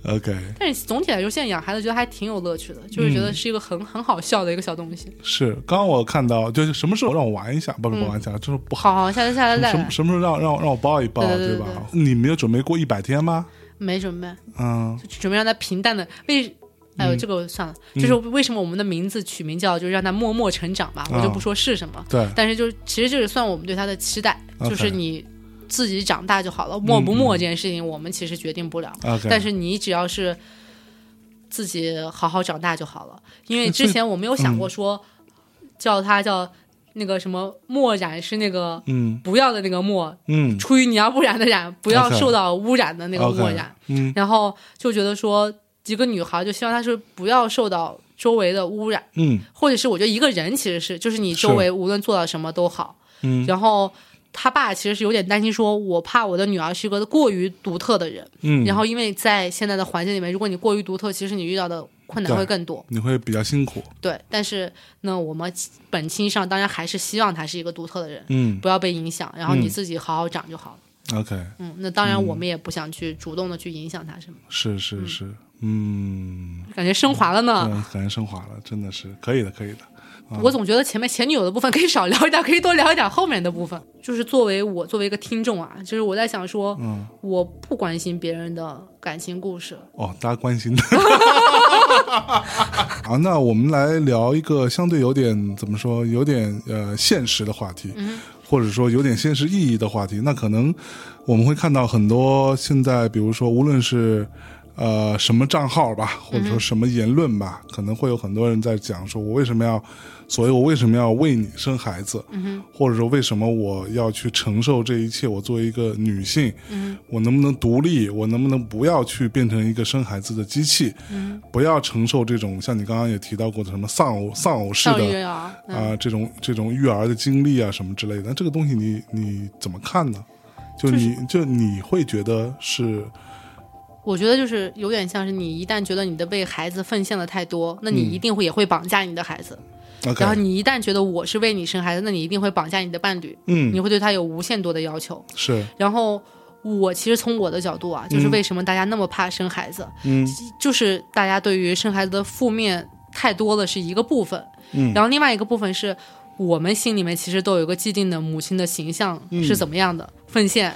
A: OK，
B: 但是总体来说，现在养孩子觉得还挺有乐趣的，就是觉得
A: 嗯
B: 是一个很、很好笑的一个小东西。
A: 是。刚刚我看到，就是什么时候让我玩一下，不是不玩一下，就是不好。
B: 好好，下次下次再
A: 什
B: 来
A: 么。什么时候让让我让我抱一抱，
B: 嗯对对对
A: 吧？你没有准备过一百天吗？
B: 没准备，
A: 嗯，
B: 就准备让它平淡的为。哎呦，这个算了，就是为什么我们的名字取名叫，就是让它默默成长吧，
A: 啊
B: 我就不说是什么，
A: 对，
B: 但是就是其实这个算我们对它的期待，
A: OK
B: 就是你自己长大就好
A: 嗯
B: 了，默不默这件事情我们其实决定不了，
A: OK
B: 但是你只要是自己好好长大就好了，因为之前我没有想
A: 嗯
B: 过说叫它叫那个什么墨染是那个
A: 嗯
B: 不要的那个墨，
A: 嗯
B: 出于你要不染的染，不要
A: OK
B: 受到污染的那个墨
A: OK，
B: 染，
A: 嗯
B: 然后就觉得说一个女孩就希望她是不要受到周围的污染。
A: 嗯
B: 或者是我觉得一个人其实是，就是你周围无论做到什么都好。
A: 嗯
B: 然后他爸其实是有点担心说，我怕我的女儿是一个过于独特的人。
A: 嗯，
B: 然后因为在现在的环境里面，如果你过于独特，其实你遇到的困难
A: 对
B: 会更多。
A: 你会比较辛苦，
B: 对，但是呢，我们本心上当然还是希望她是一个独特的人，
A: 嗯
B: 不要被影响，然后你
A: 嗯
B: 自己好好长就好了。
A: ，OK，
B: 嗯那当然我们也不想去主动的去影响她什么，
A: 是是是，嗯，
B: 感觉升华了呢。
A: 嗯感觉升华了，真的是可以的，可以的，
B: 我总觉得前面前女友的部分可以少聊一点，可以多聊一点后面的部分。就是作为我作为一个听众啊，就是我在想说，
A: 嗯，
B: 我不关心别人的感情故事，
A: 哦，大家关 心的。好，那我们来聊一个相对有点怎么说，有点呃现实的话题，或者说有点现实意义的话题。那可能我们会看到很多现在，比如说无论是呃什么账号吧，或者说什么言论吧，可能会有很多人在讲说，我为什么要，所以我为什么要为你生孩子，或者说为什么我要去承受这一切？我作为一个女性，我能不能独立？我能不能不要去变成一个生孩子的机器？不要承受这种像你刚刚也提到过的什么丧偶丧偶式
B: 少
A: 的
B: 育啊，嗯
A: 啊、这种这种育儿的经历啊什么之类的，那这个东西你你怎么看呢？就
B: 就是
A: 你就你会觉得是
B: 我觉得就是有点像是你一旦觉得你的为孩子奉献的太多，那你
A: 嗯
B: 一定会也会绑架你的孩子。
A: OK，
B: 然后你一旦觉得我是为你生孩子，那你一定会绑架你的伴侣，
A: 嗯
B: 你会对他有无限多的要求。
A: 是
B: 然后我其实从我的角度啊，就是
A: 嗯
B: 为什么大家那么怕生孩子，
A: 嗯
B: 就是大家对于生孩子的负面太多了是一个部分，
A: 嗯
B: 然后另外一个部分是我们心里面其实都有一个既定的母亲的形象
A: 嗯
B: 是怎么样的，奉献。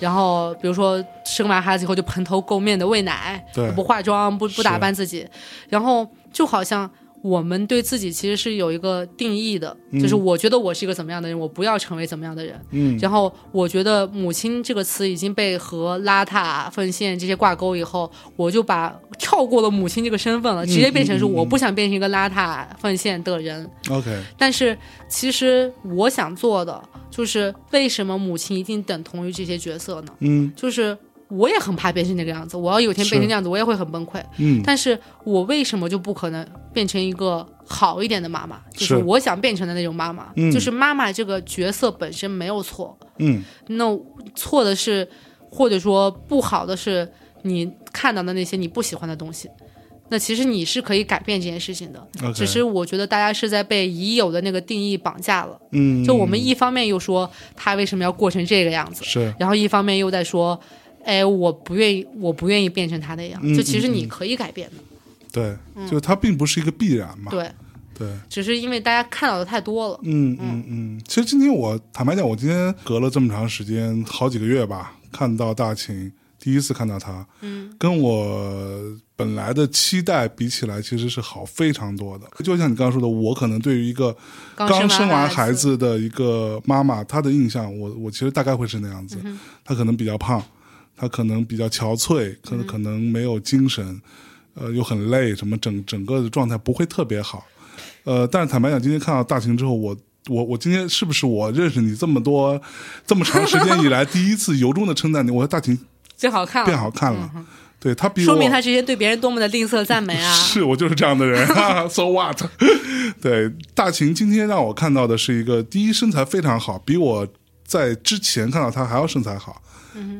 B: 然后，比如说生完孩子以后就蓬头垢面的喂奶
A: 对，
B: 不化妆，不不
A: 是
B: 打扮自己，然后就好像我们对自己其实是有一个定义的，就是我觉得我是一个怎么样的人，我不要成为怎么样的人。
A: 嗯
B: 然后我觉得“母亲”这个词已经被和邋遢、奉献这些挂钩以后，我就把跳过了母亲这个身
A: 嗯
B: 份了，直接变成是我不想变成一个邋遢、奉献的人。
A: OK
B: 但是其实我想做的就是，为什么母亲一定等同于这些角色呢？
A: 嗯
B: 就是我也很怕变成那个样子，我要有一天变成那样子，我也会很崩溃。
A: 嗯
B: 但是我为什么就不可能变成一个好一点的妈妈？就是
A: 是
B: 我想变成的那种妈妈，
A: 嗯
B: 就是妈妈这个角色本身没有错，
A: 嗯
B: 那错的是，或者说不好的是你看到的那些你不喜欢的东西。那其实你是可以改变这件事情的，
A: OK，嗯
B: 只是我觉得大家是在被已有的那个定义绑架了。
A: 嗯
B: 就我们一方面又说他为什么要过成这个样子，
A: 是
B: 然后一方面又在说，哎，我不愿意，我不愿意变成他那样。
A: 嗯
B: 就其实
A: 嗯
B: 你可以改变的，
A: 对，就它并不是一个必然嘛，
B: 嗯对，
A: 对。
B: 只是因为大家看到的太多了。
A: 嗯嗯嗯，其实今天我坦白讲，我今天隔了这么长时间，好几个月吧，看到大秦，第一次看到他，嗯，跟我本来的期待比起来，其实是好非常多的。就像你刚刚说的，我可能对于一个刚
B: 生
A: 生完孩
B: 孩，
A: 子的一个妈妈，她的印象，我我其实大概会是那样子，她可能比较胖，她可能比较憔悴，可能可能没有精神，呃，又很累，什么整整个的状态不会特别好，呃，但是坦白讲，今天看到大晴之后，我。我我今天是不是我认识你这么多这么长时间以来 第一次由衷的称赞你？我说大晴
B: 最好看
A: 变
B: 了，
A: 好看了，对她比我
B: 说明他之前对别人多么的吝啬赞美啊。
A: 是我就是这样的人 ，so what？对，大秦今天让我看到的是一个第一身材非常好，比我在之前看到它还要身材好，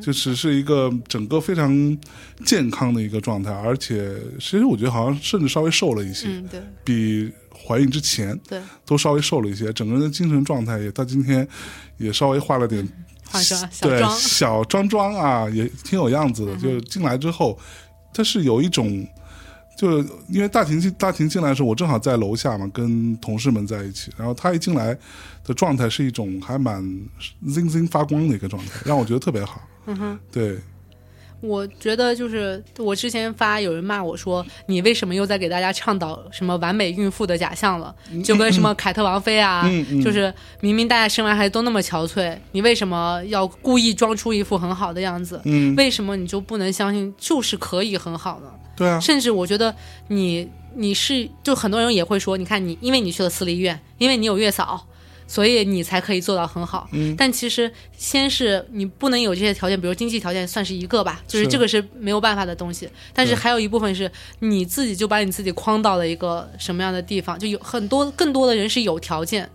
A: 就是是一个整个非常健康的一个状态，而且其实我觉得好像甚至稍微瘦了一些，
C: 嗯，对
A: 比怀孕之前
C: 对，
A: 都稍微瘦了一些，整个人的精神状态也到今天也稍微化了点
B: 化妆小
A: 对
B: 妆，嗯
A: 小装装啊，也挺有样子的。就进来之后，它是有一种，就因为大婷进大婷进来的时候，我正好在楼下嘛，跟同事们在一起。然后她一进来的状态是一种还蛮 zing zing 发光的一个状态，让我觉得特别好。嗯哼，对，
B: 我觉得就是我之前发有人骂我说，你为什么又在给大家倡导什么完美孕妇的假象了？就跟什么凯特王妃啊，
A: 嗯嗯
B: 就是明明大家生完孩子都那么憔悴，你为什么要故意装出一副很好的样子？
A: 嗯，
B: 为什么你就不能相信就是可以很好呢？
A: 对啊，
B: 甚至我觉得你你是就很多人也会说，你看你因为你去了私立医院，因为你有月嫂，所以你才可以做到很好。
A: 嗯
B: 但其实先是你不能有这些条件，比如经济条件算是一个吧，就是
A: 是
B: 这个是没有办法的东西。但是
A: 对
B: 还有一部分是你自己就把你自己框到了一个什么样的地方，就有很多更多的人是有条件，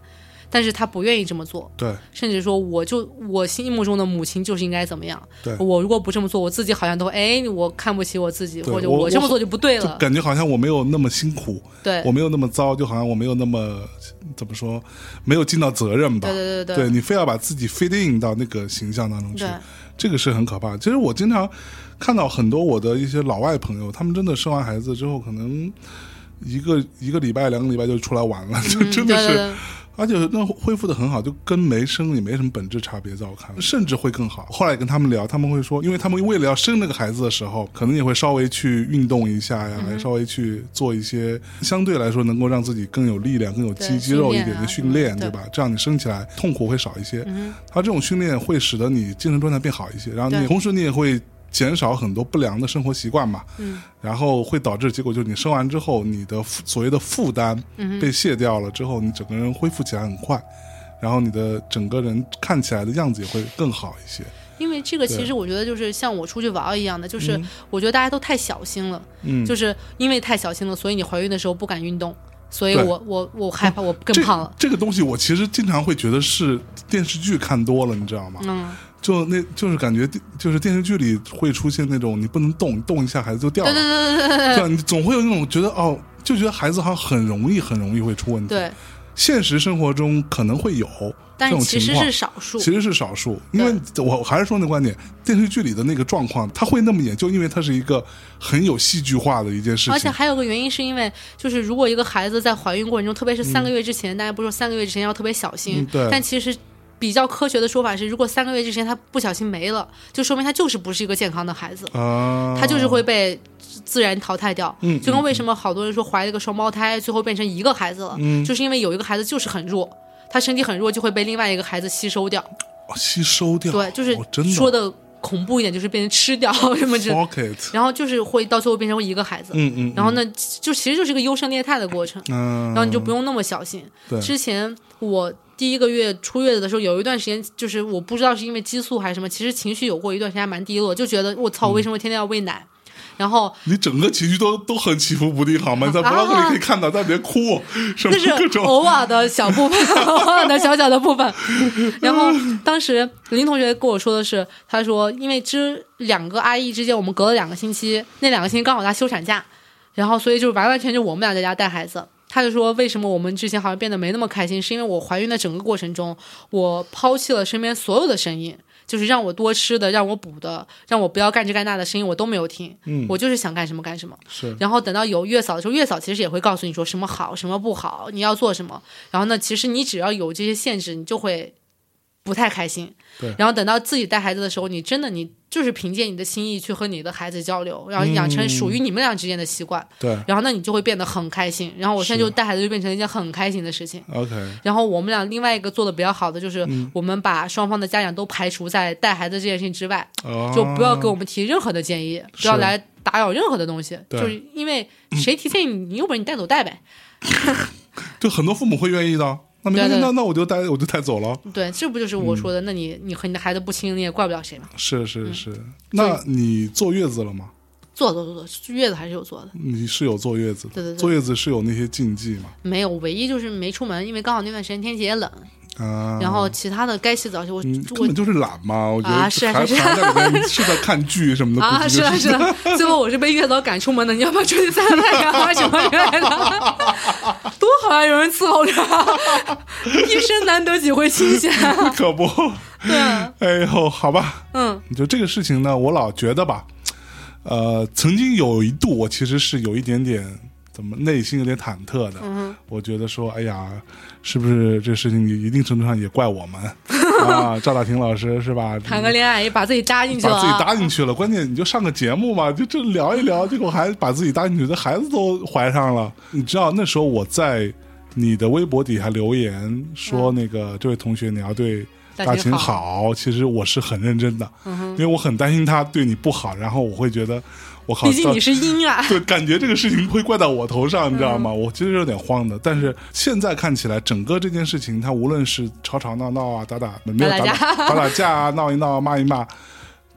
B: 但是他不愿意这么做。
A: 对，
B: 甚至说，我就我心目中的母亲就是应该怎么样
A: 对。
B: 我如果不这么做，我自己好像都哎，我看不起我自己，
A: 对
B: 或者
A: 我
B: 我这么
A: 我
B: 做就不对
A: 就
B: 了。
A: 感觉好像我没有那么辛苦，
B: 对，
A: 我没有那么糟，就好像我没有那么怎么说，没有尽到责任吧。
B: 对对对
A: 对你非要把自己 fit in 到那个形象当中去
B: 对，
A: 这个是很可怕的。其实我经常看到很多我的一些老外朋友，他们真的生完孩子之后，可能一个一个礼拜、两个礼拜就出来玩了，就真的
B: 嗯对
A: 是，
B: 对对
A: 而且那恢复的很好，就跟没生也没什么本质差别，在我看来，甚至会更好。后来跟他们聊，他们会说，因为他们为了要生那个孩子的时候，可能也会稍微去运动一下
B: 嗯
A: 呀，稍微去做一些相对来说能够让自己更有力量、更有肌
B: 对
A: 肌肉一
B: 训练
A: 点的
B: 啊
A: 训练，
B: 嗯
A: 对
B: 对嗯
A: 吧？这样你生起来痛苦会少一些。它这种训练会使得你精神状态变好一些，然后你
B: 对
A: 同时你也会减少很多不良的生活习惯嘛，
B: 嗯，
A: 然后会导致结果就是你生完之后，你的负所谓的负担
B: 嗯
A: 被卸掉了之后，你整个人恢复起来很快，然后你的整个人看起来的样子也会更好一些。
B: 因为这个其
A: 对
B: 实我觉得就是像我出去玩儿一样的，就是我觉得大家都太小心了，
A: 嗯，
B: 就是因为太小心了，所以你怀孕的时候不敢运动，所以
A: 对
B: 我我我害怕我
A: 这
B: 更胖了，
A: 这个东西我其实经常会觉得是电视剧看多了，你知道吗？
B: 嗯，
A: 就那就是感觉电就是电视剧里会出现那种你不能动，动一下孩子就掉了，
B: 对对对对对
A: 对吧？你总会有那种觉得哦，就觉得孩子好像很容易很容易会出问题。
B: 对，
A: 现实生活中可能会有这
B: 但是
A: 种
B: 其
A: 情
B: 实
A: 况
B: 是。少数，
A: 其实是少数，因为我还是说那观点，电视剧里的那个状况，它会那么演，就因为它是一个很有戏剧化的一件事
B: 而且
A: 情。
B: 还有个原因是因为，就是如果一个孩子在怀孕过程中，特别是三个月之前，大家不是说三个月之前要特别小心，
A: 嗯对
B: 但其实。比较科学的说法是，如果三个月之前他不小心没了，就说明他就是不是一个健康的孩子。
A: 啊，
B: 它就是会被自然淘汰掉。
A: 嗯
B: 就跟为什么好多人说怀了一个双胞胎，最后变成一个孩子了，
A: 嗯
B: 就是因为有一个孩子就是很弱，他身体很弱，就会被另外一个孩子吸收掉。
A: 吸收掉。
B: 对，就是
A: 哦真的
B: 说的恐怖一点，就是变成吃掉 什么之，
A: pocket。
B: 然后就是会到最后变成一个孩子。
A: 嗯嗯，
B: 然后呢，就其实就是一个优胜劣汰的过程。
A: 嗯，
B: 然后你就不用那么小心。
A: 对
B: 之前我第一个月出月子的时候，有一段时间就是我不知道是因为激素还是什么，其实情绪有过一段时间还蛮低落，就觉得我
A: 嗯
B: 操，我为什么天天要喂奶？然后
A: 你整个情绪都都很起伏不定， 好吗？你在 vlog 里可以看到，但别哭，什么
B: 那是哦
A: 各种
B: 偶尔的小 部分，偶尔的小小的部分。然后当时林同学跟我说的是，他说因为之两个阿姨之间我们隔了两个星期，那两个星期刚好她休产假，然后所以就完完全全我们俩在家带孩子。他就说，为什么我们之前好像变得没那么开心，是因为我怀孕的整个过程中，我抛弃了身边所有的声音， 就是让我多吃的、让我补的、让我不要干这干那的声音，我都没有听。
A: 嗯
B: 我就是想干什么干什么。
A: 是
B: 然后等到有月嫂的时候，月嫂其实也会告诉你说什么好，什么不好，你要做什么。然后呢，其实你只要有这些限制，你就会不太开心。
A: 对
B: 然后等到自己带孩子的时候，你真的你就是凭借你的心意去和你的孩子交流，然后养成属于你们俩之间的习惯。
A: 对
B: 然后那你就会变得很开心。然后我现在
A: 是
B: 就带孩子就变成了一件很开心的事情。
A: OK，
B: 然后我们俩另外一个做的比较好的就是，我们把双方的家长都排除在带孩子这件事情之外。
A: 哦
B: 就不要给我们提任何的建议，不要
A: 是
B: 来打扰任何的东西，
A: 对
B: 就是因为谁提建议你，你有本事你带走带呗。
A: 就很多父母会愿意的。那没关系，
B: 对对
A: 那那我就带我就带走了。
B: 对，这不就是我说
A: 嗯
B: 的？那你你和你的孩子不亲，你也怪不了谁嘛。
A: 是是是，那你坐月子了吗？
B: 做做做做，月子还是有做的，
A: 你是有坐月子的，
B: 对对对
A: 坐月子是有那些禁忌吗？
B: 没有，唯一就是没出门，因为刚好那段时间天气也冷，
A: 啊，
B: 然后其他的该洗澡去，我
A: 嗯，根
B: 我
A: 本就是懒嘛，我觉
B: 啊
A: 得
B: 是啊
A: 还
B: 是啊
A: 还在里面是在看剧什么的，
B: 啊，
A: 估计
B: 是
A: 就
B: 的，
A: 是
B: 是的，最后我是被月嫂赶出门的。你要不要出去晒晒太阳啊什么之类 的？多好啊，有人伺候着， 一生难得几回 清闲。
A: 可不，
B: 对啊，
A: 哎呦，好吧，
B: 嗯
A: 就这个事情呢，我老觉得吧，呃，曾经有一度我其实是有一点点怎么内心有点忐忑的，
B: 嗯
A: 我觉得说，哎呀，是不是这事情一定程度上也怪我们 啊？赵大廷老师是 吧？
B: 谈个恋爱也把自己搭 进去了
A: 把自己
B: 啊，
A: 搭进去了，关键你就上个节目嘛，就这聊一聊，结果还把自己搭进去，这孩子都怀上了。你知道那时候我在你的微博底下留言说，那个、这位同学你要对大秦
B: 嗯好，嗯
A: 好，其实我是很认真的，因为我很担心他对你不好，然后我会觉得我好
B: 毕竟
A: 像
B: 你是嗯阴啊。
A: 对，感觉这个事情会怪到我头上，你知道吗？我其实有点慌的，但是现在看起来，整个这件事情，它无论是吵吵闹闹啊，打打没有
B: 打
A: 打
B: 打
A: 打打打架啊，闹一闹，骂一骂，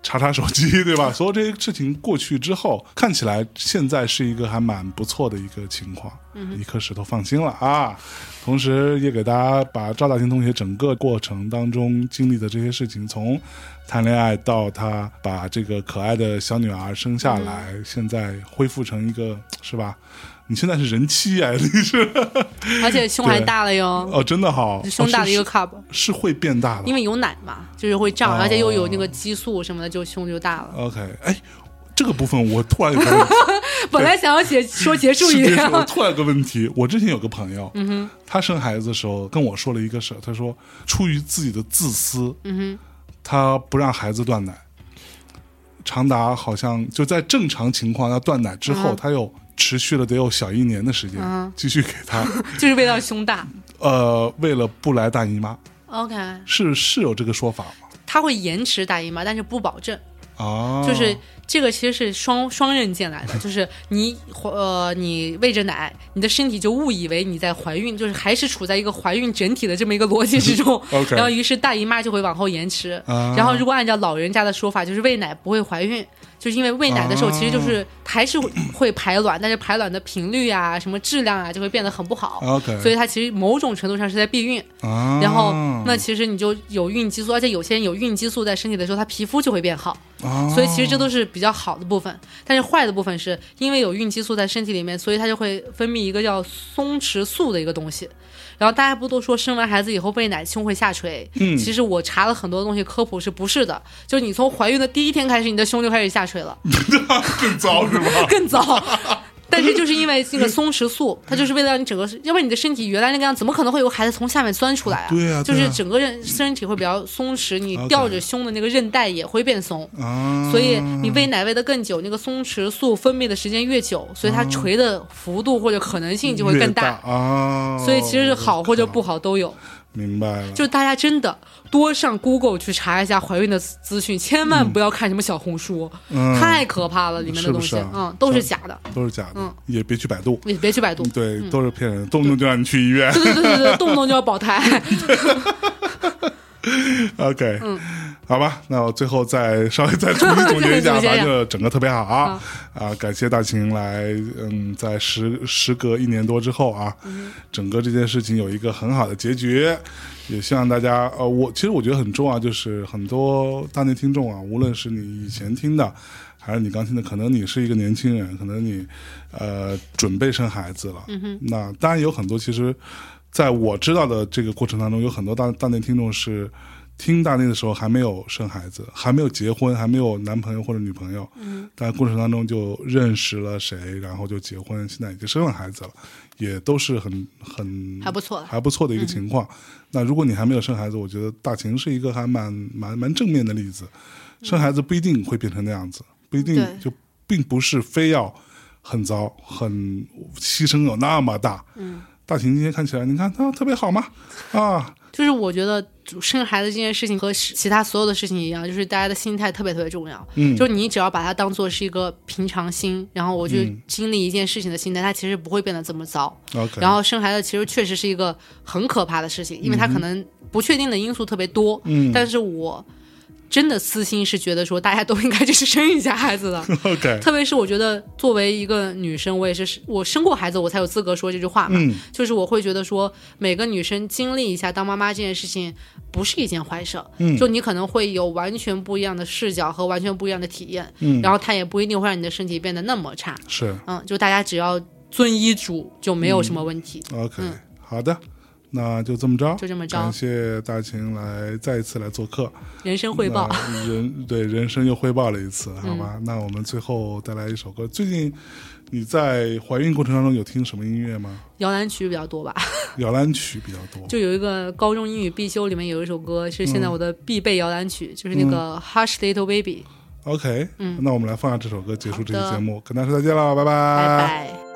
A: 查查手机， 对吧？所有这些事情过去之后，看起来现在是一个还蛮不错的一个情况，
B: 嗯
A: 一颗石头放心了啊。同时，也给大家把赵大廷同学整个过程当中经历的这些事情，从谈恋爱到他把这个可爱的小女儿生
B: 嗯
A: 下来，现在恢复成一个是吧？你现在是人妻哎，你 是
B: 而且胸还大了哟，
A: 哦，真的好，
B: 胸
A: 哦
B: 大的
A: 是
B: 一个 cup，
A: 是是会变大的
B: 因。为有奶嘛，就是会胀，
A: 哦
B: 而且又有那个激素什么的，就胸就大了。
A: OK，哎，这个部分我突然有个 问题，
B: 本来想要写说结束
A: 是
B: 语
A: 这是我
B: 的，
A: 突然有个问题，我之前有个朋友，
B: 嗯
A: 他生孩子的时候跟我说了一个事儿，他说出于自己的自私，
B: 嗯
A: 他不让孩子断奶，长达好像就在正常情况下断奶之后，
B: 嗯
A: 他又持续了得有小一年的时间，
B: 嗯
A: 继续给他，
B: 哼，就是为了胸大。
A: 呃，为了不来大姨妈，
B: OK，
A: 是是有这个说法吗？
B: 它会延迟大姨妈，但是不保证。
A: 啊，。
B: 就是这个其实是双双刃剑来的，就是你呃你喂着奶，你的身体就误以为你在怀孕，就是还是处在一个怀孕整体的这么一个逻辑之中
A: OK
B: 然后于是大姨妈就会往后延迟。
A: 啊
B: 然后如果按照老人家的说法，就是喂奶不会怀孕。就是因为喂奶的时候，
A: 啊
B: 其实就是还是会会排卵，但是排卵的频率啊、什么质量啊，就会变得很不好。
A: OK，
B: 所以它其实某种程度上是在避孕。
A: 啊，
B: 然后， 那其实你就有孕激素，而且有些人有孕激素在身体的时候，他皮肤就会变好。
A: 啊
B: 所以其实这都是比较好的部分，但是坏的部分是因为有孕激素在身体里面，所以它就会分泌一个叫松弛素的一个东西。然后大家不都说生完孩子以后喂奶胸会下垂？
A: 嗯
B: 其实我查了很多东西科普是不是的？就是你从怀孕的第一天开始，你的胸就开始下垂了，
A: 更糟是吧？
B: 更早。但是就是因为这个松弛素，它就是为了让你整个，要不然你的身体原来那个样，怎么可能会有个孩子从下面钻出来啊？
A: 对啊对啊
B: 就是整个人身体会比较松弛，你
A: OK
B: 吊着胸的那个韧带也会变松。
A: 啊，
B: 所以你喂奶喂的更久，那个松弛素分泌的时间越久，所以它垂的幅度或者可能性就会更
A: 嗯越
B: 大。
A: 啊。
B: 所以其实是好或者不
A: 好，
B: 好都有，
A: 明白了。
B: 就大家真的多上 Google 去查一下怀孕的资资讯，千万不要看什么小红书，
A: 嗯
B: 太可怕了，里面的东西，
A: 是不是啊
B: 嗯，都是假的，
A: 都是假的，
B: 嗯
A: 也别去百度，
B: 你别去百度。
A: 对，都是骗人，动不动就让你去医院。
B: 对对对对对，动不动就要保胎。
A: OK，、好吧，那我最后再稍微再重新总结一下，
B: 再总结一下
A: 反正就整个特别好啊啊！感谢大秦来，嗯，在时时隔一年多之后啊，整个这件事情有一个很好的结局，也希望大家呃，我其实我觉得很重要，就是很多大内听众啊，无论是你以前听的。还是你刚听的，可能你是一个年轻人，可能你，呃，准备生孩子了。嗯、那当然有很多，其实，在我知道的这个过程当中，有很多大大内听众是听大内的时候还没有生孩子，还没有结婚，还没有男朋友或者女朋友，嗯，但过程当中就认识了谁，然后就结婚，现在已经生了孩子了，也都是很很
B: 还不错了
A: 还不错的一个情况。那如果你还没有生孩子，我觉得大秦是一个还蛮蛮蛮正面的例子。生孩子不一定会变成那样子，不一定
B: 对
A: 就并不是非要很糟、很牺牲有那么大。嗯，大秦今天看起来，你看他特别好嘛，啊，
B: 就是我觉得生孩子这件事情和其他所有的事情一样，就是大家的心态特别特别重要。
A: 嗯
B: 就是你只要把它当做是一个平常心，然后我去
A: 嗯
B: 经历一件事情的心态，它其实不会变得这么糟。
A: ，OK，
B: 然后生孩子其实确实是一个很可怕的事情，因为它可能不确定的因素特别多。
A: 嗯
B: 但是我真的私心是觉得说大家都应该就是生一下孩子的。
A: OK，
B: 特别是我觉得作为一个女生，我也是我生过孩子，我才有资格说这句话嘛。
A: 嗯
B: 就是我会觉得说，每个女生经历一下当妈妈这件事情，不是一件坏事。
A: 嗯
B: 就你可能会有完全不一样的视角和完全不一样的体验，
A: 嗯
B: 然后它也不一定会让你的身体变得那么差。
A: 是
B: 嗯，就大家只要遵医嘱，就没有什么问题。
A: OK，、
B: 嗯
A: 好的，那就这么着，
B: 就这么着
A: 感谢大秦来再一次来做客，
B: 人生汇报，嗯
A: 那人对人生又汇报了一次，好吧？那我们最后带来一首歌。最近你在怀孕过程当中有听什么音乐吗？
B: 摇篮曲比较多吧。
A: 摇篮曲比较多，
B: 就有一个高中英语必修里面有一首歌是现在
A: 嗯
B: 我的必备摇篮曲，就是那个 Hush Little Baby。
A: OK，
B: 嗯
A: 那我们来放下这首歌，结束这期
B: 好的
A: 节目，跟大家说再见了，拜
B: 拜拜。